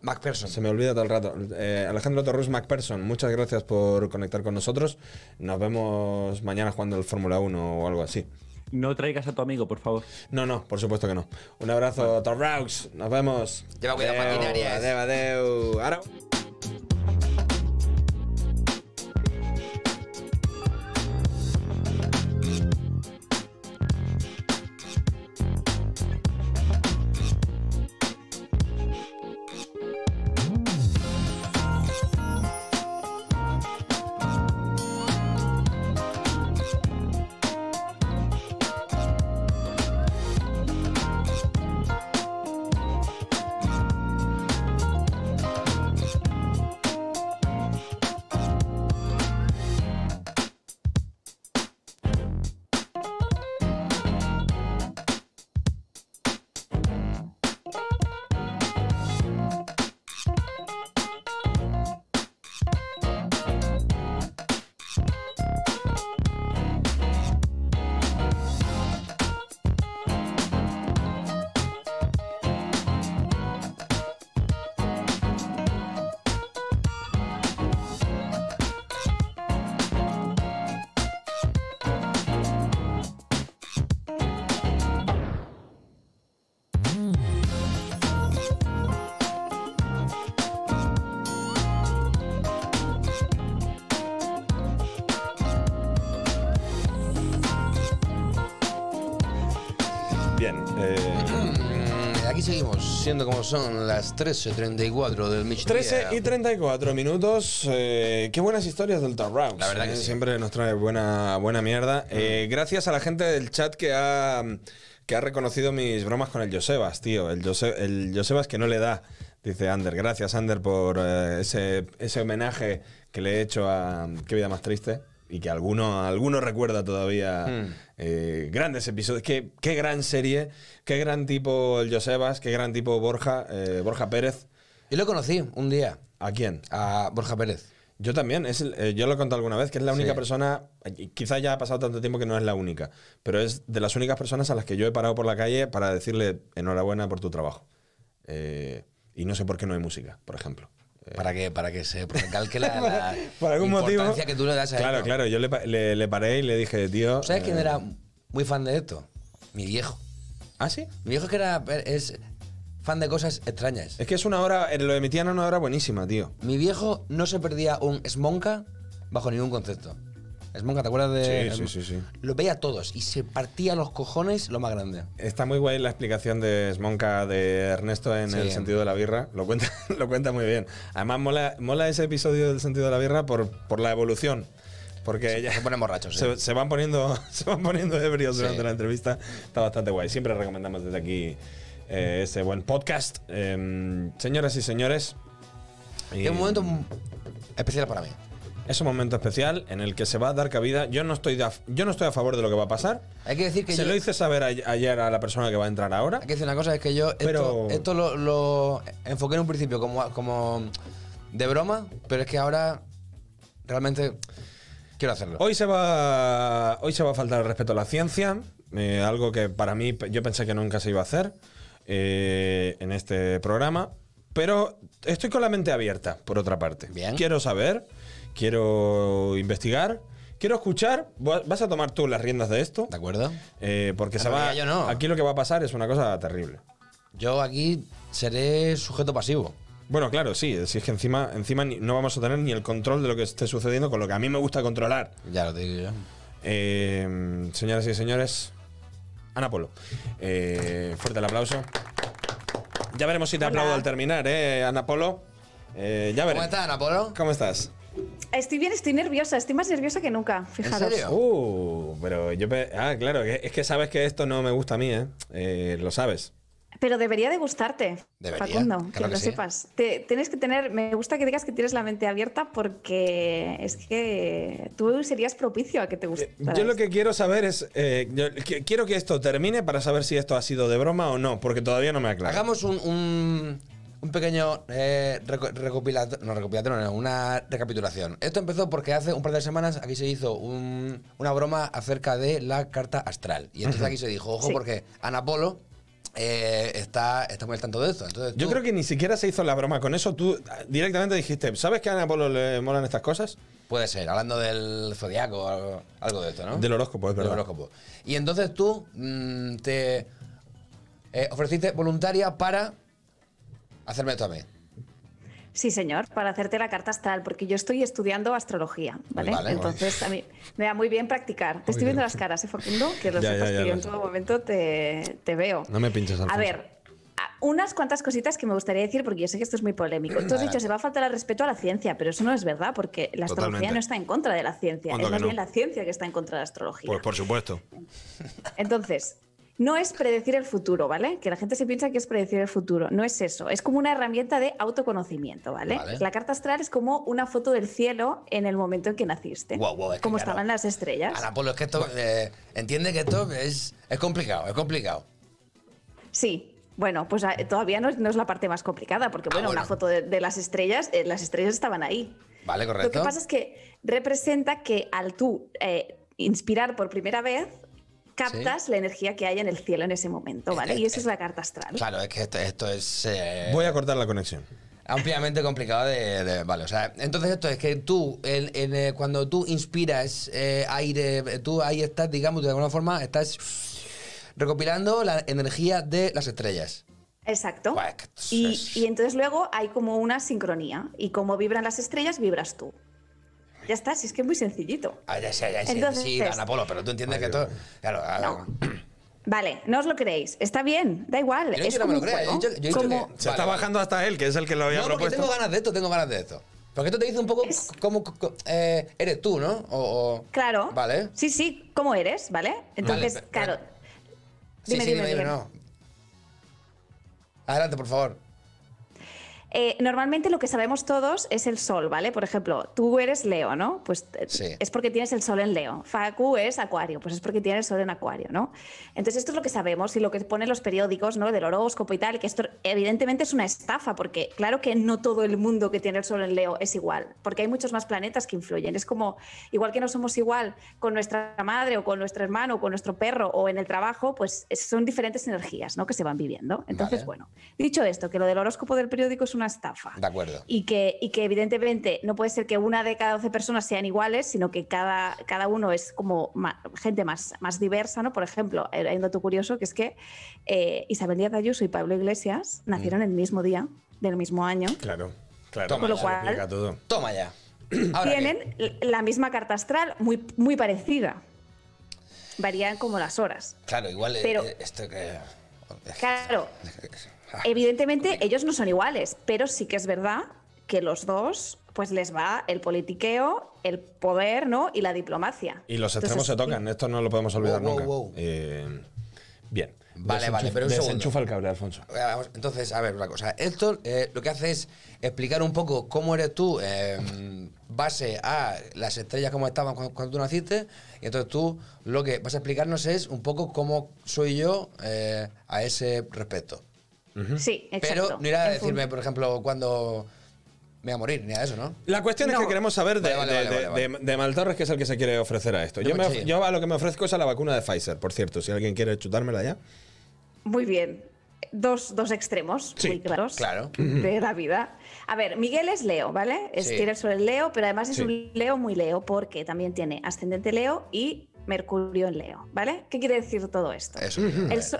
MacPherson. Se me olvida todo el rato. Eh, Alejandro Torrus MacPherson, muchas gracias por conectar con nosotros. Nos vemos mañana jugando el Fórmula 1 o algo así. No traigas a tu amigo, por favor. No, no, por supuesto que no. Un abrazo, Torraux. Nos vemos. Lleva cuidado, Adeu, maquinarias. Adeu, adeu. Ahora- Bien. Mm, Aquí seguimos, siendo como son las 13.34 del Michi. 13 y 34 minutos. eh, qué buenas historias del Tarrouse. La verdad que sí. Mm. Siempre nos trae buena, buena mierda. Eh, gracias a la gente del chat que ha, que ha reconocido mis bromas con el Josebas, tío. El, Jose- el Josebas que no le da, dice Ander. Gracias, Ander, por eh, ese, ese homenaje que le he hecho a Qué vida más triste. y que alguno, alguno recuerda todavía Mm. eh, grandes episodios. Qué, qué gran serie, qué gran tipo el Josebas, qué gran tipo Borja, eh, Borja Pérez. Yo lo conocí un día. ¿A quién? A Borja Pérez. Yo también, es, el- eh, yo lo he contado alguna vez, que es la única persona, y quizá ya ha pasado tanto tiempo que no es la única, pero es de las únicas personas a las que yo he parado por la calle para decirle enhorabuena por tu trabajo. Eh, y no sé por qué no hay música, por ejemplo. Para que, para que se recalque la, la por algún motivo. importancia que tú le das a claro, esto. claro. Yo le, pa- le- le paré y le dije, tío. ¿Sabes quién eh, era muy fan de esto? Mi viejo. ¿Ah, sí? Mi viejo que era es fan de cosas extrañas. Es que es una hora, eh, lo emitían a una hora buenísima, tío. Mi viejo no se perdía un Smonka bajo ningún concepto. Smonka, ¿te acuerdas de...? Sí, sí, sí, sí. Lo veía a todos y se partía los cojones lo más grande. Está muy guay la explicación de Smonka de Ernesto en Sí. el sentido de la birra. Lo cuenta, lo cuenta muy bien. Además, mola, mola ese episodio del sentido de la birra por, por la evolución. Porque ya- se ponen borrachos. Se, sí. van poniendo, se van poniendo ebrios Sí. durante la entrevista. Está bastante guay. Siempre recomendamos desde aquí eh, ese buen podcast. Em, señoras y señores. Es un momento especial para mí. Es un momento especial en el que se va a dar cabida. Yo no estoy, de a- yo no estoy a favor de lo que va a pasar. Hay que decir que se yo- lo hice saber a- ayer a la persona que va a entrar ahora. Hay que decir una cosa, es que yo esto, Pero- esto lo, lo enfoqué en un principio como, como de broma, pero es que ahora realmente quiero hacerlo. Hoy se va, hoy se va a faltar el respeto a la ciencia, eh, algo que para mí pe- yo pensé que nunca se iba a hacer eh, en este programa, pero estoy con la mente abierta por otra parte. Quiero saber, quiero investigar. Quiero escuchar, Va- vas a tomar tú las riendas de esto. ¿De acuerdo? porque Ah, se va. porque yo no. Aquí lo que va a pasar es una cosa terrible. Yo aquí seré sujeto pasivo. Bueno, claro, sí. Si es que encima, encima ni- no vamos a tener ni el control de lo que esté sucediendo con lo que a mí me gusta controlar. Ya lo digo yo. Eh, señoras y señores, Ana Polo. Eh, fuerte el aplauso. Ya veremos si te aplaudo al terminar, ¿eh, Ana Polo? Eh, ya veremos. estás, Ana Polo? ¿Cómo estás? Estoy bien, estoy nerviosa, estoy más nerviosa que nunca, fijaros. Uh, pero yo. pe- Ah, claro, que- es que sabes que esto no me gusta a mí, ¿eh? Eh, lo sabes. Pero debería de gustarte, Debería, Facundo, claro que, que lo sí. sepas. Te- tienes que tener, me gusta que digas que tienes la mente abierta porque es que tú serías propicio a que te guste. Eh, Yo lo que quiero saber es. eh, yo qui- quiero que esto termine para saber si esto ha sido de broma o no, porque todavía no me aclaro. Hagamos un, un, un pequeño eh, reco- recopilatorio, no recopilatorio, no, una recapitulación. Esto empezó porque hace un par de semanas aquí se hizo un- una broma acerca de la carta astral. Y entonces Ujú. aquí se dijo, ojo, Sí. porque Ana Polo eh, está, está muy al tanto de esto. Entonces Yo tú- creo que ni siquiera se hizo la broma. Con eso tú ah, directamente dijiste, ¿sabes que a Ana Polo le molan estas cosas? Puede ser, hablando del zodiaco o algo, algo de esto, ¿no? Del horóscopo, es Del verdad. horóscopo. Y entonces tú mm, te eh, ofreciste voluntaria para hacerme esto a mí. Sí, señor, para hacerte la carta astral, porque yo estoy estudiando astrología, ¿vale? vale, Entonces, a mí me da muy bien practicar. Te estoy viendo las caras, ¿eh, Facundo? Que lo Ya, ya, sepas ya que lo yo en sé. todo momento te, te veo. No me pinches, Alfonso. A ver, a- unas cuantas cositas que me gustaría decir, porque yo sé que esto es muy polémico. Tú has dicho, Adelante. se va a faltar al respeto a la ciencia, pero eso no es verdad, porque la astrología Totalmente. no está en contra de la ciencia, Anda es que más no. bien la ciencia que está en contra de la astrología. Pues por supuesto. Entonces, no es predecir el futuro, ¿vale? Que la gente se piensa que es predecir el futuro. No es eso. Es como una herramienta de autoconocimiento, ¿vale? Vale. La carta astral es como una foto del cielo en el momento en que naciste. Guau, guau, es que como claro. estaban las estrellas. Ana Polo, es que esto, eh, entiende que esto es, es complicado, es complicado. Sí. Bueno, pues eh, todavía no es, no es la parte más complicada, porque bueno, Ah, bueno. una foto de, de las estrellas, eh, las estrellas estaban ahí. Vale, correcto. Lo que pasa es que representa que al tú eh, inspirar por primera vez, captas la energía que hay en el cielo en ese momento, ¿vale? Y esa es la carta astral. Claro, es que esto, esto es eh, Voy a cortar la conexión. ampliamente complicado de, de- Vale, o sea, entonces esto es que tú, en- en, eh, cuando tú inspiras eh, aire, eh, tú ahí estás, digamos, de alguna forma, estás recopilando la energía de las estrellas. Pues, Exacto. Y, y entonces luego hay como una sincronía. Y como vibran las estrellas, vibras tú. Ya está, si es que es muy sencillito. Ah, ya sé, ya sé, Entonces, sí, Ana Polo, pero tú entiendes que esto... Claro, ah, claro. Vale, no os lo creéis. Está bien, da igual. Yo no es quiero que como me un lo crea, yo he juego. dicho- yo he dicho Como- que- Se Vale, está vale. bajando hasta él, que es el que lo había No, porque propuesto. tengo ganas de esto, tengo ganas de esto. Porque esto te dice un poco cómo cómo- eh, eres tú, ¿no? O, o- Claro. Vale. Sí, sí, ¿cómo eres? ¿Vale? Entonces, Vale, pero- claro. Sí, Dime, sí, dime, dime, dime, dime. no. Adelante, por favor. eh, normalmente lo que sabemos todos es el sol, ¿vale? Por ejemplo, tú eres Leo, ¿no? Pues eh, Sí. es porque tienes el sol en Leo. Facu es Acuario, pues es porque tiene el sol en Acuario, ¿no? Entonces esto es lo que sabemos y lo que ponen los periódicos, ¿no? Del horóscopo y tal, que esto evidentemente es una estafa, porque claro que no todo el mundo que tiene el sol en Leo es igual, porque hay muchos más planetas que influyen. Es como, igual que no somos igual con nuestra madre o con nuestro hermano o con nuestro perro o en el trabajo, pues es- son diferentes energías, ¿no? Que se van viviendo. Entonces, Vale. bueno, dicho esto, que lo del horóscopo del periódico es una estafa De acuerdo. y que, y que evidentemente no puede ser que una de cada 12 personas sean iguales, sino que cada, cada uno es como ma- gente más, más diversa, ¿no? Por ejemplo, hay un dato curioso que es que eh, Isabel Díaz Ayuso y Pablo Iglesias nacieron el mismo día del mismo año. Claro, claro. Toma Con lo ya, cual- explica todo. Toma ya. Tienen l- la misma carta astral, muy, muy parecida. Varían como las horas. Claro, igual eh, Pero- eh, ah, esto que. Claro, evidentemente ellos no son iguales, pero sí que es verdad que los dos pues les va el politiqueo, el poder, ¿no? Y la diplomacia. Y los Entonces, extremos se tocan, ¿eh? esto no lo podemos olvidar nunca. Eh, bien. Vale, vale, pero un segundo. Desenchufa el cable, Alfonso. Eh, vamos, Entonces, a ver, una cosa. Esto eh, lo que hace es explicar un poco cómo eres tú eh, base a las estrellas como estaban cuando, cuando tú naciste. Y entonces tú lo que vas a explicarnos es un poco cómo soy yo eh, a ese respecto. Sí, eh, exacto. Pero no irá a En decirme, por ejemplo, cuándo me voy a morir, ni a eso, ¿no? La cuestión es que queremos saber de, Vale, de- vale, de- vale, de- de Maltorres, que es el que se quiere ofrecer a esto. Yo, me- Sí. yo a lo que me ofrezco es a la vacuna de Pfizer, por cierto, si alguien quiere chutármela ya. Muy bien. Dos, dos extremos Sí, muy claros claro. de la vida. A ver, Miguel es Leo, ¿vale? Es, Sí. Tiene el sol en Leo, pero además es Sí. un Leo muy Leo porque también tiene ascendente Leo y Mercurio en Leo, ¿vale? ¿Qué quiere decir todo esto? Eso. El, so-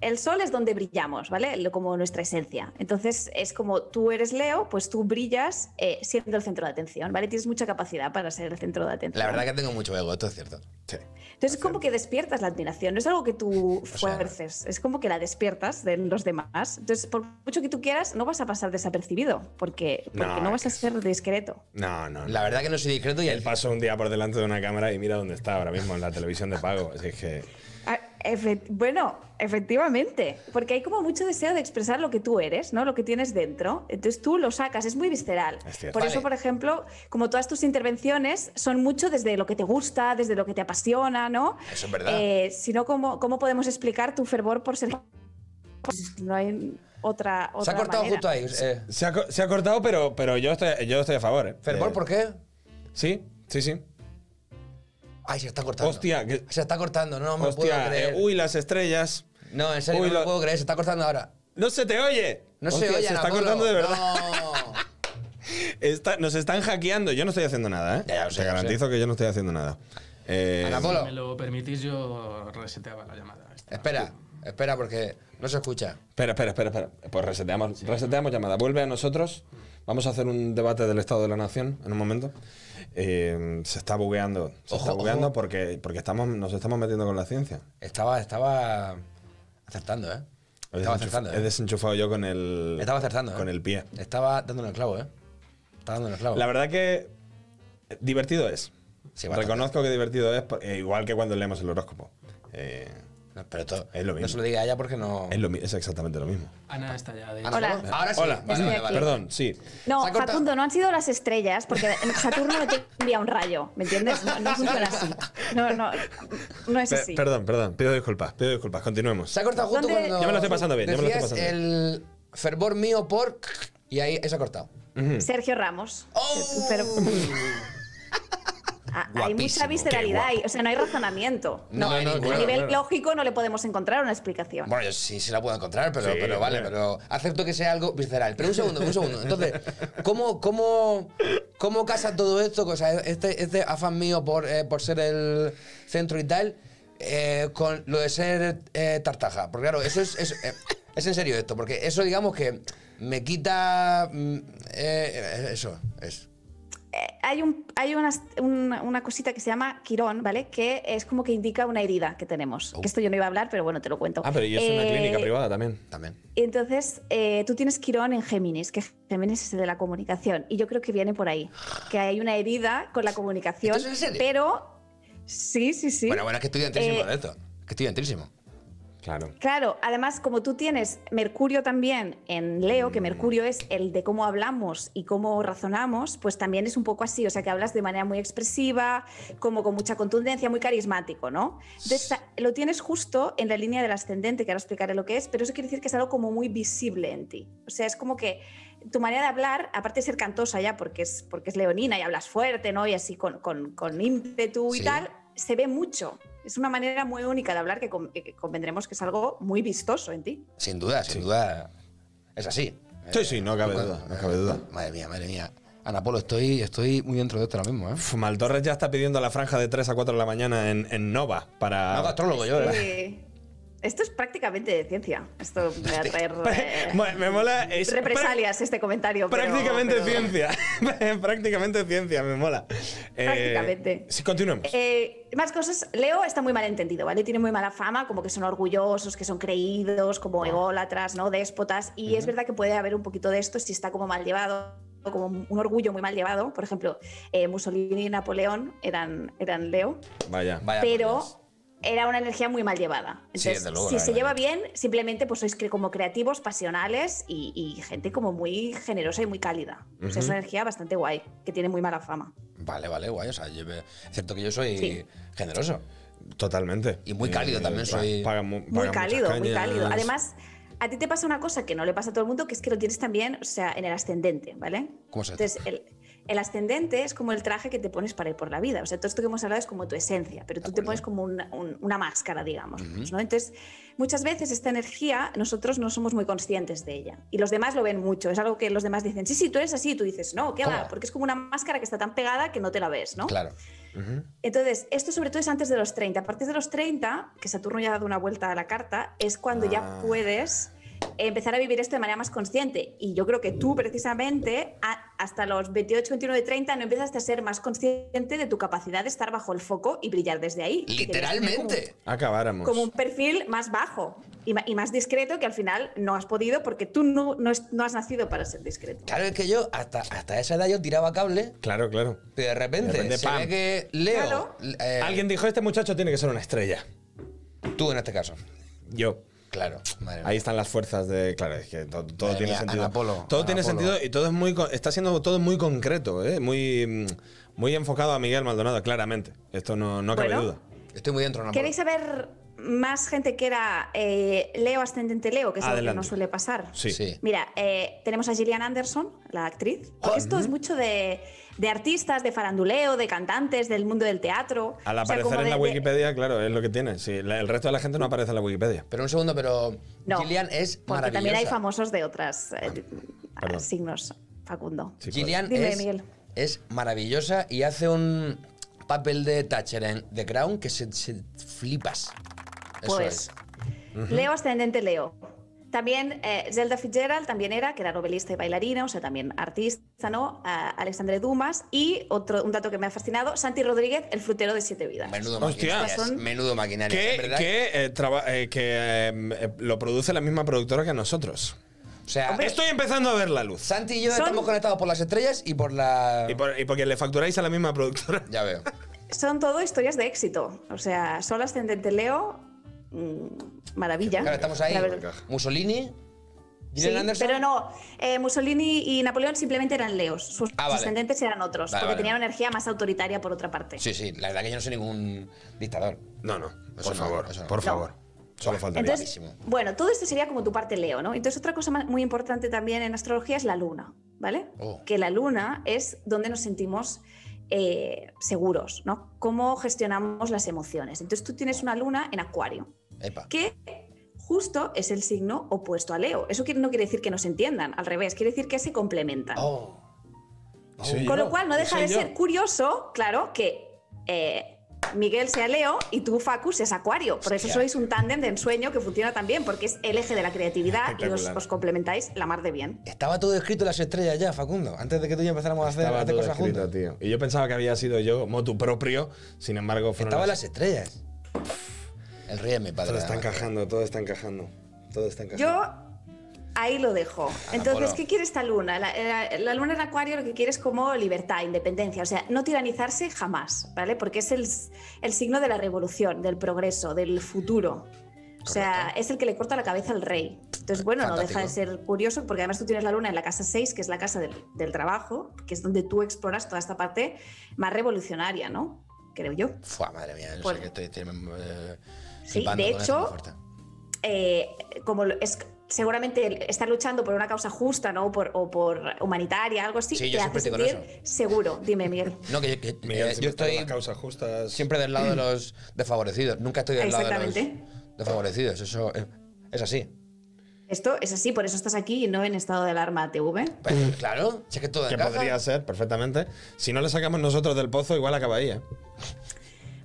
el sol es donde brillamos, ¿vale? Lo- Como nuestra esencia. Entonces, es como tú eres Leo, pues tú brillas eh, siendo el centro de atención, ¿vale? Tienes mucha capacidad para ser el centro de atención. La verdad que tengo mucho ego, esto es cierto. Entonces, es como que despiertas la admiración, no es algo que tú fuerces, es como que la despiertas de los demás. Entonces, por mucho que tú quieras, no vas a pasar desapercibido, porque, No, porque no, vas a ser discreto. No, no, La verdad que no soy discreto y él pasó un día por delante de una cámara y mira dónde está ahora mismo en la televisión de pago. Así que Ah, efe- bueno, efectivamente, porque hay como mucho deseo de expresar lo que tú eres, ¿no? Lo que tienes dentro. Entonces tú lo sacas, es muy visceral. Es cierto. por eso, Vale. por ejemplo, como todas tus intervenciones son mucho desde lo que te gusta, desde lo que te apasiona, ¿no? Eso es verdad. Eh, sino cómo, cómo podemos explicar tu fervor por ser pues, no hay otra, otra manera. eh, Se, se ha, co- se ha cortado, pero, pero yo, estoy, yo estoy a favor. ¿eh? ¿Fervor Eh, por qué? Sí, sí, sí. Ay, se está cortando. Hostia, que- Se está cortando, no me Hostia, puedo creer. eh, uy, las estrellas. no, en serio, uy, no me lo- puedo creer, se está cortando ahora. ¡No se te oye! No Hostia, se oye, Se está Ana Polo. cortando de verdad. No. Está- nos están hackeando. Yo no estoy haciendo nada, ¿eh? Te garantizo que yo no estoy haciendo nada. Eh, Si me lo permitís, yo reseteaba la llamada. Espera, espera, porque no se escucha. Espera, espera, espera, espera. Pues reseteamos, reseteamos llamada. Vuelve a nosotros. Vamos a hacer un debate del Estado de la Nación en un momento. Eh, se está bugueando. Se está bugueando porque, porque estamos, nos estamos metiendo con la ciencia. Estaba, estaba acertando, ¿eh? He desenchuf- Estaba acertando, He ¿eh? desenchufado yo con el. Estaba acertando, ¿eh? Con el pie. Estaba dando el clavo, ¿eh? Estaba dando el clavo. La verdad que eh, divertido es. bastante. Reconozco que divertido es, por- eh, igual que cuando leemos el horóscopo. Eh, pero es lo mismo. no se lo diga a ella porque no. Es, lo mi- es exactamente lo mismo. Ana está ya de Ana, Hola. ¿no? Ahora sí, Hola, estoy vale, aquí. perdón, sí. No, Se ha cortado. Facundo, no han sido las estrellas, porque Saturno no te envía un rayo, ¿me entiendes? No, no funciona así. No, no, no es Pe- así. Perdón, perdón, pido disculpas, pido disculpas, continuemos. Se ha cortado justo ¿Dónde- cuando. Ya me lo estoy pasando bien, ya me lo estoy decías pasando el fervor mío por. Y ahí eso ha cortado. ¡Oh! Ujú. Sergio Ramos. Pero- Ah, hay Guapísimo, mucha qué visceralidad, guapo. ahí, o sea, no hay razonamiento. No, eh, no, no, a claro, nivel claro. lógico no le podemos encontrar una explicación. Bueno, yo sí, sí la puedo encontrar, pero, Sí, pero vale, hombre. pero acepto que sea algo visceral. Pero un segundo, un segundo. Entonces, ¿cómo, cómo, cómo casa todo esto? O sea, este, este afán mío por, eh, por ser el centro y tal, eh, con lo de ser eh, tartaja. Porque claro, eso es, es, eh, es en serio esto, porque eso digamos que me quita... mm, eh, eso, es. Eh, hay un, hay una, una- una cosita que se llama quirón, ¿vale? Que es como que indica una herida que tenemos. Que esto yo no iba a hablar, pero bueno, te lo cuento. Oh. Ah, pero y es una Eh, clínica privada también. También. Entonces, eh, tú tienes Quirón en Géminis, que Géminis es el de la comunicación, y yo creo que viene por ahí, que hay una herida con la comunicación, ¿Esto es en serio? pero sí, sí, sí. Bueno, bueno, es que estoy dentrísimo Eh, de esto. Que estoy dentrísimo. Claro. Claro, además como tú tienes Mercurio también en Leo, que Mercurio es el de cómo hablamos y cómo razonamos, pues también es un poco así, o sea que hablas de manera muy expresiva, como con mucha contundencia, muy carismático, ¿no? Entonces a- lo tienes justo en la línea del ascendente, que ahora explicaré lo que es, pero eso quiere decir que es algo como muy visible en ti. O sea, es como que tu manera de hablar, aparte de ser cantosa ya, porque es, porque es leonina y hablas fuerte, ¿no? Y así con, con, con ímpetu y Sí. tal, se ve mucho. Es una manera muy única de hablar que, con- que convendremos que es algo muy vistoso en ti. Sin duda, sin duda. Es así. Sí, sí, no cabe duda, no cabe duda. Madre mía, madre mía. Ana Polo, estoy, estoy muy dentro de esto ahora mismo, ¿eh? Uf, Maltorres ya está pidiendo la franja de 3 a 4 de la mañana en, en Nova para. No, astrólogo yo, Ah. ¿verdad? Sí. Esto es prácticamente de ciencia. Esto me va a traer eh, Bueno, Me mola. Es represalias este comentario. pero- prácticamente pero- ciencia. prácticamente ciencia, me mola. Eh, Prácticamente. sí, continuemos. Eh, más cosas. Leo está muy mal entendido, ¿vale? Tiene muy mala fama, como que son orgullosos, que son creídos, como ególatras, ¿no? Déspotas. Y es verdad que puede haber un poquito de esto si está como mal llevado como un orgullo muy mal llevado, por ejemplo, eh, Mussolini y Napoleón eran, eran Leo, Ah, Vaya. pero era una energía muy mal llevada. Sí, Entonces, desde luego, si la se verdad. lleva bien, simplemente pues sois cre- como creativos, pasionales y, y gente como muy generosa y muy cálida. O sea, Ujú. es una energía bastante guay, que tiene muy mala fama. Vale, vale, guay. O sea, yo, eh, es cierto que yo soy Sí. generoso. Totalmente. Eh, Y muy cálido también soy. Muy cálido, muy cálido. Además, a ti te pasa una cosa que no le pasa a todo el mundo, que es que lo tienes también, o sea, en el ascendente, ¿vale? ¿Cómo se Entonces, el, el ascendente es como el traje que te pones para ir por la vida. O sea, todo esto que hemos hablado es como tu esencia, pero tú te pones como una, un- una máscara, digamos. Ujú. pues, ¿no? Entonces, muchas veces esta energía nosotros no somos muy conscientes de ella. Y los demás lo ven mucho. Es algo que los demás dicen, sí, sí, tú eres así. Y tú dices, no, ¿qué va? ¿Cómo? Porque es como una máscara que está tan pegada que no te la ves, ¿no? Claro. Entonces, esto sobre todo es antes de los 30. A partir de los 30, que Saturno ya ha dado una vuelta a la carta, es cuando Ah. ya puedes empezar a vivir esto de manera más consciente. Y yo creo que tú, precisamente, a- hasta los 28, 29, 30, no empezaste a ser más consciente de tu capacidad de estar bajo el foco y brillar desde ahí. Que tenías como un- Acabáramos. Como un perfil más bajo y, ma- y más discreto que al final no has podido porque tú no, no es- no has nacido para ser discreto. Claro, es que yo hasta, hasta esa edad yo tiraba cable Claro, claro. y de repente, De repente, se pam. ve que Leo... Claro. Eh. Alguien dijo: Este muchacho tiene que ser una estrella. Tú en este caso. Yo. Claro, madre mía. Ahí están las fuerzas de. Claro, es que to- todo, Madre tiene mía, sentido. Ana Polo, todo Ana tiene Polo. sentido y todo es muy. con- Está siendo todo muy concreto, ¿eh? muy, mm, muy enfocado a Miguel Maldonado, claramente. Esto no, no cabe Bueno. duda. Estoy muy dentro, ¿Queréis saber más gente que era eh, Leo ascendente Leo, que es algo que Adelante. no suele pasar? Sí. Mira, eh, tenemos a Gillian Anderson, la actriz. Ah, porque esto es mucho de, de artistas, de faranduleo, de cantantes, del mundo del teatro. Al O sea, aparecer como en de- la de- Wikipedia, claro, es lo que tiene. Sí, la- el resto de la gente no aparece en la Wikipedia. Pero un segundo, pero No, Gillian es porque también hay maravillosa. famosos de otros signos, Facundo. Gillian Dime, es, Miguel. es maravillosa y hace un papel de Thatcher en The Crown que se, se flipas. Eso es. Pues, Ujú. Leo ascendente Leo. También eh, Zelda Fitzgerald también era, que era novelista y bailarina, o sea, también artista, ¿no? A- Alexandre Dumas y otro, un dato que me ha fascinado, Santi Rodríguez, el frutero de siete vidas. Menudo Hostia. maquinaria. es, Son- Menudo maquinaria. es Que, verdad que, eh, traba- eh, que, eh, eh, lo produce la misma productora que nosotros. O sea, estoy empezando a ver la luz. Santi y yo Son- estamos conectados por las estrellas y por la. Y, por- y porque le facturáis a la misma productora. Ya veo. Son todo historias de éxito, o sea, solo ascendente Leo, mm, maravilla. Claro, estamos ahí. La verdad. Mussolini, Gillian Sí, Anderson. Pero no, eh, Mussolini y Napoleón simplemente eran leos, sus Ah, vale. ascendentes eran otros, Vale, porque vale. tenían una energía más autoritaria por otra parte. Sí, sí, la verdad que yo no soy ningún dictador. No, no. por favor, por favor. Solo faltaría. Entonces, bueno, todo esto sería como tu parte Leo, ¿no? Entonces, otra cosa ma- muy importante también en astrología es la luna, ¿vale? Oh. Que la luna es donde nos sentimos eh, seguros, ¿no? Cómo gestionamos las emociones. Entonces, tú tienes una luna en Acuario, Epa. que justo es el signo opuesto a Leo. Eso quiere- no quiere decir que nos entiendan, al revés, quiere decir que se complementan. Oh. Soy Con yo, lo cual, no Ah, yo deja soy de yo. ser curioso, claro, que eh, Miguel sea Leo y tú, Facu, seas Acuario. Por eso Hostia. sois un tándem de ensueño que funciona también, porque es el eje de la creatividad y os, Espectacular. os complementáis la mar de bien. Estaba todo escrito en las estrellas ya, Facundo, antes de que tú y yo empezáramos a hacer, Estaba hacer todo cosas escrito, juntos. tío. Y yo pensaba que había sido yo, motu propio. Sin embargo, fueron Estaba en las estrellas. El rey es mi padre. Todo está además. encajando, todo está encajando. Todo está encajando. Yo ahí lo dejo. Entonces, Polo. ¿qué quiere esta luna? La, eh, la- la luna en Acuario lo que quiere es como libertad, independencia, o sea, no tiranizarse jamás, ¿vale? Porque es el, el signo de la revolución, del progreso, del futuro. O sea, es el que le corta la cabeza al rey. Entonces, bueno, Fantástico. no deja de ser curioso, porque además tú tienes la luna en la casa 6, que es la casa del, del trabajo, que es donde tú exploras toda esta parte más revolucionaria, ¿no? Creo yo. Fua, madre mía, yo Pues- sé que estoy. estoy, eh, Sí, flipando de con esto muy hecho, fuerte. eh, como lo- es, seguramente está luchando por una causa justa, ¿no? Por, o por humanitaria, algo así. Sí, yo te siempre hace estoy con sentir seguro. Dime, Miguel. No, que, que- Miguel, eh, siempre yo está con estoy las causas justas. siempre del lado de los desfavorecidos. Nunca estoy del lado de los Exactamente. desfavorecidos. Eso eh, es así. Esto es así, por eso estás aquí y no en estado de alarma TV. Pues, claro, si es que todo Que encaja. podría ser perfectamente. Si no le sacamos nosotros del pozo, igual acaba ahí, ¿eh?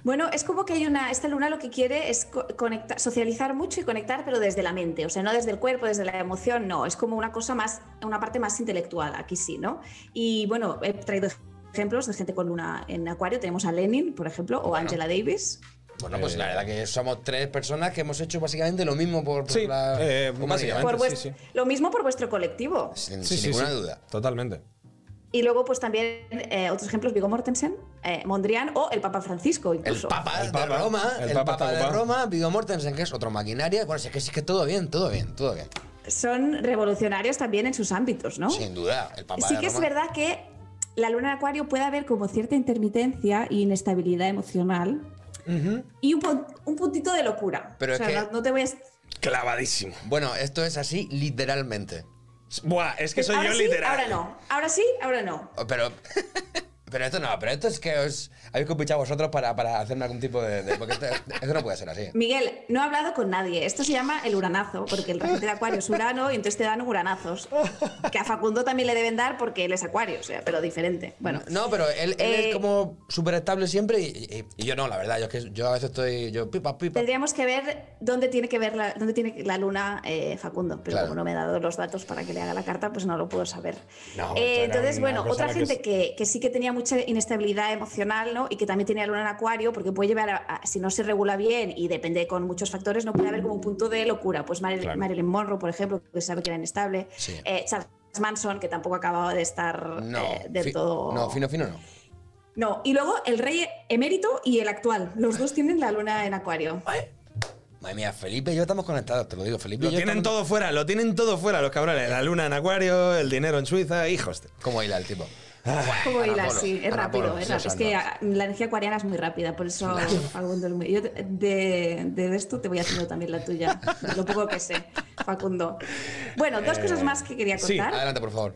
Bueno, es como que hay una. Esta luna lo que quiere es co- conectar, socializar mucho y conectar, pero desde la mente. O sea, no desde el cuerpo, desde la emoción, no. Es como una cosa más, una parte más intelectual, aquí sí, ¿no? Y bueno, he traído ejemplos de gente con luna en acuario. Tenemos a Lenin, por ejemplo, o Angela Davis. Bueno, pues la verdad que somos tres personas que hemos hecho básicamente lo mismo por, por la humanidad. Por vuest- Lo mismo por vuestro colectivo. Sin, sin ninguna duda. Totalmente. Y luego, pues también eh, otros ejemplos, Vigo Mortensen, eh, Mondrian o el Papa Francisco incluso. Papa de Roma, el, Papa, de Roma, Vigo Mortensen, que es otro maquinaria. Bueno, si es que, si es que todo bien, todo bien, todo bien. Son revolucionarios también en sus ámbitos, ¿no? Sin duda, el Papa Oh. sí de que es Roma. verdad que la luna en acuario puede haber como cierta intermitencia e inestabilidad emocional y un, pun- un puntito de locura. Pero O es sea, que- no, no te voy a... Clavadísimo. Bueno, esto es así literalmente. Buah, es que soy ahora yo sí, literal. Ahora no. Ahora sí, ahora no. Oh, Pero. Pero esto no, pero esto es que os habéis compichado vosotros para, para hacerme algún tipo de. de- porque esto, esto no puede ser así. Miguel, no he hablado con nadie. Esto se llama el uranazo, porque el regente de acuario es urano y entonces te dan uranazos. Que a Facundo también le deben dar porque él es acuario, o sea, pero diferente. Bueno, No, pero él, él Eh, es como súper estable siempre y, y- y yo no, la verdad. Yo, es que yo a veces estoy. Yo pipa, pipa. tendríamos que ver dónde tiene que ver la, dónde tiene la luna eh, Facundo, pero Claro. como no me ha dado los datos para que le haga la carta, pues no lo puedo saber. No, Eh, esto era entonces, una bueno, cosa otra que gente es- que, que sí que tenía mucha inestabilidad emocional, ¿no? Y que también tenía luna en acuario, porque puede llevar, a, a- si no se regula bien y depende con muchos factores, no puede haber como un punto de locura. Pues Maril- Claro. Marilyn Monroe, por ejemplo, que se sabe que era inestable. Sí. Eh, Charles Manson, que tampoco acababa de estar No, eh, del fi- todo. no, fino, fino no. No, y luego el rey emérito y el actual. Los dos tienen la luna en acuario. Madre mía, Felipe y yo estamos conectados, te lo digo, Felipe. Lo y yo tienen estamos- todo fuera, lo tienen todo fuera los cabrones. La luna en acuario, el dinero en Suiza, hijos. ¿Cómo hila el tipo? Como Ana hila, Polo, sí, es Ana rápido, Polo, es sí, rápido. Sandra. Es que ah, la energía acuariana es muy rápida, por eso Facundo es muy- Yo te- de, de esto te voy haciendo también la tuya, de lo poco que sé, Facundo. Bueno, dos Eh, cosas más que quería Sí, contar. adelante, por favor.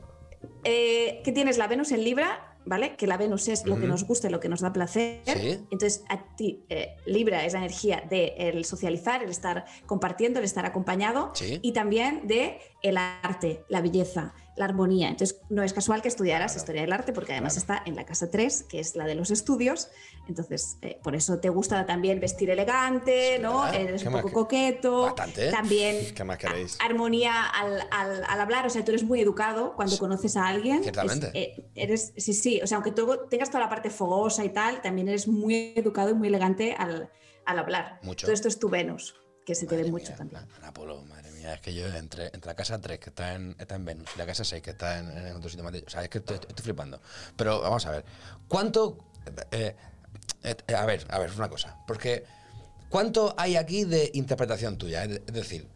Eh, que tienes la Venus en Libra, ¿vale? Que la Venus es lo que Ujú. nos gusta y lo que nos da placer. Sí. Entonces, a ti, eh, Libra es la energía de el socializar, el estar compartiendo, el estar acompañado Sí. y también de el arte, la belleza, la armonía. Entonces, no es casual que estudiaras historia del arte porque además está en la casa 3, que es la de los estudios. Entonces, eh, por eso te gusta también vestir elegante, ¿no? ¿verdad? Eres ¿Qué un más poco que- coqueto. ¿eh? Bastante. También ¿Qué más queréis? armonía al, al- al hablar, o sea, tú eres muy educado cuando conoces a alguien. Ciertamente. Es- eh, eres, sí, sí, o sea, aunque tú tengas toda la parte fogosa y tal, también eres muy educado y muy elegante al, al hablar. Mucho. Todo esto es tu Venus, que se te ve mucho también. Ana Polo, madre mía, es que yo entre, entre la casa 3, que está en, está en Venus, y la casa 6, que está en, en otro sitio más. de- O sea, es que estoy, estoy flipando. Pero vamos a ver, ¿cuánto. eh, eh, eh, a ver, a ver, una cosa. Porque, ¿cuánto hay aquí de interpretación tuya? Es de- es decir,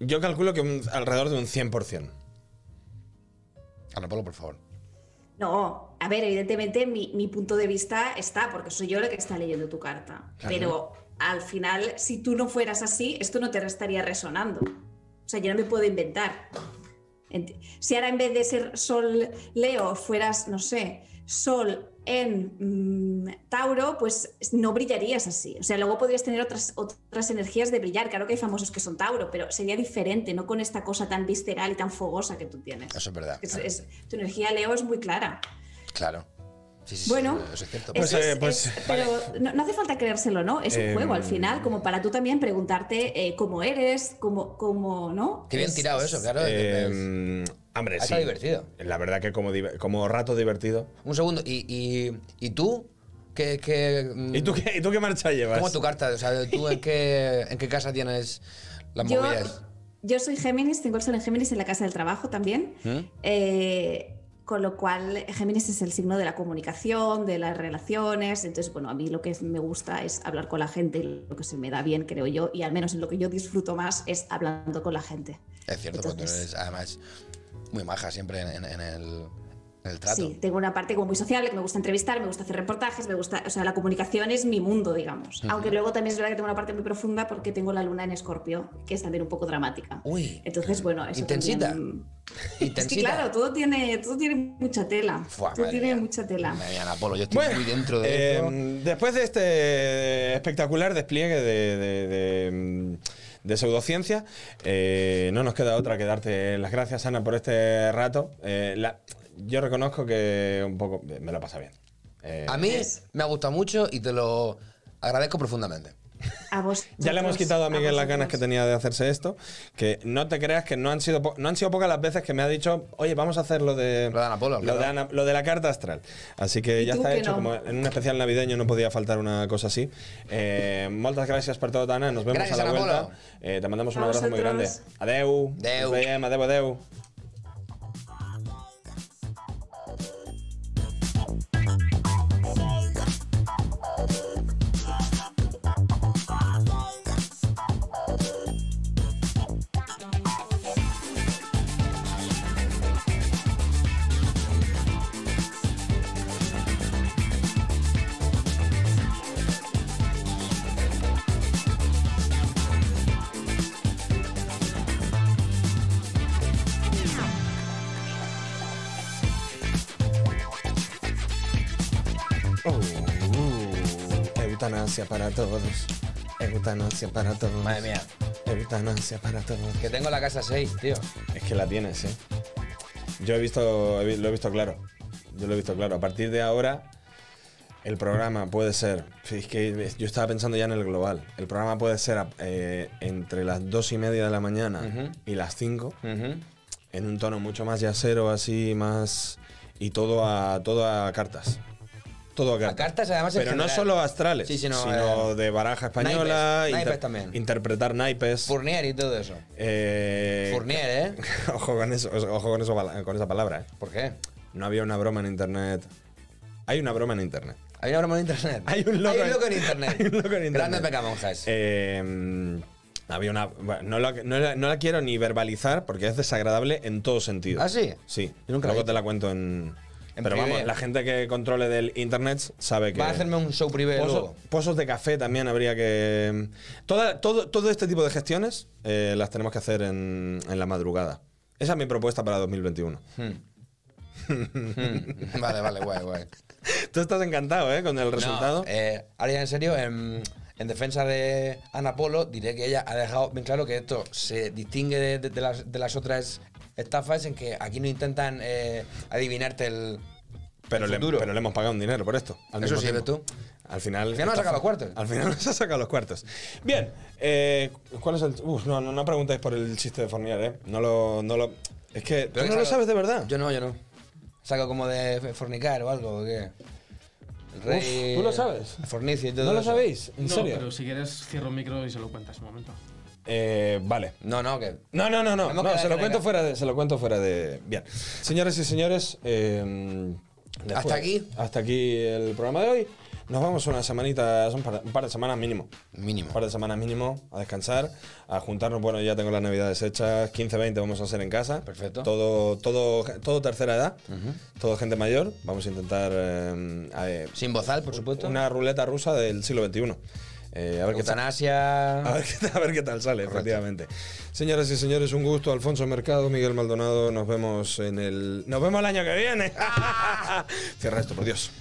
Yo calculo que un- alrededor de un 100%. Ana Polo, por favor. No, a ver, evidentemente mi, mi punto de vista está, porque soy yo la que está leyendo tu carta. Claro. Pero al final, si tú no fueras así, esto no te estaría resonando. O sea, yo no me puedo inventar. Ent- Si ahora en vez de ser Sol Leo fueras, no sé, Sol en mm, Tauro, pues no brillarías así. O sea, luego podrías tener otras, otras energías de brillar. Claro que hay famosos que son Tauro, pero sería diferente, no con esta cosa tan visceral y tan fogosa que tú tienes. Eso es verdad. Es- claro. es- tu energía Leo es muy clara. Claro. Sí, sí, sí, Bueno, eso es cierto. Eso es- es- pero no, no hace falta creérselo, ¿no? Es un eh, pues, Em, juego al final, como para tú también preguntarte eh, cómo eres, cómo, cómo ¿no? Qué bien Es- tirado eso, claro. Eh, hombre, Ha sí. estado divertido. La verdad que como, diver- como rato divertido. Un segundo, ¿y, y, y tú? ¿Qué, qué, mm, ¿Y tú qué, y tú qué marcha llevas? ¿Cómo tu carta? O sea, ¿tú en qué, en qué casa tienes las Yo- movidas? ¿Mm? Yo soy Géminis, tengo el sol en Géminis en la casa del trabajo también. Eh, Con lo cual, Géminis es el signo de la comunicación, de las relaciones. Entonces, bueno, a mí lo que me gusta es hablar con la gente y lo que se me da bien, creo yo, y al menos en lo que yo disfruto más es hablando con la gente. Es cierto, cuando eres, además, muy maja siempre en, en- en el, en el trato. Sí, tengo una parte como muy social, que me gusta entrevistar, me gusta hacer reportajes, me gusta, o sea, la comunicación es mi mundo, digamos. Ujú. Aunque luego también es verdad que tengo una parte muy profunda porque tengo la luna en Escorpio, que es también un poco dramática. Uy. Entonces, bueno, eso Intensita. también- Es que Intensita. claro, todo tiene, todo tiene mucha tela. Fua, todo madre tiene mucha tela. Madre mía, Ana Polo, yo estoy muy dentro de Eh, esto. después de este espectacular despliegue de, de- de- de pseudociencia, eh, no nos queda otra que darte las gracias, Ana, por este rato. Eh, la- yo reconozco que un poco me lo pasa bien. Eh, A mí me ha gustado mucho y te lo agradezco profundamente. A vos. Ya le hemos quitado a Miguel las ganas pues. que tenía de hacerse esto. Que no te creas que no han sido, po- no han sido pocas las veces que me ha dicho, oye, vamos a hacer lo de, lo de, claro. Ana- lo de la carta astral. Así que ya tú está que hecho. no? Como en un especial navideño no podía faltar una cosa así. Eh, moltes gràcies per tot, Ana. Nos vemos Gràcies, a la Ana vuelta. Paula. Eh, te mandamos un A abrazo muy grande. vosaltres. Adeu. Adeu. Nos veiem. Adeu, adeu. Oh. eutanasia para todos. Eutanasia para todos. Madre mía. Eutanasia para todos. Que tengo la casa 6, tío. Es que la tienes, ¿eh? Yo he visto, he vi- lo he visto claro. Yo lo he visto claro. A partir de ahora, el programa puede ser. Es que es- yo estaba pensando ya en el global. El programa puede ser eh, entre las dos y media de la mañana Ujú. y las 5 en un tono mucho más yacero, así, más. Y todo a, todo a cartas. Todo a cartas. cartas, además, en Pero no general. solo astrales, Sí, sino, sino, eh, de baraja española, naipes, naipes inter- también. interpretar naipes. Fournier y todo eso. Eh, Fournier, ¿eh? ojo con eso, ojo con, eso pala- con esa palabra, ¿eh? ¿Por qué? No había una broma en internet. Hay una broma en internet. Hay una broma en internet. Hay un loco, en internet. hay un loco en internet. Grande pecamonjas. Eh, había una. bueno, no, la, no la- no la quiero ni verbalizar porque es desagradable en todo sentido. ¿Ah, sí? Sí. nunca la Luego vi. te la cuento en. En pero privé. vamos, la gente que controle del internet sabe que. Va a hacerme un show privé Pozo- luego. pozos de café también habría que. em, Toda, todo, todo este tipo de gestiones eh, las tenemos que hacer en, en la madrugada. Esa es mi propuesta para 2021. Hmm. Vale, vale, guay, guay. Tú estás encantado, ¿eh? Con el resultado. No, eh, ahora ya en serio, en, en defensa de Ana Polo, diré que ella ha dejado bien claro que esto se distingue de, de- de las, de las otras estafas en que aquí no intentan eh, adivinarte el. pero, el le, futuro. pero le hemos pagado un dinero por esto. al Eso mismo sí, ve tiempo. Al final. Al final nos ha sacado los cuartos. Al final nos ha sacado los cuartos. Bien, eh, ¿cuál es el.? Uf, no, no, no preguntáis por el chiste de Fournier, ¿eh? No lo. No lo es que. tú Pero no que lo saco- sabes de verdad. Yo no, yo no. Saco como de fornicar o algo, ¿o qué? El rey. Uf, ¿tú lo sabes? Fornicio y todo ¿No lo eso. sabéis? ¿En no, serio? pero si quieres cierro el micro y se lo cuentas un momento. Eh, vale. No, no, que. No, no, no, no. Hemos no quedado se, lo en cuento el- fuera de, se lo cuento fuera de. Bien. Señoras y señores, eh, después- ¿Hasta aquí? Hasta aquí el programa de hoy. Nos vamos una semanita, son para- un par de semanas mínimo. Mínimo. Un par de semanas mínimo a descansar, a juntarnos. Bueno, ya tengo las navidades hechas, 15, 20 vamos a hacer en casa. Perfecto. Todo, todo, todo tercera edad, todo gente mayor. Vamos a intentar. eh, a- eh, Sin bozal, por supuesto. una ruleta rusa del siglo XXI. Eh, a ver qué tal. Eutanasia. A ver, qué tal- a ver qué tal sale, efectivamente. Señoras y señores, un gusto. Alfonso Mercado, Miguel Maldonado. Nos vemos en el. Nos vemos el año que viene. Cierra esto, por Dios.